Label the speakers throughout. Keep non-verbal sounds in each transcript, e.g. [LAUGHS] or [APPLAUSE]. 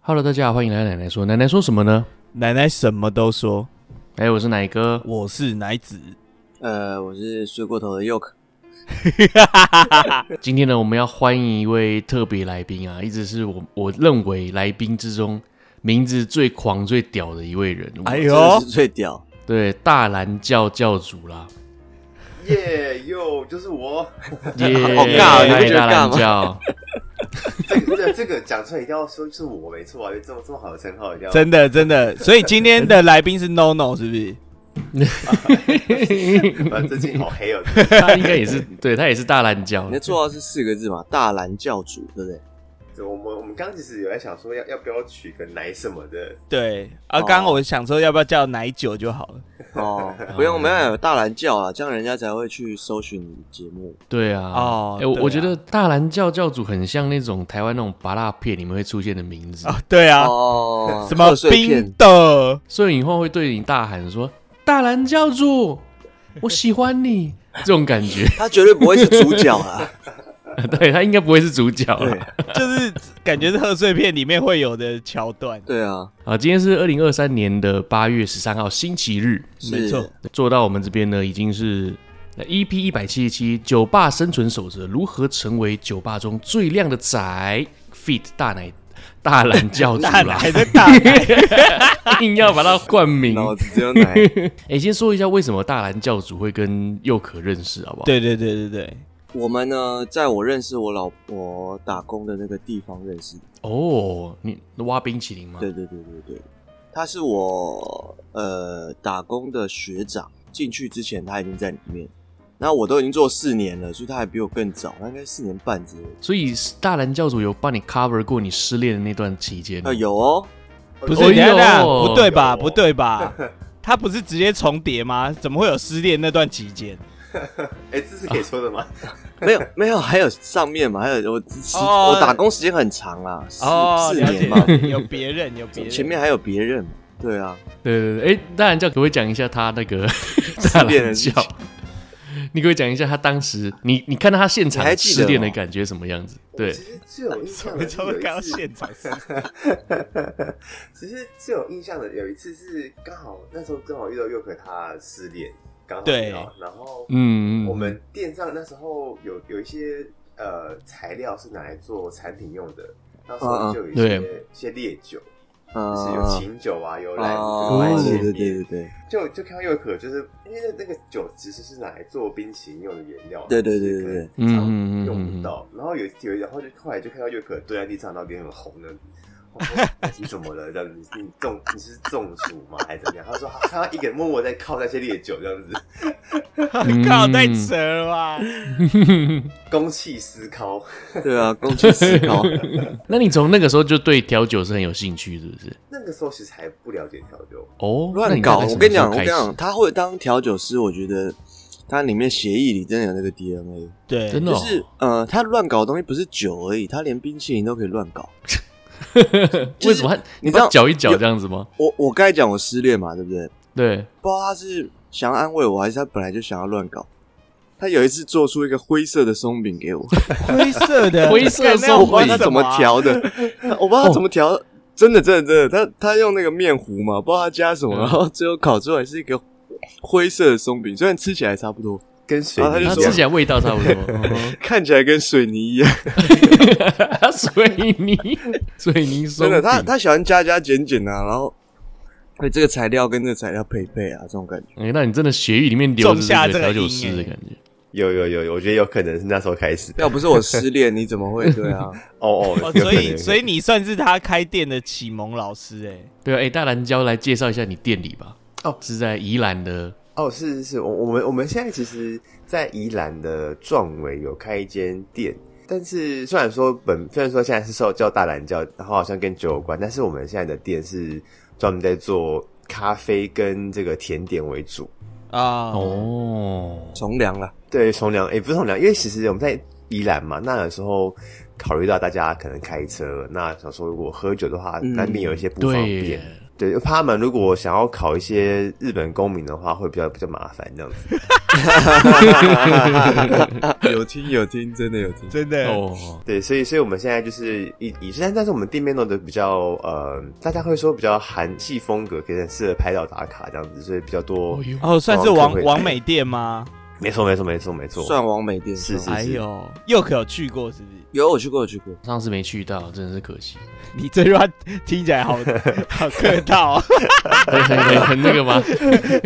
Speaker 1: Hello，大家好，欢迎来到奶奶说。奶奶说什么呢？
Speaker 2: 奶奶什么都说，
Speaker 1: 哎、我是奶哥。
Speaker 2: 我是奶子。
Speaker 3: 呃，我是睡过头的 Yoke，
Speaker 1: 今天呢，我们要欢迎一位特别来宾啊，一直是我我认为来宾之中名字最狂最屌的一位人物。
Speaker 2: 哎
Speaker 3: 真
Speaker 2: 呦
Speaker 3: 的是，最屌，
Speaker 1: 对，大蓝教教主
Speaker 3: [LAUGHS]
Speaker 1: 啦，
Speaker 4: [LAUGHS] 耶哟，就是我。
Speaker 1: 耶、
Speaker 3: 好尬哦你不
Speaker 1: 嗨
Speaker 3: 觉得
Speaker 1: 大蓝
Speaker 3: 尬吗
Speaker 1: 教，
Speaker 4: 这个这个这个讲出来一定要说是我没错啊，有这么这么好的称号一定要。
Speaker 2: 真的真的，所以今天的来宾是 No No，是不是？
Speaker 4: 啊，最近好黑哦。
Speaker 1: 他应该
Speaker 3: [LAUGHS]
Speaker 1: 也是，对他也是大蓝教
Speaker 3: 你。
Speaker 2: 哦
Speaker 3: 的绰号是四个字嘛？大蓝教主，对不对？
Speaker 4: 这我们我们刚其实有在想说要要不要取个奶什么的，
Speaker 2: 对。啊，刚刚
Speaker 3: 哦
Speaker 2: 我想说要不要叫奶酒就好了。 [LAUGHS]
Speaker 3: 哦，不用，没有大蓝教啊，这样人家才会去搜寻你节目。
Speaker 1: 对啊，
Speaker 2: 哦
Speaker 1: 哎我
Speaker 2: 对啊
Speaker 1: 我觉得大蓝教教主很像那种台湾那种拔蜡片里面会出现的名字，
Speaker 2: 啊，对啊，
Speaker 3: 哦，
Speaker 2: [LAUGHS] 什么
Speaker 3: 贺岁
Speaker 2: 冰
Speaker 3: 片？
Speaker 2: 的？
Speaker 1: 所以以后会对你大喊说：“大蓝教主，我喜欢你。” [LAUGHS] 这种感觉。
Speaker 3: 他绝对不会是主
Speaker 2: [LAUGHS]
Speaker 3: 角啦。
Speaker 1: [LAUGHS] 对他应该不会是主角
Speaker 3: 对
Speaker 1: 了。
Speaker 2: 就是感觉是贺岁片里面会有的桥段。
Speaker 3: 对啊，
Speaker 1: 啊，今天是二零二三年的八月十三号星期日，
Speaker 3: 是
Speaker 2: 没错，
Speaker 1: 做到我们这边呢已经是 EP 一百七十七《酒吧生存守则：如何成为酒吧中最靓的仔 Fit 大奶大懒教主
Speaker 2: [LAUGHS] 大
Speaker 1: 啦
Speaker 2: 奶，的大 [LAUGHS] 奶，
Speaker 1: 硬要把它冠
Speaker 2: [LAUGHS]
Speaker 1: 名。
Speaker 3: 脑子只有奶。
Speaker 1: 哎、先说一下为什么大蓝教主会跟佑可认识，好不好？
Speaker 2: 对对对对对，
Speaker 3: 我们呢，在我认识我老婆打工的那个地方认识的。
Speaker 1: 哦，你挖冰淇淋吗？
Speaker 3: 对对对对对，他是我呃打工的学长，进去之前他已经在里面，那我都已经做四年了，所以他还比我更早，他应该四年半之类的。
Speaker 1: 所以大蓝教主有帮你 cover 过你失恋的那段期间吗
Speaker 3: 啊，有哦，
Speaker 2: 不是，
Speaker 1: 哎呦
Speaker 2: 等一下等一下，不对吧？
Speaker 4: 哎呦
Speaker 2: 不对
Speaker 3: [LAUGHS]
Speaker 2: 吧？他不是直接重叠吗？怎么会有失恋那段期间？
Speaker 4: 哎，这是可以说的
Speaker 2: 啊
Speaker 4: 吗？
Speaker 3: 没有没有，还有上面嘛，还有我时、
Speaker 2: 哦
Speaker 3: 我打工时间很长啦，四、
Speaker 2: 哦，
Speaker 3: 四
Speaker 2: 了解
Speaker 3: 年嘛，
Speaker 2: 了解，有别人，有别人， [LAUGHS]
Speaker 3: 前面还有别人嘛，对啊，
Speaker 1: 对对对，哎，大蓝教可不可以讲一下他那
Speaker 3: [LAUGHS]
Speaker 1: 个 [LAUGHS] 大
Speaker 3: 恋的
Speaker 1: 蓝
Speaker 3: 事
Speaker 1: 教
Speaker 3: 情？
Speaker 1: 你可不可以讲一下他当时你你看到他现场
Speaker 3: 你还记得
Speaker 1: 失恋的
Speaker 3: 哦
Speaker 1: 感觉什么样子？对
Speaker 4: 其，实最有印
Speaker 2: [LAUGHS]
Speaker 4: 象
Speaker 2: 我
Speaker 4: 的
Speaker 2: 从刚到
Speaker 4: 是有一
Speaker 2: 现
Speaker 4: 次，
Speaker 2: 场，
Speaker 4: [LAUGHS] 其实最有印象的有一次是刚好那时候刚好遇到佑可他失恋，刚好遇到，然后
Speaker 1: 嗯，嗯
Speaker 4: 我们店上那时候有有一些呃材料是拿来做产品用的，那时
Speaker 3: 啊
Speaker 4: 候就有一些、
Speaker 1: 嗯嗯
Speaker 4: 一些烈酒，
Speaker 3: 嗯、
Speaker 4: 就是有琴酒啊，有兰酒
Speaker 3: 哦
Speaker 4: 在
Speaker 3: 对
Speaker 4: 前
Speaker 3: 对对
Speaker 4: 面，
Speaker 3: 对对
Speaker 4: 就就看到又可就是因为那那个酒其实是拿来做冰淇淋用的原料，
Speaker 3: 对对对对
Speaker 4: 就是
Speaker 3: 对
Speaker 4: 可能
Speaker 1: 嗯
Speaker 4: 常
Speaker 1: 嗯嗯嗯
Speaker 4: 用不到。然后有有然后就后来就看到又可蹲在地上，然后脸很红的。我说哦你怎么了？这样子，你中 [LAUGHS] 你是中暑吗？还是怎么样？他说他他一个人默默在靠那些烈酒，这样子，
Speaker 2: 靠，太扯了吧！
Speaker 4: 公器私考。
Speaker 3: 对对啊，攻击思考，
Speaker 1: 那你从那个时候就对调酒是很有兴趣，是不是？
Speaker 4: 那个时候其实还不了解调酒，
Speaker 1: 哦，那
Speaker 3: 乱
Speaker 1: 你大
Speaker 3: 搞！
Speaker 1: 概什
Speaker 3: 我
Speaker 1: 么
Speaker 3: 跟你
Speaker 1: 时候
Speaker 3: 讲，我
Speaker 1: 开
Speaker 3: 跟你
Speaker 1: 始
Speaker 3: 讲，他会当调酒师，我觉得他里面协议里真的有那个 DNA，
Speaker 2: 对，
Speaker 1: 真的
Speaker 3: 就
Speaker 1: 哦
Speaker 3: 是呃，他乱搞的东西不是酒而已，他连冰淇淋都可以乱搞。就是
Speaker 1: 为什么他
Speaker 3: 你知
Speaker 1: 把
Speaker 3: 道
Speaker 1: 搅一搅
Speaker 3: 有
Speaker 1: 这样子吗？
Speaker 3: 我我刚才讲我失恋嘛，对不对？
Speaker 1: 对，
Speaker 3: 不知道他是想要安慰我，还是他本来就想要乱搞。他有一次做出一个灰色的松饼
Speaker 1: [LAUGHS]
Speaker 3: 给我，
Speaker 2: 灰色的
Speaker 1: 灰色
Speaker 2: 干那
Speaker 1: 松
Speaker 3: 我
Speaker 1: 饼
Speaker 2: 我
Speaker 3: 不
Speaker 2: 不
Speaker 3: 知
Speaker 2: 知
Speaker 3: 道
Speaker 2: 道
Speaker 3: 他怎么
Speaker 4: [LAUGHS]
Speaker 2: 啊？
Speaker 3: 调的，我不知道他怎么
Speaker 1: 哦
Speaker 3: 调。 [LAUGHS] 真的，真的，真的，他他用那个面糊嘛，不知道他加什么，
Speaker 1: 嗯
Speaker 3: 然后最后烤出来是一个灰色的松饼，虽然吃起来差不多，
Speaker 4: 跟水
Speaker 3: 然后
Speaker 4: 泥
Speaker 3: 他
Speaker 1: 它
Speaker 3: 就
Speaker 4: 一
Speaker 1: 吃
Speaker 3: 说嗯
Speaker 4: 样
Speaker 1: 起来味道差不 [LAUGHS]
Speaker 3: [LAUGHS]
Speaker 1: 多，
Speaker 3: 看起来跟水泥一样。
Speaker 1: 水泥水泥松
Speaker 3: 真的，他
Speaker 1: 饼
Speaker 3: 他喜欢加加减减啊，然后对这个材料跟这个材料配一配啊，这种感觉。
Speaker 1: 哎、那你真的血液里面流着
Speaker 2: 种下
Speaker 1: 这
Speaker 2: 这
Speaker 1: 个
Speaker 2: 个
Speaker 1: 调酒
Speaker 2: 因
Speaker 1: 师的
Speaker 2: 哎
Speaker 1: 感觉。
Speaker 4: 有有有，有，我觉得有可能是那时候开始
Speaker 3: [LAUGHS]
Speaker 4: 的。
Speaker 3: 要不是我失恋，你怎么会对 [LAUGHS] 啊？
Speaker 4: 哦哦
Speaker 2: 哦，所
Speaker 4: 有可能有
Speaker 2: 以
Speaker 4: 可
Speaker 2: 所以
Speaker 4: 能
Speaker 2: 你算是他开店的启蒙老师哎，
Speaker 1: 对啊，哎、大蓝椒来介绍一下你店里吧。
Speaker 4: 哦
Speaker 1: 是在宜兰的
Speaker 4: 哦，是是是，我我们我们现在其实，在宜兰的壮围有开一间店，但是虽然说本虽然说现在是受叫大蓝教，然后好像跟酒有关，但是我们现在的店是专门在做咖啡跟这个甜点为主。
Speaker 2: 啊，
Speaker 1: 哦，
Speaker 3: 从良了，
Speaker 4: 对，从良也、不是从良，因为其实我们在宜兰嘛，那有时候考虑到大家可能开车，那想说如果喝酒的话，
Speaker 3: 嗯
Speaker 4: 难免有一些不方
Speaker 1: 对
Speaker 4: 便
Speaker 1: 耶，，
Speaker 4: 对，怕他们如果想要考一些日本公民的话，会比较比较麻烦这样子。
Speaker 3: 有听有听，真的有听。
Speaker 2: 真 [LAUGHS] 的
Speaker 1: 哦，
Speaker 4: 对，所以所以我们现在就是以以但但是我们店面弄得比较呃，大家会说比较韩系风格，可能适合拍照打卡这样子，所以比较多。
Speaker 1: 哦哟
Speaker 2: 哦，算是王
Speaker 4: 可以
Speaker 2: 王美店吗？
Speaker 4: 没错没错没错没错，
Speaker 3: 算完美店
Speaker 4: 是是
Speaker 2: 哎呦，又可有去过是不是？
Speaker 3: 有我去过，我去过。
Speaker 1: 上次没去到，真的是可惜。
Speaker 2: 你这句话听起来好 [LAUGHS] 好客
Speaker 1: [LAUGHS]
Speaker 2: 套、哦，
Speaker 1: 很很很很 [LAUGHS] 那个吗？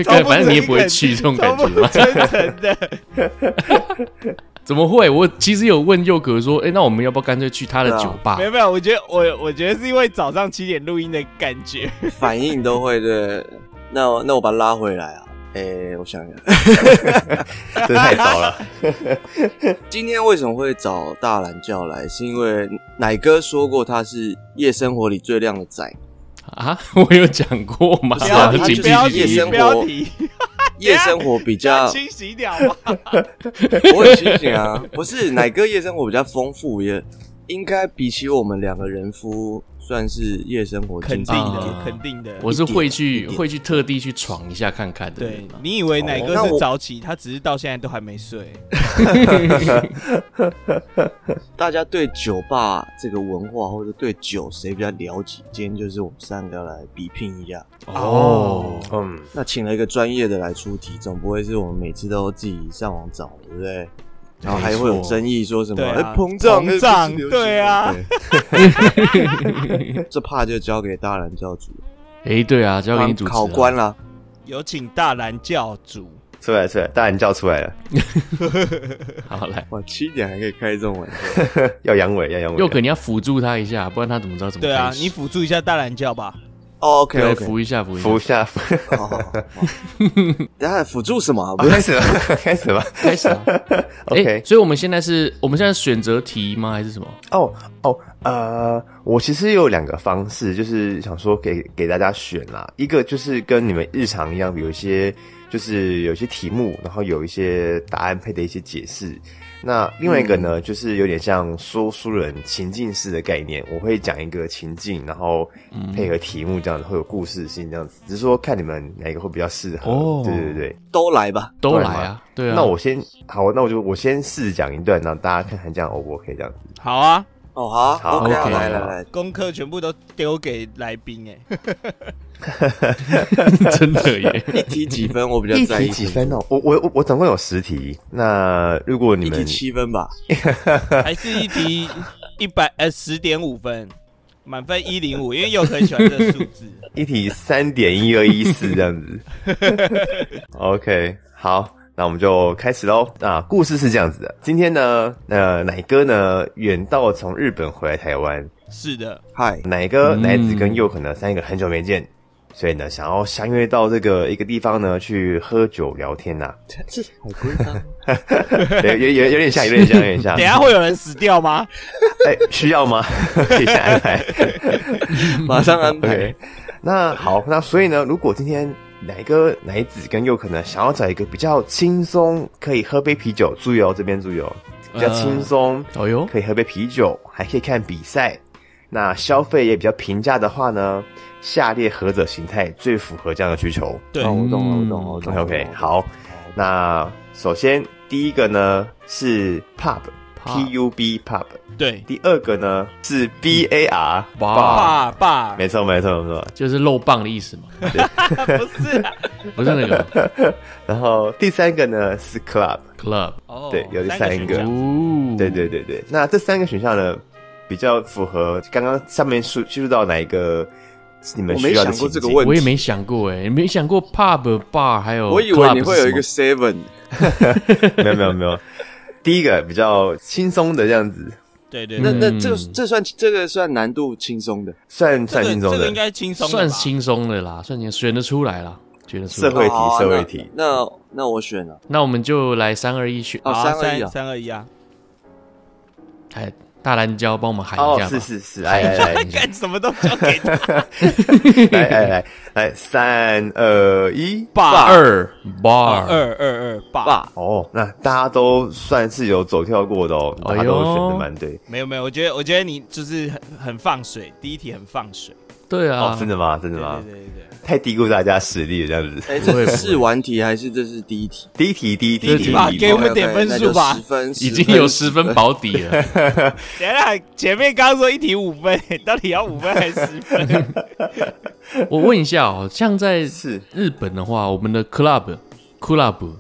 Speaker 1: 反正你也不会去这种感觉
Speaker 2: 超
Speaker 1: 嘛
Speaker 2: 不。真诚的。
Speaker 1: 怎么会？我其实有问佑可说，哎、那我们要不要干脆去他的酒吧
Speaker 2: 没？有没有，我觉得我我觉得是因为早上七点录音的感觉，
Speaker 3: 反应都会对。 [LAUGHS] 那我那我把它拉回来啊。诶、我想想， [LAUGHS]
Speaker 4: 真的太早了。
Speaker 3: 今天为什么会找大懒叫来？是因为奶哥说过他是夜生活里最亮的 [LAUGHS] 仔，
Speaker 1: 啊， [LAUGHS] 我有讲过吗？
Speaker 3: 不
Speaker 2: 不
Speaker 3: 是啊
Speaker 2: 要
Speaker 1: 好
Speaker 3: 他
Speaker 1: 请
Speaker 2: 提
Speaker 3: 就
Speaker 1: 继
Speaker 3: 是
Speaker 2: 不要
Speaker 1: 续
Speaker 3: 夜
Speaker 1: 继
Speaker 2: 提
Speaker 1: 续
Speaker 3: 生
Speaker 2: 不要
Speaker 3: 活
Speaker 2: 提，
Speaker 3: 夜生活比 [LAUGHS] 较
Speaker 2: 清洗掉
Speaker 1: [LAUGHS]
Speaker 2: 吧。
Speaker 3: 我很清醒啊。不是奶哥夜生活比较丰富，也应该比起我们两个人夫，算是夜生活
Speaker 2: 肯
Speaker 3: 精
Speaker 2: 定
Speaker 3: 致一
Speaker 2: 的，
Speaker 1: 啊
Speaker 3: 点。
Speaker 2: 肯定的。
Speaker 1: 我是会去
Speaker 3: 一点
Speaker 1: 会去特地去闯一下看看的
Speaker 2: 对
Speaker 1: 人啊嘛。
Speaker 2: 你以为奶
Speaker 3: 哦
Speaker 2: 哥
Speaker 3: 那我
Speaker 2: 是早起，他只是到现在都还没睡。
Speaker 3: 大家对酒吧这个文化，或者对酒谁比较了解，今天就是我们三个要来比拼一下。
Speaker 1: 哦，
Speaker 4: 嗯，
Speaker 3: 那请了一个专业的来出题，总不会是我们每次都自己上网找，对不对？然后还会有争议，说什么、
Speaker 2: 对啊
Speaker 3: 哎膨胀、
Speaker 2: 膨胀
Speaker 3: 哎不是流行
Speaker 2: 对啊
Speaker 3: 对 [LAUGHS] 这怕就交给大蓝教主，
Speaker 1: 哎、对啊，交给你主持、
Speaker 3: 考官。啦。
Speaker 2: 有请大蓝教主，
Speaker 4: 出来了出来了，大人叫出来了， [LAUGHS]
Speaker 1: 好来，
Speaker 3: 哇，七点还可以开这种玩笑，
Speaker 4: 要阳痿要阳痿。
Speaker 1: 佑可你要辅助他一下，不然他怎么知道怎么
Speaker 2: 对啊
Speaker 1: 开，始
Speaker 2: 你辅助一下大蓝教吧。
Speaker 3: 哦，OK
Speaker 1: 对
Speaker 3: OK，
Speaker 1: 扶一下扶一下
Speaker 4: 扶。一下，扶
Speaker 3: 好好好，好等一下辅助什么啊？不
Speaker 4: 好
Speaker 3: 是
Speaker 4: 开始了， [LAUGHS]
Speaker 1: 开
Speaker 4: 开始吧。
Speaker 1: 始啊！哎、
Speaker 4: OK，
Speaker 1: 所以我们现在是我们现在选择题吗？还是什么？
Speaker 4: 哦哦，呃，我其实有两个方式，就是想说给给大家选啦。一个就是跟你们日常一样，有一些就是有一些题目，然后有一些答案配的一些解释。那另外一个
Speaker 1: 嗯
Speaker 4: 呢，就是有点像说书人情境式的概念，我会讲一个情境，然后配合题目这样子，会有故事性这样子。只是说看你们哪一个会比较适合。
Speaker 1: 哦
Speaker 4: 对对对，
Speaker 3: 都来吧，
Speaker 1: 都
Speaker 4: 对
Speaker 1: 来
Speaker 4: 嘛
Speaker 1: 啊！对啊，
Speaker 4: 那我先好，那我就我先试讲一段，让大家看看这样 O 不 OK 这样子。
Speaker 2: 好啊，
Speaker 3: 哦好啊
Speaker 4: 好
Speaker 3: ，OK 啊
Speaker 1: OK
Speaker 3: 来来来，
Speaker 2: 功课全部都丢给来宾哎、
Speaker 1: [LAUGHS] 真的耶，
Speaker 3: 一题几分？我比较
Speaker 4: 一
Speaker 3: 在意
Speaker 4: 题几分哦？我我我我总共有十题，那如果你
Speaker 3: 一
Speaker 4: 们
Speaker 3: 题七分吧，
Speaker 2: 还是一题一百呃十点五分，满分一零五，因为又很喜欢这个数字。
Speaker 4: 一题三点一二一
Speaker 2: [LAUGHS]
Speaker 4: 四这样子。OK，好，那我们就开始喽。啊，故事是这样子的，今天呢，呃，奶哥呢远道从日本回来台湾，
Speaker 2: 是的，
Speaker 4: [LAUGHS]
Speaker 3: 嗨，
Speaker 4: 奶哥、
Speaker 1: 嗯
Speaker 4: 奶子跟佑可呢三个很久没见，所以呢想要相约到这个一个地方呢去喝酒聊天
Speaker 2: [LAUGHS]
Speaker 4: 呐、
Speaker 3: 这海龟汤，
Speaker 4: 有有有有点像，有点像，有点像。
Speaker 2: 等一下会有人死掉吗？
Speaker 4: 哎、需要吗？ [LAUGHS] 可以先安排。
Speaker 3: [LAUGHS] 马上安排
Speaker 4: OK，。那好，那所以呢，如果今天奶哥、奶子跟佑可呢，想要找一个比较轻松，可以喝杯啤酒，注意哦，这边注意哦，比较轻松，
Speaker 1: 哦哟，
Speaker 4: 可以喝杯啤酒，哦还可以看比赛，哦那消费也比较平价的话呢，下列何者形态最符合这样的需求
Speaker 2: 对，
Speaker 3: 哦，我懂了，我
Speaker 1: 嗯
Speaker 3: 懂了，我懂了。
Speaker 4: ？OK，好，那首先第一个呢是 pub。
Speaker 1: Pub
Speaker 4: P U B pub，
Speaker 2: 对，
Speaker 4: 第二个呢是 B A R，
Speaker 1: 嗯哇
Speaker 2: 爸爸，
Speaker 4: 没错没错没错，
Speaker 1: 就是肉棒的意思嘛，
Speaker 3: [LAUGHS]
Speaker 2: 不是啊、
Speaker 1: [LAUGHS] 不是那个
Speaker 4: [LAUGHS] 然后第三个呢是 club，
Speaker 1: club。
Speaker 2: 哦
Speaker 4: 对有
Speaker 2: 三
Speaker 4: 三个
Speaker 2: 选项
Speaker 1: 哦，
Speaker 4: 对对对对。那这三个选项呢，比较符合刚刚上面叙叙述到哪一个你们
Speaker 3: 我没
Speaker 4: 需要的
Speaker 3: 想过这
Speaker 4: 情
Speaker 3: 个
Speaker 4: 境
Speaker 3: 问题，
Speaker 1: 我也没想过哎，没想过 pub bar 还有 club
Speaker 3: 我
Speaker 1: 是
Speaker 3: 以
Speaker 1: 什么，
Speaker 3: 为你会有一个 seven，
Speaker 4: 没有没有没
Speaker 1: [LAUGHS]
Speaker 4: 有。第一个比较轻松的这样子，
Speaker 2: 对对
Speaker 3: 那
Speaker 2: 对，
Speaker 3: 那
Speaker 1: 嗯
Speaker 3: 这这算这个算难度轻松的，
Speaker 4: 算算
Speaker 2: 这
Speaker 4: 轻
Speaker 2: 个
Speaker 4: 松
Speaker 2: 这个
Speaker 4: 的
Speaker 2: 应。该轻松的吧，
Speaker 1: 算轻松的啦，算轻选得出来啦，选得出
Speaker 4: 社
Speaker 1: 来。
Speaker 4: 会题
Speaker 3: 好啊
Speaker 4: 社会题
Speaker 3: 那那那我选了，
Speaker 1: 那我们就来三二一选，
Speaker 3: 哦
Speaker 2: 好
Speaker 3: 三
Speaker 2: 啊
Speaker 3: 二一
Speaker 2: 三
Speaker 3: 啊
Speaker 2: 三二一啊！
Speaker 1: 哎，大蓝椒帮我们喊一
Speaker 4: 哦
Speaker 1: 下，
Speaker 4: 是
Speaker 1: 吧。
Speaker 4: 是是，来来来
Speaker 2: 干什么都交给他
Speaker 4: 来来来来，三二一，
Speaker 2: 爸
Speaker 1: 二 bar，
Speaker 2: 二二二爸。
Speaker 3: 爸，
Speaker 4: 哦，那大家都算是有走跳过的哦，大家
Speaker 1: 哎呦
Speaker 4: 都选的蛮对。
Speaker 2: 没有没有，我觉得我觉得你就是很很放水，第一题很放水。
Speaker 1: 对啊，
Speaker 4: 哦，真的吗？真的吗？
Speaker 2: 对啊对对，
Speaker 4: 太低估大家实力了，这样子。
Speaker 3: 哎，
Speaker 1: 不会
Speaker 3: 这
Speaker 1: 不会
Speaker 3: 是试玩题还是这是第一题？
Speaker 4: 第一题，第一
Speaker 1: 第
Speaker 4: 题，
Speaker 1: 一
Speaker 4: 第
Speaker 1: 题
Speaker 4: 一
Speaker 1: 吧
Speaker 4: 题，
Speaker 2: 给我们点分数吧
Speaker 3: 十分，
Speaker 1: 已经
Speaker 3: 10分
Speaker 1: 有十分保底了。
Speaker 2: 等一下前面刚刚说一题五分， [LAUGHS] 到底要五分还是十
Speaker 4: [LAUGHS]
Speaker 2: 分？
Speaker 1: 我问一下哦，像在
Speaker 4: 是
Speaker 1: 日本的话，我们的 club club，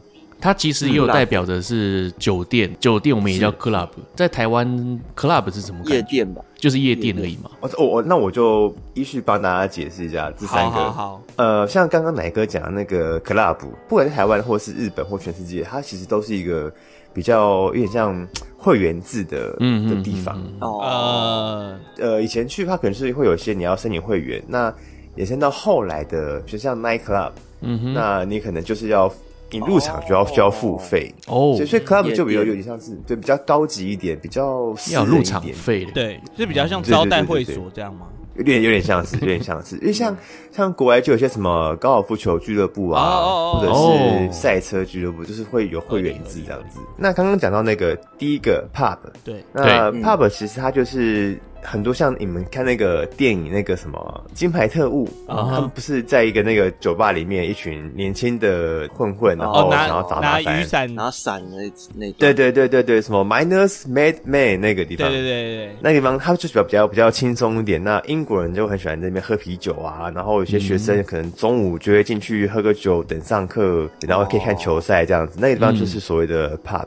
Speaker 1: 它其实也有
Speaker 3: club
Speaker 1: 代表的是酒店，酒店我们也叫 club。在台湾 club 是什么
Speaker 3: 夜
Speaker 1: 感觉？
Speaker 3: 店吧？
Speaker 1: 就是夜店而已嘛。
Speaker 4: 我我我，哦那我就依序帮大家解释一下这三
Speaker 2: 好
Speaker 4: 个。
Speaker 2: 好好，
Speaker 4: 呃，像刚刚奶哥讲的那个 club，不管是台湾或是日本或全世界，它其实都是一个比较有点像会员制的
Speaker 1: 嗯
Speaker 4: 的地方。
Speaker 1: 嗯
Speaker 3: 哦，
Speaker 2: 呃，
Speaker 4: 呃，以前去它可能是会有一些你要申请会员，那延伸到后来的，就像 night club，、
Speaker 1: 嗯哼，
Speaker 4: 那你可能就是要你入场就要、
Speaker 3: 哦
Speaker 4: 就要付费。
Speaker 1: 哦
Speaker 4: 所以，，所以 club
Speaker 3: 夜
Speaker 4: 就比较
Speaker 3: 店
Speaker 4: 有点像是对比较高级一点，比较私
Speaker 1: 要有
Speaker 4: 人
Speaker 1: 入
Speaker 4: 一
Speaker 1: 场
Speaker 4: 点
Speaker 1: 费的。
Speaker 2: 对，是比较像
Speaker 4: 对对
Speaker 2: 招
Speaker 4: 对
Speaker 2: 待
Speaker 4: 对
Speaker 2: 会
Speaker 4: 对
Speaker 2: 所这样吗？
Speaker 4: 有点有点像
Speaker 2: [LAUGHS]
Speaker 4: 是，有点像是，因为像像国外就有些什么高尔夫球俱乐部啊，
Speaker 2: 哦哦哦
Speaker 4: 或者
Speaker 1: 哦
Speaker 4: 是赛车俱乐部，就是会有会员制
Speaker 2: 合理合理
Speaker 4: 这样子。那刚刚讲到那个第一个 pub，
Speaker 2: 对，
Speaker 4: 那
Speaker 3: 对
Speaker 4: pub 其实它就是很多像你们看那个电影那个什么《金牌特务》
Speaker 2: 啊哈
Speaker 4: 他们不是在一个那个酒吧里面，一群年轻的混混，然后、
Speaker 2: 哦，
Speaker 4: 然
Speaker 2: 拿
Speaker 4: 后找麻
Speaker 2: 拿
Speaker 4: 烦
Speaker 2: 雨。伞，
Speaker 3: 拿伞那那
Speaker 4: 对对对对对，什么 Minus Mad Man 那个地
Speaker 2: 对
Speaker 4: 方，
Speaker 2: 对对对
Speaker 4: 那地方它就比较比较比较轻松一点。那英国人就很喜欢在那边喝啤酒啊，然后有些学生可能中午就会进去喝个酒，等上课，然后可以看球赛这样子。那个地方就是所谓的 pub，、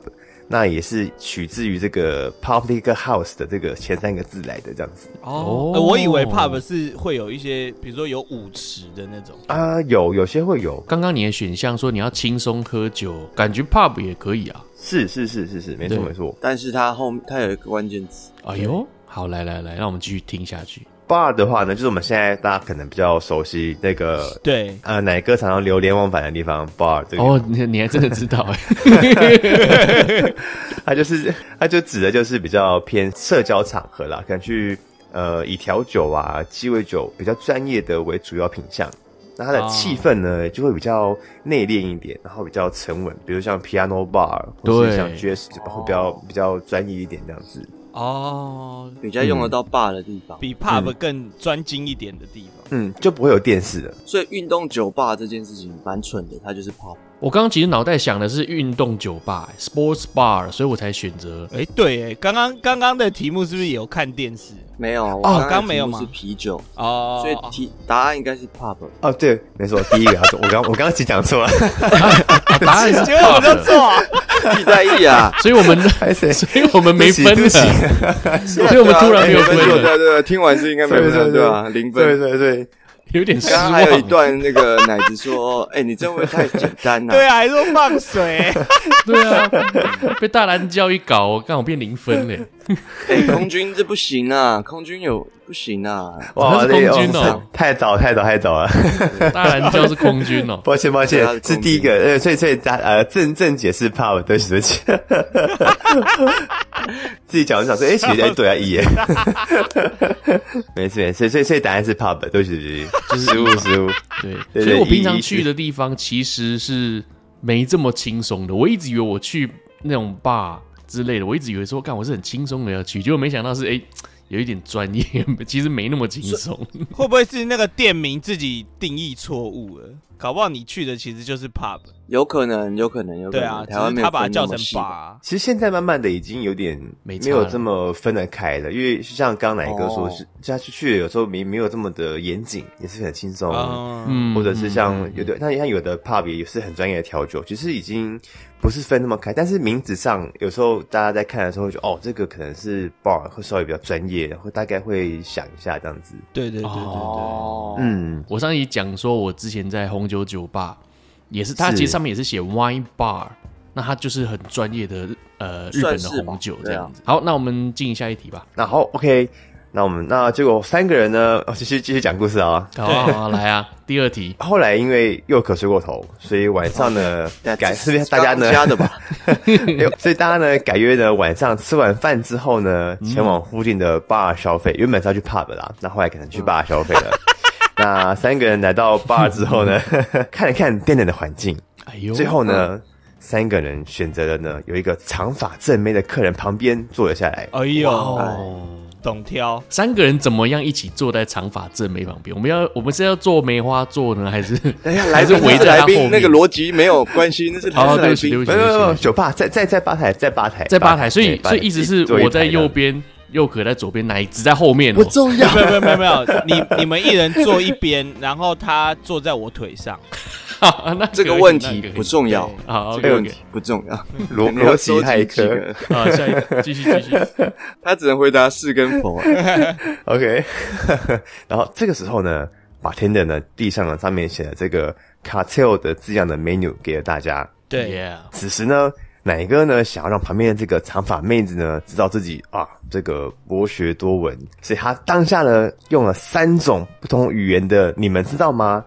Speaker 4: 那也是取自于这个 public house 的这个前三个字来的这样子
Speaker 2: 对，
Speaker 1: 哦
Speaker 2: 哦，呃我以为 pub 是会有一些，比如说有舞池的那种，
Speaker 4: 啊。有有些会有，
Speaker 1: 刚刚你的选项说你要轻松喝酒，感觉 pub 也可以啊。
Speaker 4: 是是是是是，没错
Speaker 1: 对
Speaker 4: 没错。
Speaker 3: 但是它后它有一个关键词，
Speaker 1: 哎呦，好，来来来，让我们继续听下去。
Speaker 4: bar 的话呢，就是我们现在大家可能比较熟悉那个。
Speaker 2: 对，
Speaker 4: 呃，奶哥常常流连忘返的地方，bar 这个地方
Speaker 1: 哦，你你还真的知道哎、
Speaker 4: 他就是他就指的就是比较偏社交场合啦，可能去呃以调酒啊、鸡尾酒比较专业的为主要品项。那它的
Speaker 2: 哦
Speaker 4: 气氛呢，就会比较内敛一点，然后比较沉稳，比如像 piano bar 或
Speaker 1: 对
Speaker 4: 是像 jazz 就会比较比较专业一点这样子。
Speaker 2: 哦，
Speaker 3: 比较用得到霸的地方。
Speaker 2: 比 pub 更专精一点的地方。
Speaker 4: 嗯，就不会有电视了。
Speaker 3: 所以运动酒吧这件事情蛮蠢的，它就是 pub。
Speaker 1: 我刚刚其实脑袋想的是运动酒吧哎 （sports bar），所以我才选择
Speaker 2: 哎、对，哎，刚刚刚刚的题目是不是也有看电视？
Speaker 3: 没有，我
Speaker 2: 刚
Speaker 3: 刚
Speaker 2: 没有吗
Speaker 3: 嘛，是啤酒，
Speaker 2: 哦，
Speaker 3: 所以题答案应该是 pub。
Speaker 4: 哦，对，没错，第一个我刚我刚刚其实
Speaker 1: [LAUGHS]
Speaker 4: 讲错了，
Speaker 1: 啊答
Speaker 2: [LAUGHS]
Speaker 1: 案是
Speaker 2: 结果我
Speaker 1: pub，，
Speaker 2: 就错啊，
Speaker 3: [LAUGHS] 替代役啊
Speaker 1: 所以我们
Speaker 4: 还 [LAUGHS] 是
Speaker 1: 所以我们没分
Speaker 4: 对不起
Speaker 1: 了。
Speaker 3: 所
Speaker 1: 以我们突然没有分了
Speaker 3: 对对对，听完是应该没分了，对吧？零
Speaker 4: 对
Speaker 3: 分。
Speaker 4: 对对，
Speaker 1: 有点失
Speaker 3: 刚刚
Speaker 1: 望。
Speaker 3: 还有一段那个奶子说：“哎，你这样会不会太简单了。
Speaker 2: 对啊，还说放水、 [LAUGHS]
Speaker 1: 对啊，被大蓝教一搞，我刚好变零分嘞。
Speaker 3: 哎，空军这不行啊，空军有不行啊，
Speaker 1: 他是空军哦
Speaker 4: 太早太早太早了。
Speaker 1: 大蓝教是空军哦，
Speaker 4: 抱歉，抱歉
Speaker 3: 对他是，
Speaker 4: 是第一个，呃，所以所以大呃正正解是 pub，对不起， [LAUGHS] 对不起，自己讲我就想说，哎、其实哎、对啊，一耶，没事没事，所以所以答案是 pub，对不起，对不起，失 [LAUGHS] 误失误，
Speaker 1: [LAUGHS] 对，
Speaker 4: 对
Speaker 1: 所以我
Speaker 4: 对
Speaker 1: 平常
Speaker 4: 一
Speaker 1: 去的地方其实是没这么轻松的。我一直以为我去那种 bar 之类的，我一直以为说，干我是很轻松的要去，结果没想到是哎、有一点专业， [LAUGHS] 其实没那么轻松。
Speaker 2: 会不会是那个店名自己定义错误了？搞不好你去的其实就是 pub，
Speaker 3: 有可能，有可能，有可
Speaker 2: 对啊，
Speaker 3: 能。
Speaker 2: 只
Speaker 3: 台湾
Speaker 2: 是
Speaker 3: 没
Speaker 2: 他
Speaker 3: 有
Speaker 2: 把它
Speaker 3: 分
Speaker 2: 叫
Speaker 3: 那
Speaker 2: 成
Speaker 3: 么细吧。
Speaker 2: bar。
Speaker 4: 其实现在慢慢的已经有点
Speaker 1: 没差
Speaker 4: 没有
Speaker 1: 了
Speaker 4: 这么分得开了，因为像刚刚奶哥说，
Speaker 3: 哦
Speaker 4: 是、就他去去了有时候没没有这么的严谨，也是很轻松。
Speaker 3: 哦
Speaker 2: 嗯，
Speaker 1: 嗯，
Speaker 4: 或者是像有的，那像有的 pub 也是很专业的调酒，其实已经不是分那么开，但是名字上有时候大家在看的时候会觉得，哦，这个可能是 bar 会稍微比较专业，会大概会想一下这样子。
Speaker 2: 对对对对对，
Speaker 3: 哦，
Speaker 4: 嗯，
Speaker 1: 我上一集讲说，我之前在红酒酒吧也是，它
Speaker 4: 是
Speaker 1: 其实上面也是写 wine bar，那它就是很专业的呃日
Speaker 3: 算
Speaker 1: 本
Speaker 3: 是
Speaker 1: 的
Speaker 3: 吧
Speaker 1: 红酒这
Speaker 3: 对啊
Speaker 1: 样子。好，那我们进下一题吧。
Speaker 4: 那好，OK，那我们那结果三个人呢，哦继续继续讲故事啊。
Speaker 1: 好啊，好啊来啊，第二题。
Speaker 4: 后来因为又渴睡过头，所以晚上呢
Speaker 3: 对啊
Speaker 4: 改
Speaker 3: 这
Speaker 4: 是不是大家
Speaker 3: 刚
Speaker 4: 呢
Speaker 3: 加的吧？
Speaker 4: 哎呦 [LAUGHS] 所以大家呢改约呢晚上吃完饭之后呢，前往附近的 bar 消费，原本是要去 pub 的啦，那后来可能去 bar 消费
Speaker 1: [LAUGHS]
Speaker 4: 了。那三个人来到 bar 之后呢，看了看店内的环境，
Speaker 1: 哎呦，
Speaker 4: 最后呢，三个人选择了呢有一个长发正妹的客人旁边坐了下来。
Speaker 2: 哎呦，
Speaker 1: 哦，
Speaker 2: 懂挑，
Speaker 1: 三个人怎么样一起坐在长发正妹旁边？我们要我们是要做梅花座呢，还是
Speaker 3: 等一下，
Speaker 1: [LAUGHS] 还
Speaker 3: 来
Speaker 1: 是
Speaker 3: 宾
Speaker 1: 围在
Speaker 3: 来
Speaker 1: 他后
Speaker 3: 宾
Speaker 1: 面？
Speaker 3: 那哎个逻辑没有关系，那是
Speaker 1: 哦，
Speaker 3: 来
Speaker 1: 对
Speaker 3: 来
Speaker 1: 不起，对不
Speaker 3: 宾。
Speaker 1: 起，
Speaker 4: 没有没有没
Speaker 1: 对
Speaker 4: 有，
Speaker 1: 不起
Speaker 4: 酒吧在在在吧台，在吧台，
Speaker 1: 在吧台，所以
Speaker 4: 对吧
Speaker 1: 所
Speaker 4: 台
Speaker 1: 以意思是
Speaker 4: 坐一
Speaker 1: 我在
Speaker 4: 排这样
Speaker 1: 右边，右可在左边，哪一只在后面哦？
Speaker 3: 不重要，
Speaker 2: 没有没有没有没有，你你们一人坐一边，然后他坐在我腿上，
Speaker 1: 好 [LAUGHS] 那
Speaker 3: 这个
Speaker 1: 可以
Speaker 3: 问
Speaker 1: 那
Speaker 3: 题
Speaker 1: 可以
Speaker 3: 不重要，
Speaker 1: 好
Speaker 3: 这
Speaker 1: ，OK
Speaker 3: 个问
Speaker 1: OK，
Speaker 3: 题不重要。[LAUGHS]
Speaker 4: 逻
Speaker 3: 你要
Speaker 4: 逻辑
Speaker 3: 收集
Speaker 4: 骇
Speaker 3: 几
Speaker 4: 客
Speaker 3: 个，
Speaker 1: 好，下一个继续继续，
Speaker 3: 他只能回答是跟
Speaker 1: [LAUGHS]
Speaker 3: 否啊。
Speaker 4: ，OK。然后这个时候呢，把 tender 呢递上了上面写的这个 cartel 的字样的 menu 给了大家。
Speaker 2: 对，
Speaker 1: ，Yeah，
Speaker 4: 此时呢，奶哥呢想要让旁边的这个长发妹子呢知道自己啊这个博学多闻，所以他当下呢用了三种不同语言的，你们知道吗？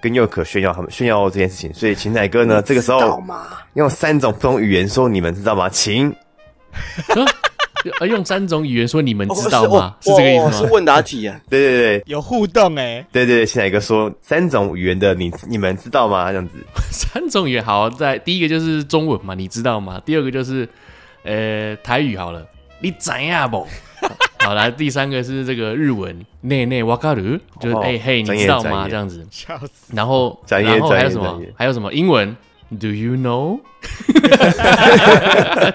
Speaker 4: 跟佑可炫耀他们炫耀这件事情，所以秦奶哥呢这个时
Speaker 3: 知道
Speaker 4: 候
Speaker 3: 吗？
Speaker 4: 用三种不同语言说，你们知道吗？秦
Speaker 1: [LAUGHS] 呃，用三种语言说你们知道
Speaker 3: 哦
Speaker 1: 吗？是这个
Speaker 3: 哦
Speaker 1: 意
Speaker 3: 是
Speaker 1: 思吗？
Speaker 3: 问答题
Speaker 1: [LAUGHS]
Speaker 3: 啊。
Speaker 4: 对对对
Speaker 2: 有互动哎，
Speaker 4: 对对对，秦奶哥说三种语言的你你们知道吗？这样子，
Speaker 1: 三种语言好，在第一个就是中文嘛，你知道吗？第二个就是呃台语好了，你怎呀不？ [LAUGHS] 好来，第三个是这个日文，内内瓦卡鲁，就是
Speaker 4: 哦
Speaker 1: 哎嘿，你
Speaker 4: 专业
Speaker 1: 知道
Speaker 4: 专
Speaker 1: 吗？
Speaker 4: 业
Speaker 1: 这样子，
Speaker 2: [LAUGHS] 笑死，
Speaker 1: 然后，
Speaker 4: 专业
Speaker 1: 然后还有
Speaker 4: 专业
Speaker 1: 什么
Speaker 4: 专业？
Speaker 1: 还有什么英文？Do you
Speaker 4: [LAUGHS]
Speaker 1: know？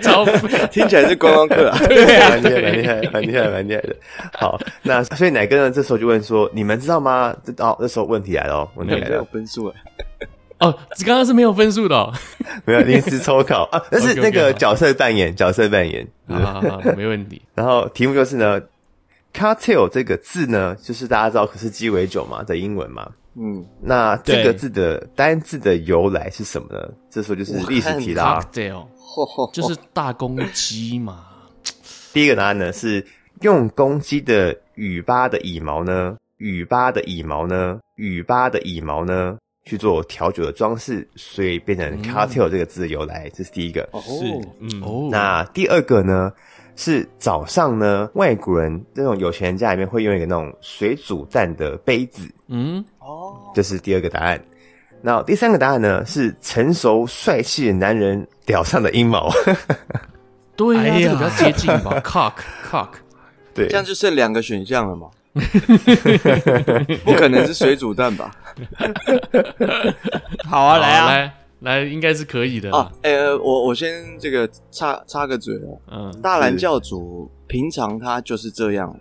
Speaker 1: 超废
Speaker 3: 听起来是观光
Speaker 1: [LAUGHS]
Speaker 3: 客啊。
Speaker 4: 蛮厉害，蛮厉害，蛮厉害，蛮厉害的。好，那所以奶哥呢这时候就问说，你们知道吗？这哦，这时候问题来了哦，问题
Speaker 3: [LAUGHS]
Speaker 4: 来
Speaker 3: 没
Speaker 4: 了
Speaker 3: 有。分数啊，
Speaker 1: 哦！刚刚是没有分数的哦。
Speaker 4: 没有临时抽考啊，但是
Speaker 1: OK，OK，
Speaker 4: 那个
Speaker 1: 好
Speaker 4: 角色扮演，角色扮演。
Speaker 1: 好好好，没问
Speaker 4: [LAUGHS]
Speaker 1: 题。
Speaker 4: 然后题目就是呢，cartel 这个字呢，就是大家知道可是鸡尾酒嘛的英文嘛。
Speaker 3: 嗯，
Speaker 4: 那这
Speaker 2: 对
Speaker 4: 个字的单字的由来是什么呢？这时候就是历史题啊啦。
Speaker 1: Cocktail
Speaker 3: 吼吼
Speaker 1: 就是大公鸡嘛，
Speaker 4: 第一个答案呢是用公鸡的羽巴的羽毛呢，羽巴的羽毛呢，羽巴的羽毛呢去做调酒的装饰，所以变成 cartel 这个字的由来，这是第一个。
Speaker 3: 嗯哦，
Speaker 2: 是，嗯，
Speaker 1: 哦，
Speaker 4: 那第二个呢，是早上呢，外国人这种有钱人家里面会用一个那种水煮蛋的杯子，
Speaker 1: 嗯，
Speaker 3: 哦，
Speaker 4: 这是第二个答案。那第三个答案呢，是成熟帅气的男人屌上的阴毛。 [LAUGHS]
Speaker 1: 对呀、
Speaker 2: 哎呀
Speaker 1: 这个比较接近
Speaker 3: [LAUGHS]
Speaker 1: 吧，cock cock，
Speaker 4: 对
Speaker 3: 这，样就剩两个选项了
Speaker 1: [LAUGHS]
Speaker 3: 嘛？不可能是水煮蛋吧？
Speaker 2: 好啊，
Speaker 1: 好
Speaker 2: 来啊，
Speaker 1: 来来，应该是可以的啦
Speaker 3: 啊，哎呃，我我先这个插插个嘴啊，
Speaker 1: 嗯，
Speaker 3: 大蓝教主平常他就是这样，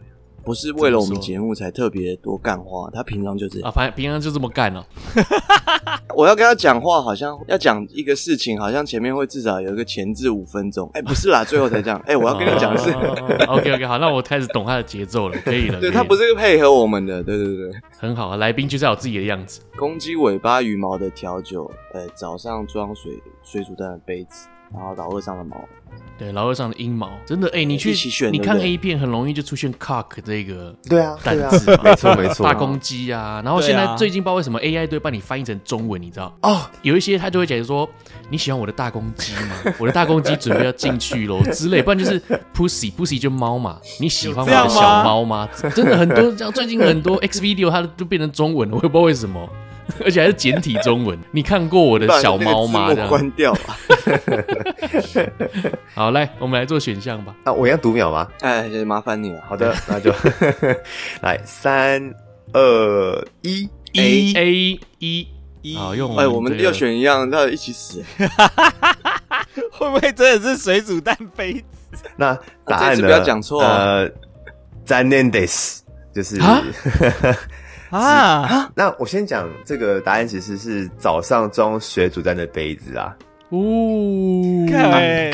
Speaker 3: 不是为了我们节目才特别多干话，他平常就这样。
Speaker 1: 啊，反平常就这么干啊了、
Speaker 3: 我要跟他讲话，好像要讲一个事情，好像前面会至少有一个前置五分钟。哎，不是
Speaker 1: [LAUGHS]
Speaker 3: 啦，最后才这样。哎，我
Speaker 1: 我
Speaker 3: 要跟你讲的是，
Speaker 1: 哦，OK OK，好，那我开始懂他的节奏了，可以了。
Speaker 3: [LAUGHS]
Speaker 1: 可
Speaker 3: 对
Speaker 1: 以
Speaker 3: 他
Speaker 1: 了
Speaker 3: 不是配合我们的，对对对。
Speaker 1: 很好啊，来宾就是要有自己的样子。
Speaker 3: 公鸡尾巴羽毛的调酒，呃，早上装水水煮蛋的杯子，然后老二上的毛，
Speaker 1: 对，老二上的阴毛，真的哎、你去
Speaker 3: 一起选
Speaker 1: 你
Speaker 3: 对不
Speaker 1: 看
Speaker 3: 对
Speaker 1: A 片很容易就出现 cock 这个
Speaker 4: 对啊，
Speaker 1: 单
Speaker 4: 对啊
Speaker 1: 字，嘛， [LAUGHS]
Speaker 4: 没错没
Speaker 3: [LAUGHS]
Speaker 4: 错。
Speaker 1: 大公鸡啊，然后现
Speaker 2: 对
Speaker 1: 在
Speaker 2: 啊
Speaker 1: 最近不知道为什么 AI 都会帮你翻译成中文，你知道？
Speaker 4: 哦，
Speaker 1: 有一些他就会解释说，你喜欢我的大公鸡吗？
Speaker 3: [LAUGHS]
Speaker 1: 我的大公鸡准备要进去喽之类，不然就是 pussy pussy 就猫嘛，你喜欢我的小猫吗？真的很多，像最近很多 X video 它都变成中文了，我也不知道为什么，而且还是简体中文。你看过我的小猫
Speaker 3: 把
Speaker 1: 吗？这
Speaker 3: 那个字幕
Speaker 1: 样
Speaker 3: 关掉啊吧。
Speaker 1: 好，来我们来做选项吧。
Speaker 4: 那我要读秒吗？
Speaker 3: 哎，麻烦你了。
Speaker 4: 好的，那就 [LAUGHS] 来三二一。
Speaker 2: 一
Speaker 1: E A 一
Speaker 2: 一，
Speaker 1: 好用
Speaker 3: 哎，我们
Speaker 1: 这个
Speaker 3: 要选一样，那一起死。
Speaker 2: 会不会真的是水煮蛋杯子？
Speaker 4: 那答案
Speaker 3: 这次
Speaker 4: 呢？
Speaker 3: 不要讲错哦
Speaker 4: 呃，残念です，就是
Speaker 1: 啊
Speaker 2: 啊，
Speaker 4: [LAUGHS] 那我先讲这个答案，其实是早上装水煮蛋的杯子啊。
Speaker 1: 哦，
Speaker 2: 看
Speaker 1: 哎、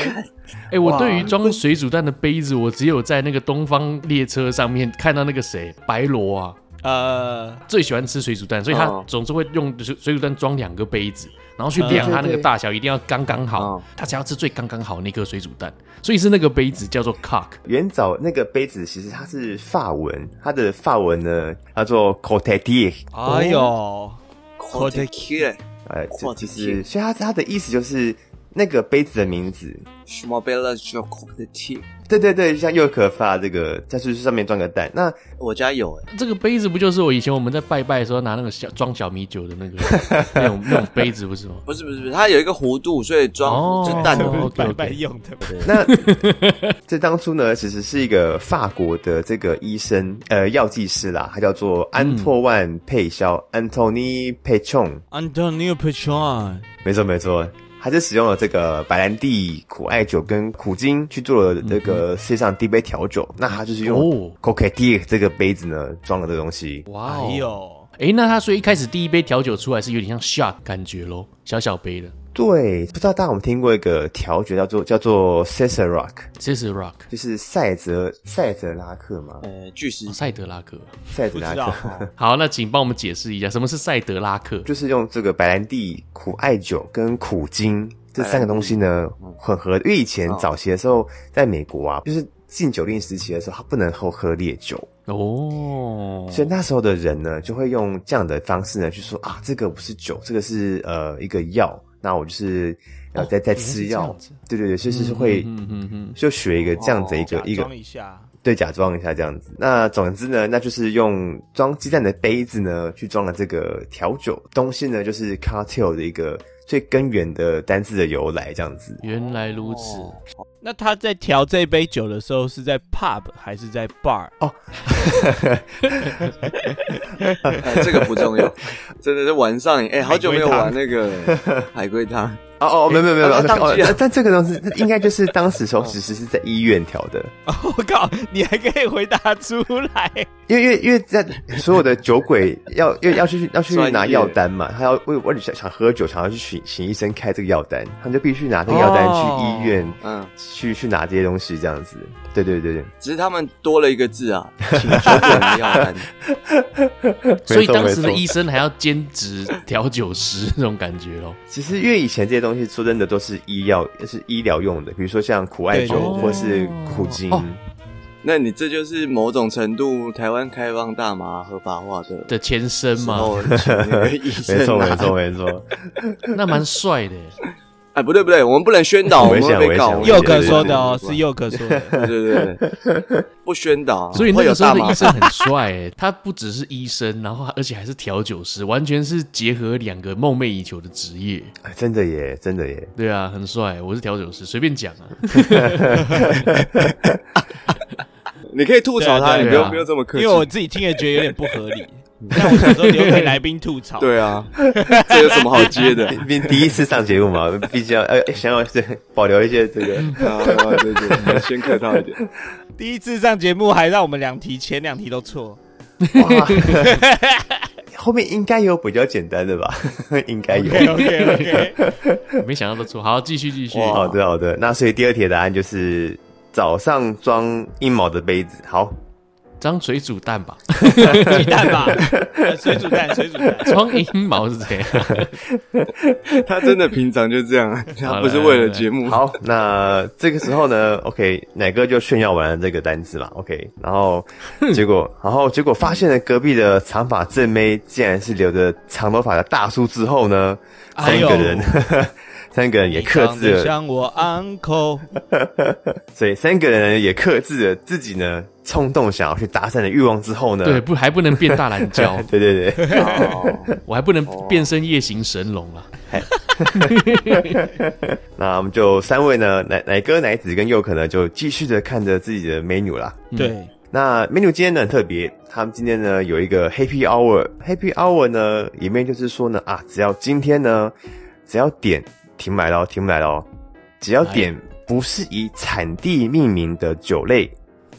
Speaker 2: 欸
Speaker 1: 我
Speaker 3: 哇
Speaker 1: 对于装水煮蛋的杯子，我只有在那个东方列车上面看到那个谁白罗啊，
Speaker 2: 呃，
Speaker 1: 最喜欢吃水煮蛋，所以他
Speaker 3: 哦
Speaker 1: 总是会用水水煮蛋装两个杯子，然后去量
Speaker 4: 嗯
Speaker 1: 它那
Speaker 4: 对
Speaker 1: 个
Speaker 4: 对
Speaker 1: 大小，一定要刚刚好
Speaker 3: 哦，
Speaker 1: 他才要吃最刚刚好那颗水煮蛋，所以是那个杯子叫做 cock。
Speaker 4: 原早那个杯子其实它是法文，它的法文呢叫做 c o t e t i e
Speaker 1: 哦
Speaker 2: 哎呦，
Speaker 3: Quarter kill，
Speaker 4: 呃，这
Speaker 3: Quarter
Speaker 4: 就是，所以它它的意思就是那个杯子的名字，
Speaker 3: 什么贝勒就孔的 T，
Speaker 4: 对对对，像又可发这个，它就是上面装个蛋。那
Speaker 3: 我家有哎、
Speaker 1: 这个杯子不就是我以前我们在拜拜的时候拿那个小装小米酒的那个 [LAUGHS] 那种那种杯子不是吗？
Speaker 3: 不是不是不是，它有一个弧度，所以装、
Speaker 1: 哦
Speaker 3: 就蛋的
Speaker 1: 哦
Speaker 3: 弧
Speaker 1: ，OK，OK
Speaker 2: 白白用的。
Speaker 4: [LAUGHS] 那这当初呢，其实是一个法国的这个医生，呃，药剂师啦，他叫做安托万佩肖 （Antony p e c h o n
Speaker 2: Antonio p e t r o n
Speaker 4: 没错没错，他是使用了这个白兰地、苦艾酒跟苦精去做了这个世界上第一杯调酒。那他就是用
Speaker 1: 哦
Speaker 4: c o c a t i 这个杯子呢装了这东西。
Speaker 1: 哇
Speaker 2: 哎
Speaker 1: 哦！
Speaker 2: 呦，
Speaker 1: 哎、那它所以一开始第一杯调酒出来是有点像 shot 感觉咯，小小杯的
Speaker 4: 对，不知道大家有没有听过一个调酒叫做叫做 c e s a r o c
Speaker 1: 这是 rock
Speaker 4: 就是塞泽塞泽拉克吗？
Speaker 3: 呃，巨石
Speaker 1: 哦塞德拉克。
Speaker 4: 塞泽
Speaker 2: 不
Speaker 4: 拉
Speaker 2: 知道
Speaker 4: 克。
Speaker 2: 哦，
Speaker 1: 好，那请帮我们解释一下什么是塞德拉克？
Speaker 4: 就是用这个白兰地、苦艾酒跟苦精这三个东西呢
Speaker 1: 嗯
Speaker 4: 混合。因为以前
Speaker 3: 哦
Speaker 4: 早期的时候，在美国啊，就是禁酒令时期的时候，他不能够喝烈酒，
Speaker 1: 哦，
Speaker 4: 所以那时候的人呢，就会用这样的方式呢去说啊，这个不是酒，这个是呃一个药，那我就是呃
Speaker 1: 哦
Speaker 4: 在在
Speaker 1: 原来是
Speaker 4: 吃
Speaker 1: 这
Speaker 4: 药
Speaker 1: 样子，
Speaker 4: 对对对，就是会
Speaker 1: 嗯嗯嗯，
Speaker 4: 就学一个这样子一个
Speaker 2: 假
Speaker 4: 一个
Speaker 2: 装一下，
Speaker 4: 对，假装一下这样子。那总之呢，那就是用装鸡蛋的杯子呢，去装了这个调酒东西呢，就是 cartel 的一个最根源的单字的由来，这样子。
Speaker 1: 原来如此。
Speaker 3: 哦
Speaker 2: 那他在调这杯酒的时候是在 pub 还是在 bar？
Speaker 3: [LAUGHS] 哎这个不重
Speaker 4: [LAUGHS]
Speaker 3: 要，真的是玩上瘾。哎、好久没有玩那个
Speaker 4: [LAUGHS]
Speaker 3: 海龟汤，
Speaker 4: 哦哦，没有没有没有，
Speaker 3: 啊当
Speaker 4: 哦
Speaker 3: 机啊
Speaker 4: 但这个东西应该就是当时时候其实是在医院调的，
Speaker 2: 我靠，你还可以回答出来？
Speaker 4: 因为因为因为在所有的酒鬼要 [LAUGHS] 要要去要去
Speaker 3: 专业
Speaker 4: 拿药单嘛，他要为为了想想喝酒，想要去请请医生开这个药单，他们就必须拿这个药单
Speaker 2: 哦
Speaker 4: 去医院。
Speaker 3: 嗯，
Speaker 4: 去去拿这些东西，这样子，对对对对，
Speaker 3: 只是他们多了一个字啊，请酒鬼的药单。
Speaker 4: [LAUGHS]
Speaker 1: 所以
Speaker 4: 没错
Speaker 1: 当时的
Speaker 4: 没错
Speaker 1: 医生还要兼职调酒师那种感觉咯。
Speaker 4: 其实，因为以前这些东西说真的都是医药，是医疗用的，比如说像苦艾酒
Speaker 2: 对对对
Speaker 4: 或是苦精。
Speaker 1: 哦
Speaker 3: 那你这就是某种程度台湾开放大麻合法化的
Speaker 1: 的前身
Speaker 3: 时
Speaker 1: 嘛，
Speaker 4: 哦
Speaker 3: 候，请那个医生、啊、
Speaker 4: 没错，没错，没错。
Speaker 1: 那蛮帅的耶。
Speaker 4: 哦
Speaker 3: 哎，不对不对，我们不能宣导，我
Speaker 4: 危
Speaker 3: 们
Speaker 4: 险
Speaker 3: 会被告。
Speaker 4: 危险
Speaker 2: 佑
Speaker 3: 又
Speaker 2: 哥
Speaker 3: 可
Speaker 4: 可
Speaker 2: 说的哦，是佑哥说的。
Speaker 3: 对对对，不宣导，啊
Speaker 1: 所以那
Speaker 3: 会有
Speaker 1: 个时
Speaker 3: 大
Speaker 1: 候的
Speaker 3: 麻
Speaker 1: 医生很帅耶，他不只是医生，然后而且还是调酒师，完全是结合两个梦寐以求的职业。
Speaker 4: 哎真的耶，真的耶。
Speaker 1: 对啊，很帅。我是调酒师，随便讲啊。
Speaker 3: 你可以吐槽他，
Speaker 2: 对啊对啊
Speaker 3: 你不用不用这么客
Speaker 2: 因
Speaker 3: 气
Speaker 2: 为。我自己听也觉得有点不合理。但我想说留给来宾吐槽。[LAUGHS]
Speaker 3: 对啊，这有什么好接的？
Speaker 4: 毕第一次上节目嘛，毕竟要呃想要这保留一些
Speaker 3: [LAUGHS]
Speaker 4: 这个。
Speaker 3: 啊，对对对，先客套
Speaker 2: [LAUGHS]
Speaker 3: 一点。
Speaker 2: 第一次上节目还让我们两题前两题都错，
Speaker 4: 哇后面应该有比较简单的吧？ [LAUGHS] 应该有。
Speaker 2: OK OK，
Speaker 1: 没想到都错。好，继续继续。
Speaker 3: 哇
Speaker 4: 好的，好的。那所以第二题的答案就是早上装一毛的杯子。好，
Speaker 1: 张水煮蛋吧， [LAUGHS]
Speaker 2: 鸡蛋吧，呃水煮蛋，水煮蛋。
Speaker 1: 装阴毛是怎样？
Speaker 3: 他真的平常就这样，啊他不是为了节 [LAUGHS] 目。
Speaker 4: 好，那这个时候呢，OK，奶哥就炫耀完了这个单词嘛，OK，然后结果，然后结果发现了隔壁的长发正妹竟然是留着长头发的大叔之后呢，
Speaker 2: 哎
Speaker 4: 三
Speaker 2: 呦
Speaker 4: 个人， [LAUGHS] 三个人也克
Speaker 2: 你
Speaker 4: 制
Speaker 2: 长得
Speaker 4: 了，
Speaker 2: 像我 uncle，
Speaker 4: 所以三个人也克制了自己呢冲动想要去搭讪的欲望之后呢， [LAUGHS]
Speaker 1: 对，不还不能变大懒觉，
Speaker 4: 对对 [LAUGHS] 对，
Speaker 3: 哦
Speaker 1: 我还不能变身夜行神龙啊。
Speaker 4: 那我们就三位呢，奶奶哥、奶子跟佑可呢，就继续的看着自己的 menu 啦。
Speaker 2: 对，
Speaker 4: 那 menu 今天呢很特别，他们今天呢有一个 Happy Hour，Happy Hour 呢里面就是说呢啊，只要今天呢，只要点停买咯，停买咯，只要点不是以产地命名的酒类，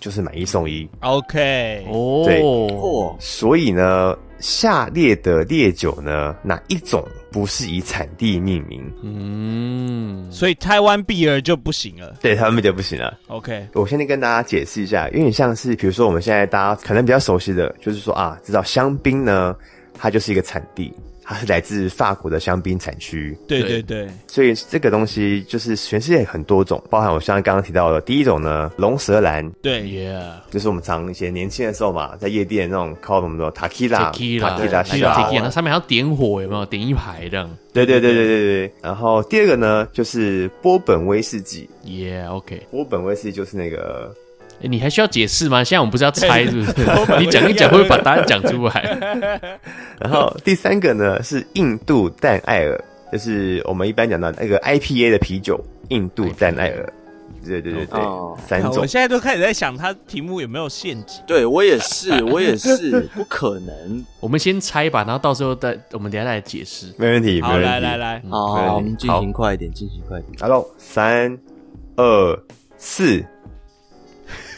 Speaker 4: 就是买一送一。
Speaker 2: OK，
Speaker 4: 对
Speaker 1: 哦，
Speaker 3: [LAUGHS] 哦，
Speaker 4: 所以呢，下列的烈酒呢，哪一种不是以产地命名？
Speaker 1: 嗯，
Speaker 2: 所以台湾 B 尔就不行了。
Speaker 4: 对他们就不行了。
Speaker 2: OK，
Speaker 4: 我先跟大家解释一下，有点像是，比如说我们现在大家可能比较熟悉的，就是说啊，知道香槟呢，它就是一个产地，它是来自法国的香槟产区，
Speaker 2: 对
Speaker 1: 对
Speaker 2: 对对，
Speaker 4: 所以这个东西就是全世界很多种，包含我像刚刚提到的第一种呢，龙舌兰，
Speaker 2: 对，
Speaker 1: ，Yeah，
Speaker 4: 就是我们常以前年轻的时候嘛，在夜店那种靠我们的 tequila
Speaker 1: Tequila
Speaker 4: tequila 啊
Speaker 1: t e q
Speaker 4: shot
Speaker 1: i 那上面还要点火，有没有？点一排这样
Speaker 4: 对对对对对对。然后第二个呢，就是波本威士忌，
Speaker 1: ，Yeah，OK。
Speaker 4: 波本威士忌就是那个
Speaker 1: 诶你还需要解释吗？现在我们不是要猜，是不是
Speaker 2: 我？们
Speaker 1: 你讲一讲会不会把答案讲出来。
Speaker 4: 然后第三个呢是印度淡艾尔，就是我们一般讲到那个 IPA 的啤酒，印度淡艾尔。对对对对，
Speaker 3: 哦
Speaker 4: 三
Speaker 2: 啊
Speaker 4: 种
Speaker 2: 我。现在都开始在想它题目有没有陷阱。
Speaker 3: 对我也是，我也是，不可能。
Speaker 1: [LAUGHS] 我们先猜吧，然后到时候再我们等一下再来解释。
Speaker 4: 没问题，没
Speaker 2: 好，
Speaker 4: 问题。
Speaker 2: 来来来，
Speaker 3: 好，
Speaker 4: 好
Speaker 3: 我们进行快一点，进行快一点。
Speaker 4: 好喽，三、二、四，
Speaker 3: [LAUGHS]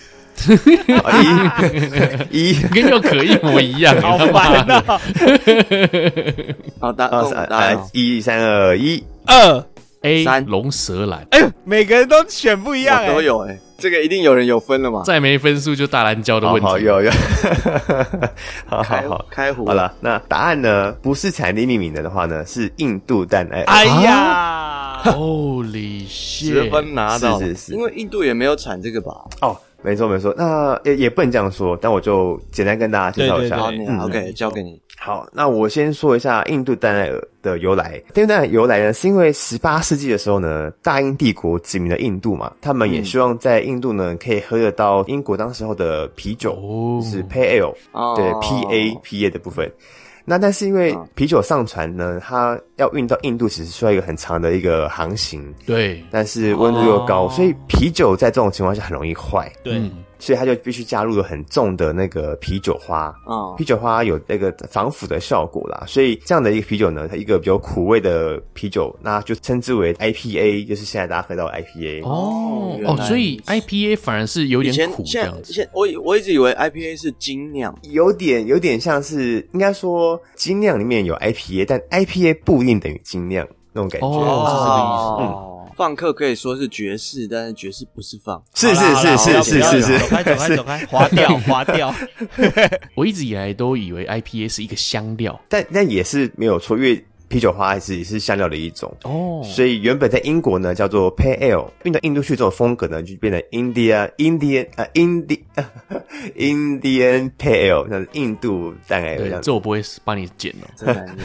Speaker 4: 哦一、 [LAUGHS] 一，
Speaker 1: 跟又可一模一样，
Speaker 2: [LAUGHS] 好
Speaker 1: 你知道吗
Speaker 2: 烦啊！
Speaker 3: 好，答
Speaker 4: 二、
Speaker 3: 共
Speaker 4: 三、
Speaker 3: 答案
Speaker 4: 啊
Speaker 3: 哦，
Speaker 4: 一、三、二、一。
Speaker 2: 二，
Speaker 1: A
Speaker 3: 三
Speaker 1: 龙舌兰，
Speaker 2: 哎呦，每个人都选不一样
Speaker 3: 我
Speaker 2: 哎
Speaker 3: 都，有哎，这个一定有人有分了嘛？
Speaker 1: 再没分数就大蓝椒的
Speaker 4: 好
Speaker 1: 问
Speaker 4: 哦好
Speaker 1: 题。
Speaker 4: 有有， [LAUGHS] 好好
Speaker 3: 开
Speaker 4: 好。
Speaker 3: 开壶啊
Speaker 4: 好，了，那答案呢？不是产地命名的的话呢，是印度蛋哎，
Speaker 2: 哎呀，
Speaker 1: Holy
Speaker 3: 十
Speaker 1: shit！
Speaker 3: 分拿到，
Speaker 4: 是是是
Speaker 3: 因为印度也没有产这个吧？
Speaker 4: 哦，没错没错，那也也不能这样说，但我就简单跟大家介绍一下。
Speaker 2: 对
Speaker 3: 好，你
Speaker 4: 嗯
Speaker 3: OK，交给你。
Speaker 4: 好，那我先说一下印度淡奈尔的由来。印度淡奈尔由来呢，是因为十八世纪的时候呢，大英帝国殖民了印度嘛，他们也希望在印度呢可以喝得到英国当时候的啤酒，
Speaker 1: 哦
Speaker 4: 就是 Pale Ale，、
Speaker 3: 哦
Speaker 4: 对 P A P A 的部分。那但是因为
Speaker 3: 嗯
Speaker 4: 啤酒上船呢，它要运到印度，其实需要一个很长的一个航行，
Speaker 1: 对，
Speaker 4: 但是温度又高，
Speaker 1: 哦
Speaker 4: 所以啤酒在这种情况下很容易坏，
Speaker 2: 对，
Speaker 1: 嗯
Speaker 4: 所以它就必须加入了很重的那个啤酒花。
Speaker 3: 啊
Speaker 4: 啤，酒花有那个防腐的效果啦，所以这样的一个啤酒呢，它一个比较苦味的啤酒，那就称之为 IPA，就是现在大家喝到的 IPA。
Speaker 1: 哦
Speaker 3: 原
Speaker 1: 哦，
Speaker 3: 来
Speaker 1: 所以 IPA 反而是有
Speaker 3: 以
Speaker 1: 点
Speaker 3: 前
Speaker 1: 苦这
Speaker 3: 现
Speaker 1: 样
Speaker 3: 在
Speaker 1: 子。
Speaker 3: 现在我以我一直以为 IPA 是精酿，
Speaker 4: 有点有点像是，应该说精酿里面有 IPA，但 IPA 不一定等于精酿那种感觉。
Speaker 1: 哦，
Speaker 2: 哦，
Speaker 3: 放克可以说是爵士，但是爵士不是放。哦
Speaker 4: 是是
Speaker 2: 好啦
Speaker 4: 是
Speaker 2: 好啦不
Speaker 4: 是是
Speaker 2: 要
Speaker 4: 是
Speaker 2: 不要
Speaker 4: 是
Speaker 2: 走开走开走开，划 [LAUGHS] 掉划掉，
Speaker 1: 是这个意思。我一直以来都以为 IPA 是一个香料。
Speaker 4: 但但也是没有错，因为啤酒花还是也是香料的一种。
Speaker 1: 哦，
Speaker 4: 所以原本在英国呢叫做 Pale Ale，运到印度去这种风格呢就变成 India Indian 呃 Indi [LAUGHS] Indian Pale Ale，像是印度淡奶这
Speaker 1: 对，
Speaker 4: 样
Speaker 1: 这
Speaker 4: 子。
Speaker 1: 我不会帮你剪哦。 [LAUGHS]
Speaker 3: 真难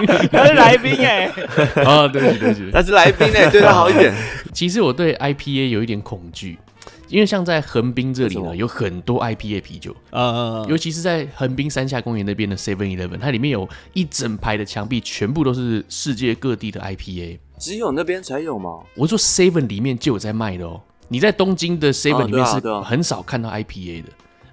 Speaker 3: 念
Speaker 2: 他是来宾 [LAUGHS] 哎，
Speaker 1: 啊，对不起，对不起。
Speaker 3: 但是来宾
Speaker 1: [LAUGHS]
Speaker 3: 呢，对他好一点。
Speaker 1: 其实我对 IPA 有一点恐惧，因为像在横滨这里
Speaker 3: 为什
Speaker 1: 呢，
Speaker 3: 么嗯
Speaker 1: 有很多 IPA 啤酒，
Speaker 2: 呃
Speaker 1: 尤其是在横滨山下公园那边的 Seven Eleven，它里面有一整排的墙壁，全部都是世界各地的 IPA。
Speaker 3: 只有那边才有吗？
Speaker 1: 我说 Seven 里面就有在卖的哦。你在东京的 Seven
Speaker 3: 啊
Speaker 1: 里面是
Speaker 3: 对啊
Speaker 1: 很少看到 IPA 的，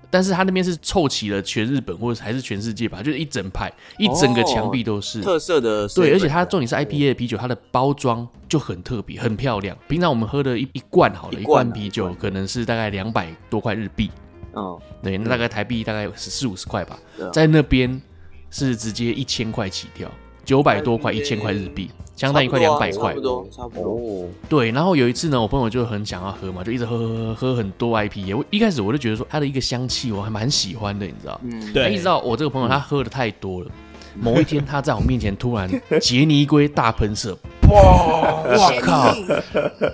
Speaker 1: 但是它那边是凑齐了全日本或者还是全世界吧，就是一整排一整个墙壁都是。
Speaker 3: 哦特色的哦
Speaker 1: 对，
Speaker 3: 7-Eleven
Speaker 1: 而且它重点是 IPA 的啤酒，它的包装就很特别，很漂亮。平常我们喝的一一罐好了，
Speaker 3: 一
Speaker 1: 一
Speaker 3: 罐啊
Speaker 1: 罐啤酒可能是大概两百多块日币，
Speaker 3: 嗯，
Speaker 1: 对，那大概台币大概十四五十块吧
Speaker 3: 对啊，
Speaker 1: 在那边是直接一千块起跳，九百多块，一
Speaker 3: IPA
Speaker 1: 千块日币，相当于快
Speaker 3: 差
Speaker 1: 两
Speaker 3: 不多啊
Speaker 1: 百块
Speaker 3: 差不。多，差不多。
Speaker 4: 哦，
Speaker 1: 对，然后有一次呢，我朋友就很想要喝嘛，就一直喝喝喝喝很多 IPA。我一开始我就觉得说它的一个香气我还蛮喜欢的，你知道？
Speaker 3: 嗯，
Speaker 2: 对
Speaker 1: 一直到我这个朋友他喝的太多了，某一天他在我面前突然杰尼龟大喷射，哇！我靠，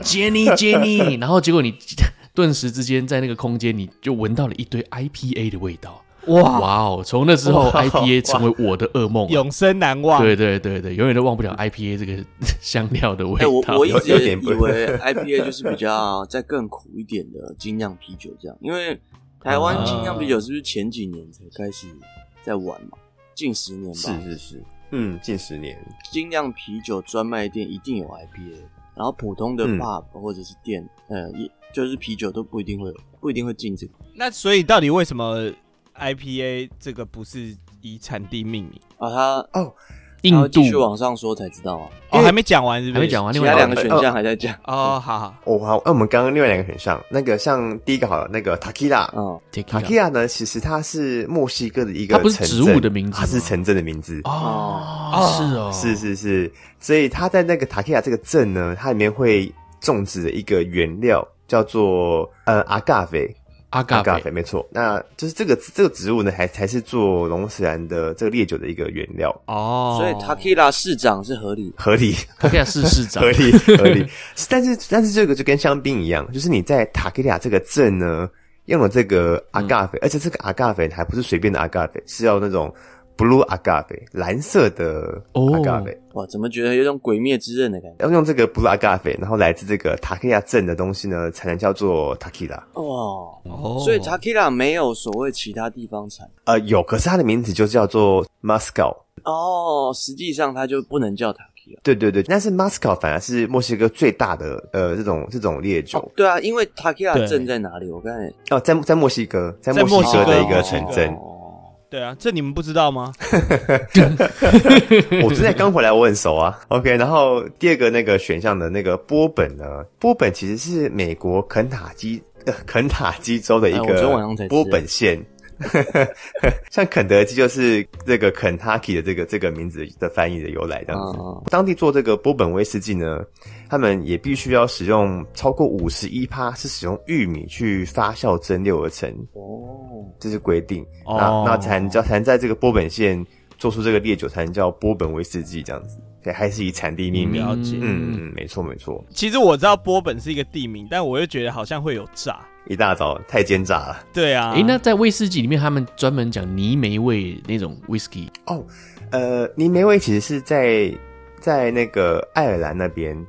Speaker 1: 杰尼杰尼，然后结果你 [LAUGHS] 顿时之间在那个空间你就闻到了一堆 IPA 的味道，
Speaker 2: 哇，
Speaker 1: 哇哦！从那之后
Speaker 4: 哇
Speaker 1: IPA 成为我的噩梦啊。
Speaker 2: 永生难忘，
Speaker 1: 对对对对，永远都忘不了 IPA 这个 [LAUGHS] 香料的味
Speaker 3: 哎，
Speaker 1: [LAUGHS]
Speaker 3: 我
Speaker 1: 道。
Speaker 3: 我一
Speaker 4: 有有
Speaker 3: 直
Speaker 4: 点不
Speaker 3: 以为
Speaker 1: [LAUGHS]
Speaker 3: IPA 就是比较再更苦一点的精酿啤酒这样，因为台
Speaker 1: 啊
Speaker 3: 湾精酿啤酒是不是前几年才开始在玩嘛？近十年
Speaker 4: 是
Speaker 3: 吧，
Speaker 4: 是是，嗯，近十年，
Speaker 3: 精酿啤酒专卖店一定有 IPA，然后普通的
Speaker 4: 嗯
Speaker 3: pub 或者是店，呃，也就是啤酒都不一定会有，不一定会进这个
Speaker 2: 那所以到底为什么 IPA 这个不是以产地命名？
Speaker 3: 啊。他
Speaker 1: 印
Speaker 3: 他要继续
Speaker 1: 度
Speaker 3: 往上说才知道啊，
Speaker 2: 哦，
Speaker 4: 因为
Speaker 2: 还没讲完是不
Speaker 1: 还
Speaker 2: 是？
Speaker 1: 没讲完，
Speaker 3: 其
Speaker 1: 另
Speaker 3: 他
Speaker 1: 外
Speaker 3: 两
Speaker 1: 个呃
Speaker 3: 个选项还在讲。
Speaker 2: 哦，好好，
Speaker 4: 哦好，那我们刚刚另外两个选项，那个像第一个好了，那个 Takila。
Speaker 3: 嗯，
Speaker 1: Tequila
Speaker 4: Takila 呢，其实它是墨西哥的一个
Speaker 1: 它不是
Speaker 4: 城
Speaker 1: 植物
Speaker 4: 镇
Speaker 1: 的名字
Speaker 4: 它是
Speaker 1: 吗
Speaker 4: 城镇的名字。
Speaker 1: 哦，是哦，
Speaker 4: 是是是，所以它在那个塔克亚这个镇呢，它里面会种植的一个原料叫做呃阿嘎啡，
Speaker 1: 阿
Speaker 4: 阿
Speaker 1: 嘎
Speaker 4: 咖
Speaker 1: 啡
Speaker 4: 啡，没错。那就是这个这个植物呢，还才是做龙舌兰的这个烈酒的一个原料，
Speaker 1: 哦，
Speaker 3: 所以 Takila 市长是合理的。
Speaker 4: 合理。
Speaker 1: 他可以是市长
Speaker 4: [LAUGHS] 合理合理。是但是但是这个就跟香槟一样，就是你在塔克利亚这个镇呢，用了这个阿嘎
Speaker 1: 嗯
Speaker 4: 啡，而且这个阿嘎啡还不是随便的阿嘎啡，是要那种 blue 阿嘎啡，蓝色的
Speaker 1: 哦
Speaker 4: 阿嘎啡。
Speaker 3: 哇，怎么觉得有种鬼灭之刃的感
Speaker 4: 要用这个 blue 阿嘎啡，然后来自这个塔克利亚镇的东西呢，才能叫做塔克拉。
Speaker 3: 觉？哇，
Speaker 2: 哦
Speaker 3: 所以 Takila 没有所谓其他地方产
Speaker 4: 呃，有，可是它的名字就叫做 Moscow。
Speaker 3: 哦，实际上它就不能叫 Takila。
Speaker 4: 对对对，但是 Moscow 反而是墨西哥最大的呃这种这种烈酒
Speaker 3: 哦，对啊，因为 Takila
Speaker 2: 对
Speaker 3: 镇在哪里？我刚才
Speaker 4: 哦、在在墨西哥，在
Speaker 2: 在
Speaker 4: 墨西哥
Speaker 2: 墨西哥
Speaker 4: 的一个城镇。
Speaker 3: 哦
Speaker 2: 对啊，这你们不知道吗？
Speaker 4: [LAUGHS] 我之前刚回来，我很熟啊。OK，然后第二个那个选项的那个波本呢，波本其实是美国肯塔基、呃、肯塔基州的一
Speaker 3: 哎我昨天晚上才吃
Speaker 4: 个波本县。 [LAUGHS] 像肯德基就是这个肯塔基的这个这个名字的翻译的由来这样子。
Speaker 3: 嗯
Speaker 4: 当地做这个波本威士忌呢，他们也必须要使用超过五十一趴是使用玉米去发酵蒸馏而成，
Speaker 3: 哦，
Speaker 4: 这是规定。
Speaker 2: 哦
Speaker 4: 那那才能叫才能在这个波本县做出这个烈酒，才能叫波本威士忌这样子。对，还是以产地命名。
Speaker 2: 了解
Speaker 4: 嗯嗯，没错没错。
Speaker 2: 其实我知道波本是一个地名，但我又觉得好像会有诈。
Speaker 4: 一大早太奸诈了 [LAUGHS]
Speaker 2: 对啊，
Speaker 1: 嗯诶，那在威士忌里面，他们专门讲泥煤味那种 whisky
Speaker 4: 哦。呃，泥煤味其实是在在那个爱尔兰那边，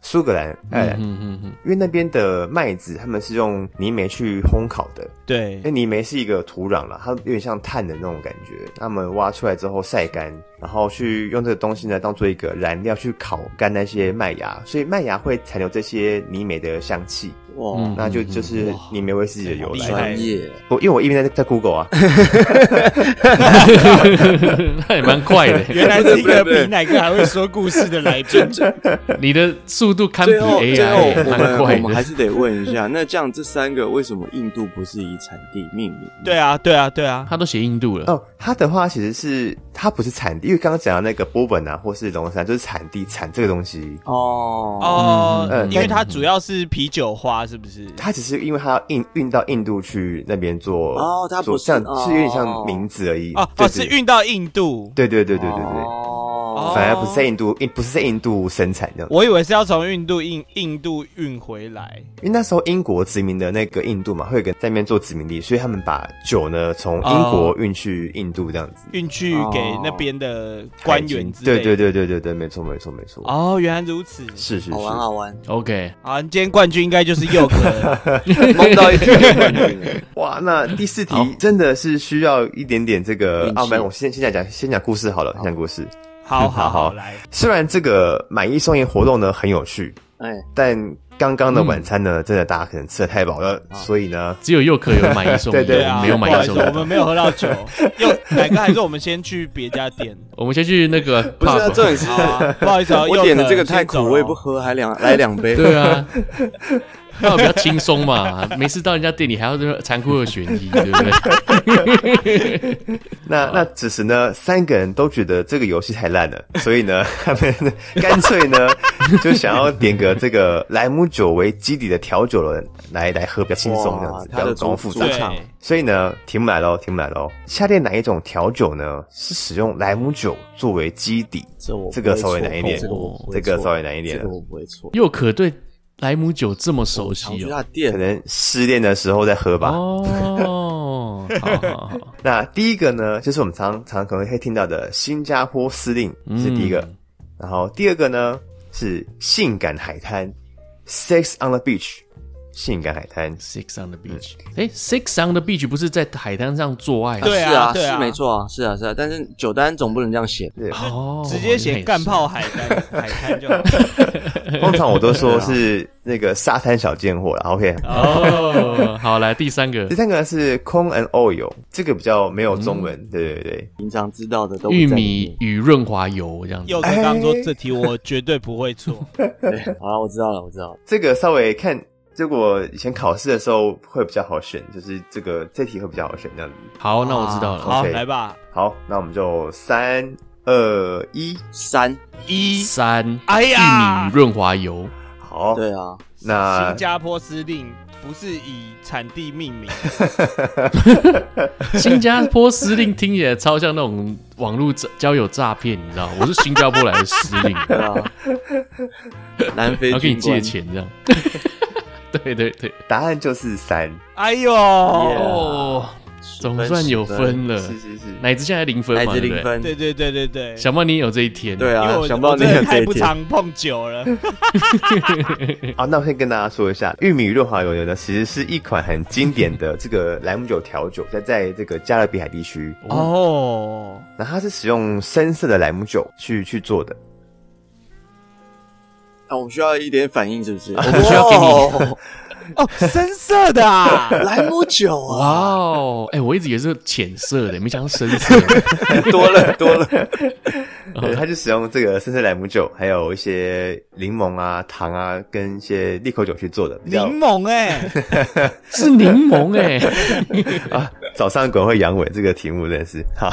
Speaker 4: 苏格兰、爱尔兰，
Speaker 1: 嗯嗯嗯，
Speaker 4: 因为那边的麦子他们是用泥煤去烘烤的，
Speaker 2: 对
Speaker 4: 因为，泥煤是一个土壤啦，它有点像碳的那种感觉。他们挖出来之后晒干，然后去用这个东西呢当做一个燃料去烤干那些麦芽，所以麦芽会残留这些泥煤的香气，
Speaker 3: 哇，
Speaker 1: 嗯
Speaker 4: 哦那就就是泥煤威士忌的由
Speaker 2: 厉
Speaker 4: 来
Speaker 2: 害。
Speaker 3: 专业
Speaker 4: 我因为我一边在在 Google 啊，
Speaker 1: [LAUGHS] 那也蛮快的。
Speaker 4: [LAUGHS]
Speaker 2: 原来是一个
Speaker 3: 不是不是
Speaker 2: 比奶哥还会说故事的来宾。
Speaker 1: 你的速度
Speaker 2: 哎
Speaker 1: 堪比
Speaker 3: 最后，最后
Speaker 4: 啊哎
Speaker 1: AI，
Speaker 3: 我
Speaker 1: 蛮
Speaker 3: 们
Speaker 1: 快
Speaker 3: 我们还
Speaker 1: 的。
Speaker 3: 是得问一下，那 [LAUGHS] 这样这三个为什么印度不是以产地命名？
Speaker 2: 对啊，对啊，对啊，
Speaker 1: 他都写印度了，
Speaker 4: 哦，它的话其实是它不是产地，因为刚刚讲到那个波本啊，或是龙山，就是产地产这个东西，
Speaker 3: 哦
Speaker 2: 哦
Speaker 4: 嗯，
Speaker 2: 因为
Speaker 4: 嗯
Speaker 2: 它主要是啤酒花，是不是？
Speaker 4: 它只是因为它要运运到印度去那边做
Speaker 3: 哦它不
Speaker 4: 做
Speaker 3: 是
Speaker 4: 这样
Speaker 3: 哦
Speaker 4: 是有点像名字而已
Speaker 2: 哦
Speaker 4: 对
Speaker 2: 哦，
Speaker 4: 对
Speaker 2: 是运到印度。
Speaker 4: 对对对对对对。
Speaker 3: 哦
Speaker 2: 哦
Speaker 4: 反而不是在印度，印不是在印度生产这样，
Speaker 2: 我以为是要从印度印印度运回来。
Speaker 4: 因为那时候英国殖民的那个印度嘛，会有个在那边做殖民地，所以他们把酒呢从英国运去印度这样子。
Speaker 2: 运去给那边的官员之类
Speaker 4: 对
Speaker 2: 的。
Speaker 4: 对对对对对，没错没错没错。
Speaker 2: 哦，原来如此。
Speaker 4: 是是是
Speaker 3: 好，玩哦好玩，
Speaker 1: OK，
Speaker 2: 好，今天冠军应该就是佑哥
Speaker 4: [LAUGHS]
Speaker 2: 了。
Speaker 3: 梦到一天冠军了
Speaker 4: 哇，那第四题真的是需要一点点这个
Speaker 3: 运气
Speaker 4: 傲慢。我先先讲讲先讲故事好了，先讲故事。
Speaker 2: 好好
Speaker 4: 好好
Speaker 2: 好，来，
Speaker 4: 虽然这个买一送一活动呢很有趣，
Speaker 2: [LAUGHS]
Speaker 3: 哎，
Speaker 4: 但刚刚的
Speaker 1: 嗯
Speaker 4: 晚餐呢，真的大家可能吃的太饱了，所以呢，
Speaker 1: 只有佑可有买一送一，
Speaker 4: 对对
Speaker 2: 对
Speaker 1: 我们
Speaker 2: 啊，
Speaker 1: 没有
Speaker 2: 不
Speaker 1: 买
Speaker 2: 好
Speaker 1: 一
Speaker 2: 意思，
Speaker 1: 送
Speaker 2: 我
Speaker 1: 一。
Speaker 2: 们没有喝到
Speaker 3: [LAUGHS]
Speaker 2: 酒。又奶哥还是我们先去别家店。
Speaker 1: 我们先去那个
Speaker 3: 不是啊，
Speaker 1: pub
Speaker 3: 重点是
Speaker 2: 好啊，不好意思啊，
Speaker 3: 我
Speaker 2: 佑
Speaker 3: 点的
Speaker 2: 哥
Speaker 3: [LAUGHS] 这个太
Speaker 2: 先走
Speaker 3: 苦，
Speaker 2: 了
Speaker 3: 我也不喝，还两来两杯。
Speaker 1: 对啊， [LAUGHS] 那我比较轻松嘛，没事到人家店里还要这么残酷的选题，对不对？
Speaker 3: 啊
Speaker 4: 那那此时呢，三个人都觉得这个游戏太烂了， [LAUGHS] 所以呢，他们干
Speaker 3: [LAUGHS]
Speaker 4: 脆呢就想要点个这个莱姆酒为基底的调酒了，来来喝比较轻松这样
Speaker 3: 哇
Speaker 4: 子，
Speaker 3: 它
Speaker 4: 不
Speaker 3: 的
Speaker 4: 要搞
Speaker 3: 主
Speaker 4: 复
Speaker 3: 主
Speaker 4: 杂。
Speaker 3: 场
Speaker 2: 对
Speaker 4: 所以呢，题目来喽，题目来喽，下列哪一种调酒呢是使用莱姆酒作为基底？
Speaker 3: 这我不会
Speaker 4: 这个稍微
Speaker 3: 错
Speaker 4: 难一点
Speaker 3: 这个我不会
Speaker 4: 这个
Speaker 3: 错
Speaker 4: 稍微难一点
Speaker 3: 这个我不会错。
Speaker 1: 佑可对莱姆酒这么熟
Speaker 3: 常
Speaker 1: 悉
Speaker 3: 去
Speaker 1: 哦，
Speaker 3: 他
Speaker 4: 可
Speaker 3: 店，
Speaker 4: 能失恋的时候再喝
Speaker 2: 哦
Speaker 4: 吧。
Speaker 1: 哦，好好
Speaker 2: [LAUGHS]
Speaker 1: 好，
Speaker 4: 那第一个呢，就是我们常常可能会听到的新加坡司令
Speaker 1: 嗯
Speaker 4: 是第一个，然后第二个呢是性感海滩，Sex on the Beach，性感海滩。
Speaker 1: Six on the beach，哎、s i x on the beach 不是在海滩上做爱吗？
Speaker 2: 对啊
Speaker 3: 是
Speaker 2: 对啊
Speaker 3: 是没错啊，是啊，是啊。但是酒单总不能这样写，
Speaker 1: 哦，
Speaker 2: 啊直接
Speaker 1: 原
Speaker 2: 写
Speaker 1: 来
Speaker 2: 干
Speaker 1: 是
Speaker 2: 炮海滩海滩就好。
Speaker 3: [LAUGHS]
Speaker 4: 通常我都说是那个沙滩小贱货了。OK，
Speaker 1: 哦。好，来第三个
Speaker 4: 第，三个是 Corn and Oil，这个比较没有中文。对对对，
Speaker 3: 平常知道的都不
Speaker 1: 玉
Speaker 3: 在
Speaker 1: 米
Speaker 3: 里
Speaker 1: 与润滑油这样子
Speaker 2: 佑。哥刚刚说这题我绝对不会错，
Speaker 3: 面。对，好了，我知道了，我知道了。
Speaker 4: 这个稍微看。结果以前考试的时候会比较好选，就是这个这题会比较好选这样子。
Speaker 1: 好，那我知道了。
Speaker 2: 好
Speaker 4: OK
Speaker 2: 来吧，
Speaker 4: 好，那我们就三二一，
Speaker 3: 三，
Speaker 2: 一，
Speaker 1: 三，
Speaker 2: 哎
Speaker 1: 玉米
Speaker 2: 呀
Speaker 1: 与，润滑油。
Speaker 4: 好，
Speaker 3: 对啊，
Speaker 4: 那
Speaker 2: 新加坡司令不是以产地命
Speaker 3: [LAUGHS]
Speaker 2: 名，
Speaker 1: 新加坡司令听起来超像那种网络诈交友诈骗，你知道吗？我是新加坡来的司
Speaker 2: [LAUGHS]
Speaker 1: 令，
Speaker 3: 对啊，南非
Speaker 1: 然后跟你
Speaker 3: 军
Speaker 1: 借
Speaker 3: 官，
Speaker 1: 钱这样。 [LAUGHS] 对对对，
Speaker 4: 答案就是三。
Speaker 2: 哎呦
Speaker 3: Yeah
Speaker 1: 哦，
Speaker 3: 十
Speaker 1: 总算有分
Speaker 3: 呃
Speaker 1: 了。
Speaker 4: 是是是，
Speaker 1: 奶子现在零分
Speaker 3: 来
Speaker 1: 嘛，
Speaker 3: 自
Speaker 1: 对不
Speaker 3: 零
Speaker 1: 对？
Speaker 3: 分，
Speaker 2: 对对对对对，
Speaker 1: 小曼，你也有这一天，
Speaker 3: 对
Speaker 2: 因为
Speaker 3: 啊，
Speaker 2: 我
Speaker 3: 想不到
Speaker 2: 我
Speaker 3: 你
Speaker 2: 真
Speaker 3: 有
Speaker 2: 的
Speaker 3: 这
Speaker 2: 太
Speaker 3: 一
Speaker 2: 不
Speaker 3: 天，
Speaker 2: 常碰酒
Speaker 3: [LAUGHS]
Speaker 2: 了，
Speaker 4: 啊，那我先跟大家说一下，玉米润滑油呢，其实是一款很经典的这个莱姆酒调酒，在在这个加勒比海地区，
Speaker 3: 哦
Speaker 2: 哦，
Speaker 4: 那它是使用深色的莱姆酒去去做的。
Speaker 3: 啊，我们需要一点反应是不
Speaker 1: [LAUGHS]
Speaker 3: 是？我
Speaker 1: 们需要给你
Speaker 3: [LAUGHS] 你
Speaker 2: 哦，深色的 [LAUGHS] 啊，
Speaker 3: 莱姆酒
Speaker 1: 哇
Speaker 3: 啊，
Speaker 1: 哦，哎，我一直以为是浅色的，没想到深色
Speaker 3: [LAUGHS]
Speaker 1: 的。
Speaker 3: [LAUGHS] 多了多了，
Speaker 4: [LAUGHS] 对，它就使用这个深色莱姆酒，还有一些柠檬啊、糖啊，跟一些利口酒去做的。比
Speaker 2: 柠
Speaker 4: 较
Speaker 2: 檬哎， [LAUGHS]
Speaker 1: 是柠檬哎、
Speaker 4: 啊，早上滚会阳痿这个题目真的是
Speaker 1: [LAUGHS]
Speaker 4: 好。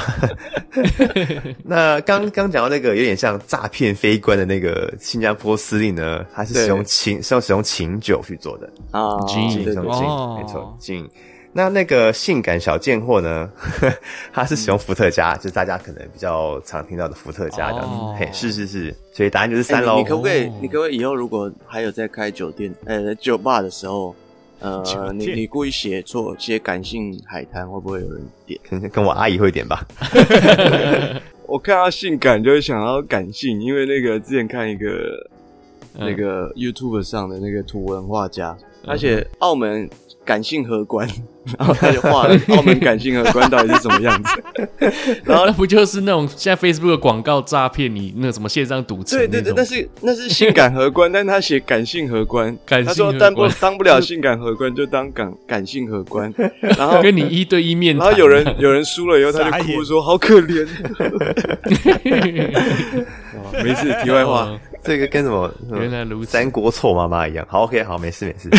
Speaker 4: 那刚刚讲到那个有点像诈骗非官的那个新加坡司令呢，它是使用
Speaker 3: 对
Speaker 4: 琴，是用使用琴酒去做的。
Speaker 3: 啊，
Speaker 1: Gin
Speaker 4: 对，
Speaker 3: 对
Speaker 4: 什
Speaker 3: 对
Speaker 4: 么
Speaker 2: 哦
Speaker 4: 镜？没错，镜。那那个性感小贱货呢？ [LAUGHS] 它是使用伏特加，就是大家可能比较常听到的伏特加这样子。
Speaker 1: 嗯哦
Speaker 4: 嘿，是是是，所以答案就是
Speaker 3: 哎
Speaker 4: 三
Speaker 3: 你
Speaker 4: 喽。
Speaker 3: 你可不可以
Speaker 1: 哦？
Speaker 3: 你可不可以以后如果还有在开酒店、呃酒吧的时候，
Speaker 1: 酒
Speaker 3: 呃，你
Speaker 1: 店
Speaker 3: 你故意写错，写感性海滩，会不会有人点？
Speaker 4: 跟跟我阿姨会点吧？
Speaker 3: 我看到性感就会想到感性，因为那个之前看一个、
Speaker 1: 嗯
Speaker 3: 那个 YouTube 上的那个图文画家，他写澳门感性荷官，然后他就画了澳门感性荷官到底是什么
Speaker 1: [LAUGHS]
Speaker 3: 样子。
Speaker 1: 然后那不就是那种现在 Facebook 的广告诈骗你那什么线上赌城
Speaker 3: 对对
Speaker 1: 那种，？
Speaker 3: 对那是那是性感荷官，但他写感性荷官，
Speaker 1: 感性
Speaker 3: 他说
Speaker 1: 荷
Speaker 3: 当不
Speaker 1: 官
Speaker 3: 当不了性感荷官，就当感感性荷官。
Speaker 1: [LAUGHS]
Speaker 3: 然后
Speaker 1: 跟你一对一面
Speaker 3: 然
Speaker 1: 谈啊，
Speaker 3: 后有人有人输了以后，他
Speaker 2: 傻
Speaker 3: 就
Speaker 2: 眼
Speaker 3: 哭说好可怜。 [LAUGHS] 没事，题外话
Speaker 1: 哦，
Speaker 4: 这个跟什么？什
Speaker 1: [LAUGHS]
Speaker 4: 么
Speaker 1: 原来如此
Speaker 4: 三锅臭妈妈一样。好，OK，好，没事没事。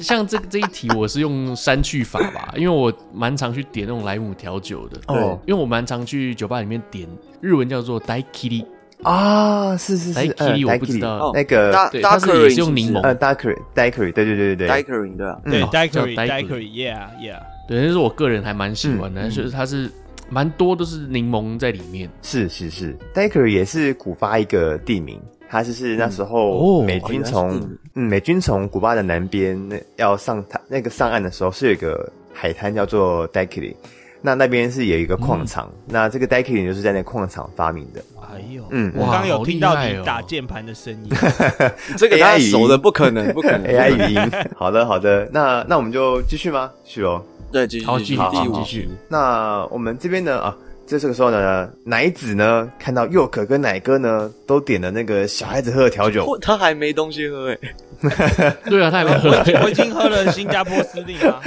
Speaker 1: 像这这一题我是用删去法吧，因为我蛮常去点那种莱姆调酒的，
Speaker 4: 哦
Speaker 1: 因为我蛮常去酒吧里面点日文叫做 Daikiri，
Speaker 4: 啊，是是是，
Speaker 1: Daiquiri
Speaker 4: 嗯
Speaker 1: 我不知
Speaker 4: Daiquiri
Speaker 1: 道
Speaker 3: 哦
Speaker 4: 那个
Speaker 1: 对它是也是用柠檬
Speaker 4: 呃 d a c k e r d a c k e r 对对对对
Speaker 3: d a
Speaker 4: 对
Speaker 3: c，r i n 对吧？啊
Speaker 2: 对
Speaker 1: 哦
Speaker 2: d a c
Speaker 1: 叫
Speaker 2: o r y d a c o r
Speaker 1: daiquiri
Speaker 2: y y e a h y e a h
Speaker 1: 对，但是我个人还蛮喜欢的，
Speaker 4: 嗯
Speaker 1: 但是它是蛮多都是柠檬在里面，
Speaker 4: 是是是 d a c k e r 也是古巴一个地名，它就是那时
Speaker 1: 嗯
Speaker 4: 候
Speaker 1: 哦
Speaker 4: 美军
Speaker 3: 哦原来
Speaker 4: 从、
Speaker 3: 是地名
Speaker 4: 嗯美军从古巴的南边那要上滩那个上岸的时候，是有一个海滩叫做 d a c k e r 那那边是有一个
Speaker 1: 嗯
Speaker 4: 矿场，那这个 d a c k e r 就是在那矿场发明的。
Speaker 1: 哦
Speaker 2: 哎呦，
Speaker 4: 嗯
Speaker 2: 我刚有听到你
Speaker 1: 哇好厉害
Speaker 2: 打
Speaker 1: 哦
Speaker 2: 键盘的声音，
Speaker 3: [LAUGHS] 这个
Speaker 4: AI
Speaker 3: 大家
Speaker 4: 语音
Speaker 3: 熟的不可能，不可 [LAUGHS]
Speaker 4: AI
Speaker 3: 能。
Speaker 4: 语音， [LAUGHS] 好的好的，那那我们就继续哦吗？去喽。
Speaker 3: 对，继续
Speaker 1: 好
Speaker 3: 继续
Speaker 1: 继续
Speaker 3: 第五
Speaker 1: 继续
Speaker 3: 题，
Speaker 4: 那我们这边呢啊，在这个时候呢，奶子呢看到佑可跟奶哥呢都点了那个小孩子喝的调酒，
Speaker 3: 哦他还没东西喝哎，
Speaker 1: 对啊，他还没喝，
Speaker 2: 我已经喝了新加坡司令啊，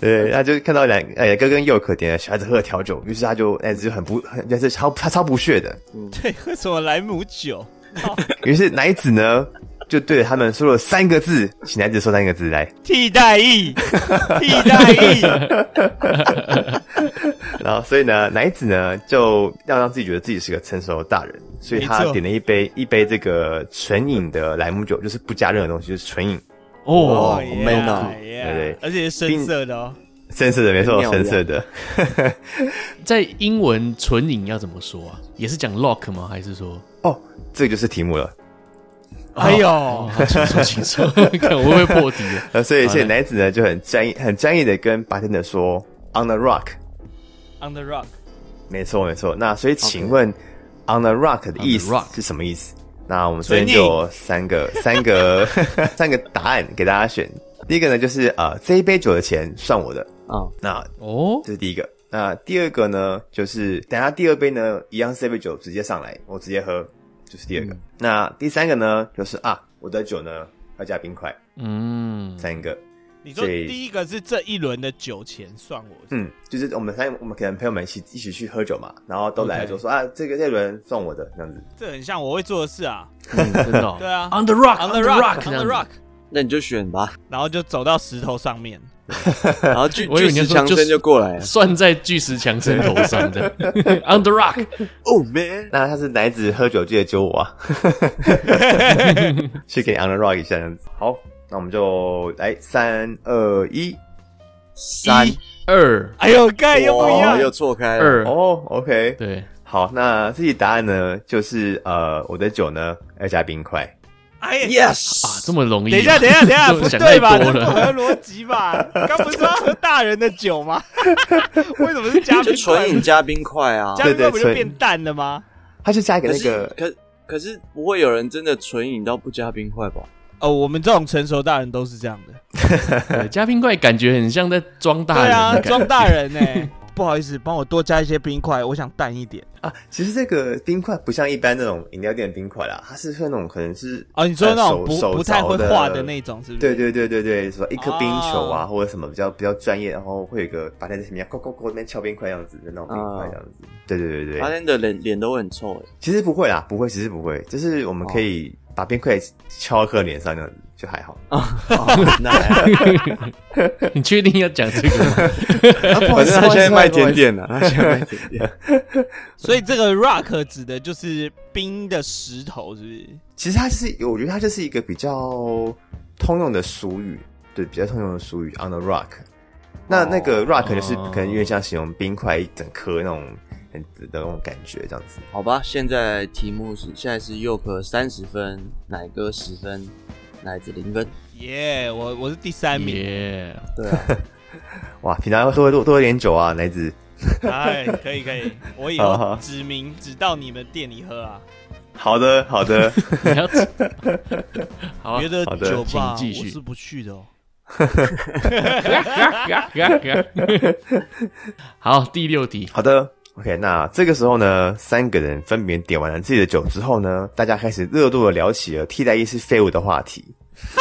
Speaker 4: 对，他就看到两呃哥跟佑可点了小孩子喝的调酒，于是他就哎就很不，很就是超他超不屑的。
Speaker 2: [LAUGHS]
Speaker 4: [LAUGHS]
Speaker 2: 对，喝什么莱姆酒？
Speaker 4: 于是奶子呢就对着他们说了三个字，请奶子说三个字来，
Speaker 2: 替代 [LAUGHS] 役，替代役，
Speaker 4: 然后所以呢奶子呢就要让自己觉得自己是个成熟的大人，所以
Speaker 2: 没
Speaker 4: 他
Speaker 2: 错
Speaker 4: 点了一杯一杯这个纯饮的莱姆酒，就是不加任何东西，就是纯饮。
Speaker 1: 哦，
Speaker 2: [LAUGHS] 哦
Speaker 3: man 啊
Speaker 4: 对
Speaker 2: yeah，而且是深色的哦，
Speaker 4: 深色的没错，
Speaker 3: 尿一
Speaker 4: 深
Speaker 3: 样
Speaker 4: 色的。
Speaker 1: 在英文纯饮要怎么说啊？也是讲 lock 吗？还是说？
Speaker 4: 哦，这个就是题目了。
Speaker 2: 哎呦，
Speaker 1: 哦，好请说，请说，
Speaker 2: [LAUGHS]
Speaker 1: 看我会不会破题啊？
Speaker 4: 呃，所以
Speaker 1: 好
Speaker 4: 所以
Speaker 1: 嘞
Speaker 4: 男子呢就很专很专业的跟 bartender 说 on the rock，
Speaker 2: On the Rock，
Speaker 4: 没错没错。那所以请问 on the rock 的意
Speaker 1: On
Speaker 4: 思
Speaker 1: the rock
Speaker 4: 是什么意思？那我们这边
Speaker 2: 纯
Speaker 4: 就
Speaker 2: 饮
Speaker 4: 有三个三个 [LAUGHS] 三个答案给大家选。第一个呢就是呃这一杯酒的钱算我的，
Speaker 3: 啊，
Speaker 4: 那
Speaker 1: 哦，
Speaker 4: 这是第一个。那第二个呢，就是等下第二杯呢，一样是这杯酒直接上来，我直接喝，就是第二
Speaker 1: 嗯
Speaker 4: 个。那第三个呢，就是啊，我的酒呢要加冰块，
Speaker 1: 嗯，
Speaker 4: 三个。
Speaker 2: 你说
Speaker 4: 对
Speaker 2: 第一个是这一轮的酒钱算我，
Speaker 4: 嗯，就是我们三我们可能朋友们一起一起去喝酒嘛，然后都来
Speaker 1: OK
Speaker 4: 就说啊，这个这轮算我的这样子。
Speaker 2: 这很像我会做的事啊。
Speaker 1: 真的哦，
Speaker 2: 对啊啊
Speaker 1: ，On the rock，On
Speaker 2: 哦 [LAUGHS] On the Rock，On
Speaker 1: the
Speaker 2: the
Speaker 1: rock，
Speaker 2: Rock，
Speaker 3: 那你就选 [LAUGHS] 吧。
Speaker 2: 然后就走到石头上面，
Speaker 3: 然后巨
Speaker 1: 我以
Speaker 3: 巨
Speaker 1: 为你要
Speaker 3: 石
Speaker 1: 说
Speaker 3: 强
Speaker 1: 就是
Speaker 3: 森就过来了。
Speaker 1: 算在巨石强森头上
Speaker 2: [LAUGHS]
Speaker 1: 的 on the rock。
Speaker 3: Oh man！
Speaker 4: 那他是奶子喝酒记得揪我、啊， [LAUGHS] 去给你 on the rock 一下这样子。好，那我们就来三二一，
Speaker 3: 三
Speaker 2: 一
Speaker 1: 二
Speaker 2: 哎呦，盖又不一
Speaker 3: 哇
Speaker 2: 样，
Speaker 3: 又错开了。
Speaker 1: 二，
Speaker 4: 哦，OK，
Speaker 1: 对，
Speaker 4: 好，那这题答案呢，就是呃，我的酒呢要加冰块，
Speaker 2: 哎呀。
Speaker 3: Yes！
Speaker 1: 啊，这么容易啊？
Speaker 2: 等一下，等一下，等一
Speaker 1: [LAUGHS]
Speaker 2: [LAUGHS] 下，
Speaker 1: 这么
Speaker 2: 不
Speaker 1: 想
Speaker 2: 对吧？
Speaker 1: 太
Speaker 2: 这
Speaker 1: 多
Speaker 2: 不
Speaker 1: 了。
Speaker 2: 合逻辑吧？刚不是说要喝大人的酒吗？ [LAUGHS] 为什么是
Speaker 1: 啊
Speaker 2: 加
Speaker 3: [LAUGHS] 就
Speaker 2: 冰块
Speaker 3: 纯？饮加冰块啊。
Speaker 2: 加
Speaker 3: [LAUGHS]
Speaker 4: 对
Speaker 2: 冰块
Speaker 4: 对
Speaker 2: 不就
Speaker 4: 纯
Speaker 2: 变淡了吗？
Speaker 4: 它就加一个
Speaker 3: 可
Speaker 4: 那
Speaker 3: 是
Speaker 4: 个
Speaker 3: 可可是不会有人真的纯饮到不加冰块吧？
Speaker 2: 哦，我们这种成熟大人都是这样的。
Speaker 1: 对嘉宾怪感觉很像在装大人
Speaker 2: [LAUGHS] 对
Speaker 1: 的
Speaker 2: 啊，
Speaker 1: 感觉，
Speaker 2: 装大人呢、不好意思，帮我多加一些冰块，我想淡一点。
Speaker 4: 啊，其实这个冰块不像一般那种饮料店的冰块啦，它是那种可能是
Speaker 2: 哦，你说那种
Speaker 4: 呃
Speaker 2: 不
Speaker 4: 手
Speaker 2: 不太会
Speaker 4: 手凿
Speaker 2: 化
Speaker 4: 的
Speaker 2: 的那种，是不是？
Speaker 4: 对对对对对，什么一颗冰球啊，
Speaker 2: 哦
Speaker 4: 或者什么比较比较专业，然后会有一个把在前面咕咕咕那边敲冰块样子的那种冰块这样子。对对对
Speaker 3: 阿
Speaker 4: 对，
Speaker 3: 天的脸脸都很臭哎、
Speaker 4: 其实不会啦，不会，其实不会，就是我们可以把冰块敲到客人脸上那样子，就还好。
Speaker 3: 那还好
Speaker 1: [LAUGHS] 你确定要讲这个吗？
Speaker 4: 反
Speaker 3: 反正他现在卖甜，点了，他现在卖甜点。
Speaker 2: 所以这个 rock 指的就是冰的石头，是不是？
Speaker 4: 其实它是，我觉得它就是一个比较通用的俗语，对，比较通用的俗语，on the rock。那那个 rock 就是
Speaker 1: 哦
Speaker 4: 可能有点像形容冰块一整颗那种很的那种感觉，这样子。
Speaker 3: [LAUGHS] 好吧，现在题目是现在是佑可三十分，奶哥十分，奶子零分。
Speaker 2: 耶、我我是第三名。
Speaker 1: 耶，
Speaker 3: 对啊，
Speaker 4: 哇，平常要多多多喝点酒啊，奶子。
Speaker 2: 哎，可以可以，我以
Speaker 4: 好好
Speaker 2: 后指名指到你们店里喝啊，
Speaker 4: 好的，好的。
Speaker 1: 你要好啊
Speaker 2: 别的
Speaker 4: 好的
Speaker 2: 酒吧
Speaker 1: 请继
Speaker 2: 我
Speaker 1: 续
Speaker 2: 是不去的哦。
Speaker 1: [LAUGHS] 好，第六题，
Speaker 4: [LAUGHS] 好的，OK，那这个时候呢，三个人分别点完了自己的酒之后呢，大家开始热度的聊起了替代役是废物的话题。
Speaker 3: [LAUGHS]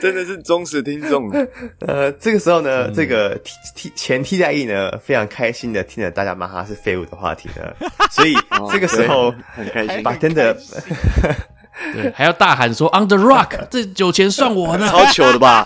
Speaker 3: 真的是忠实听众。嗯
Speaker 4: 呃，这个时候呢，这个替替前替代役呢，非常开心的听着大家骂他是废物的话题呢，所以这个时候
Speaker 3: [LAUGHS] 哦对很开心，
Speaker 4: 把真的
Speaker 1: 对，还要大喊说 on the rock，这酒钱算我的。
Speaker 3: 超糗的 [LAUGHS] 吧？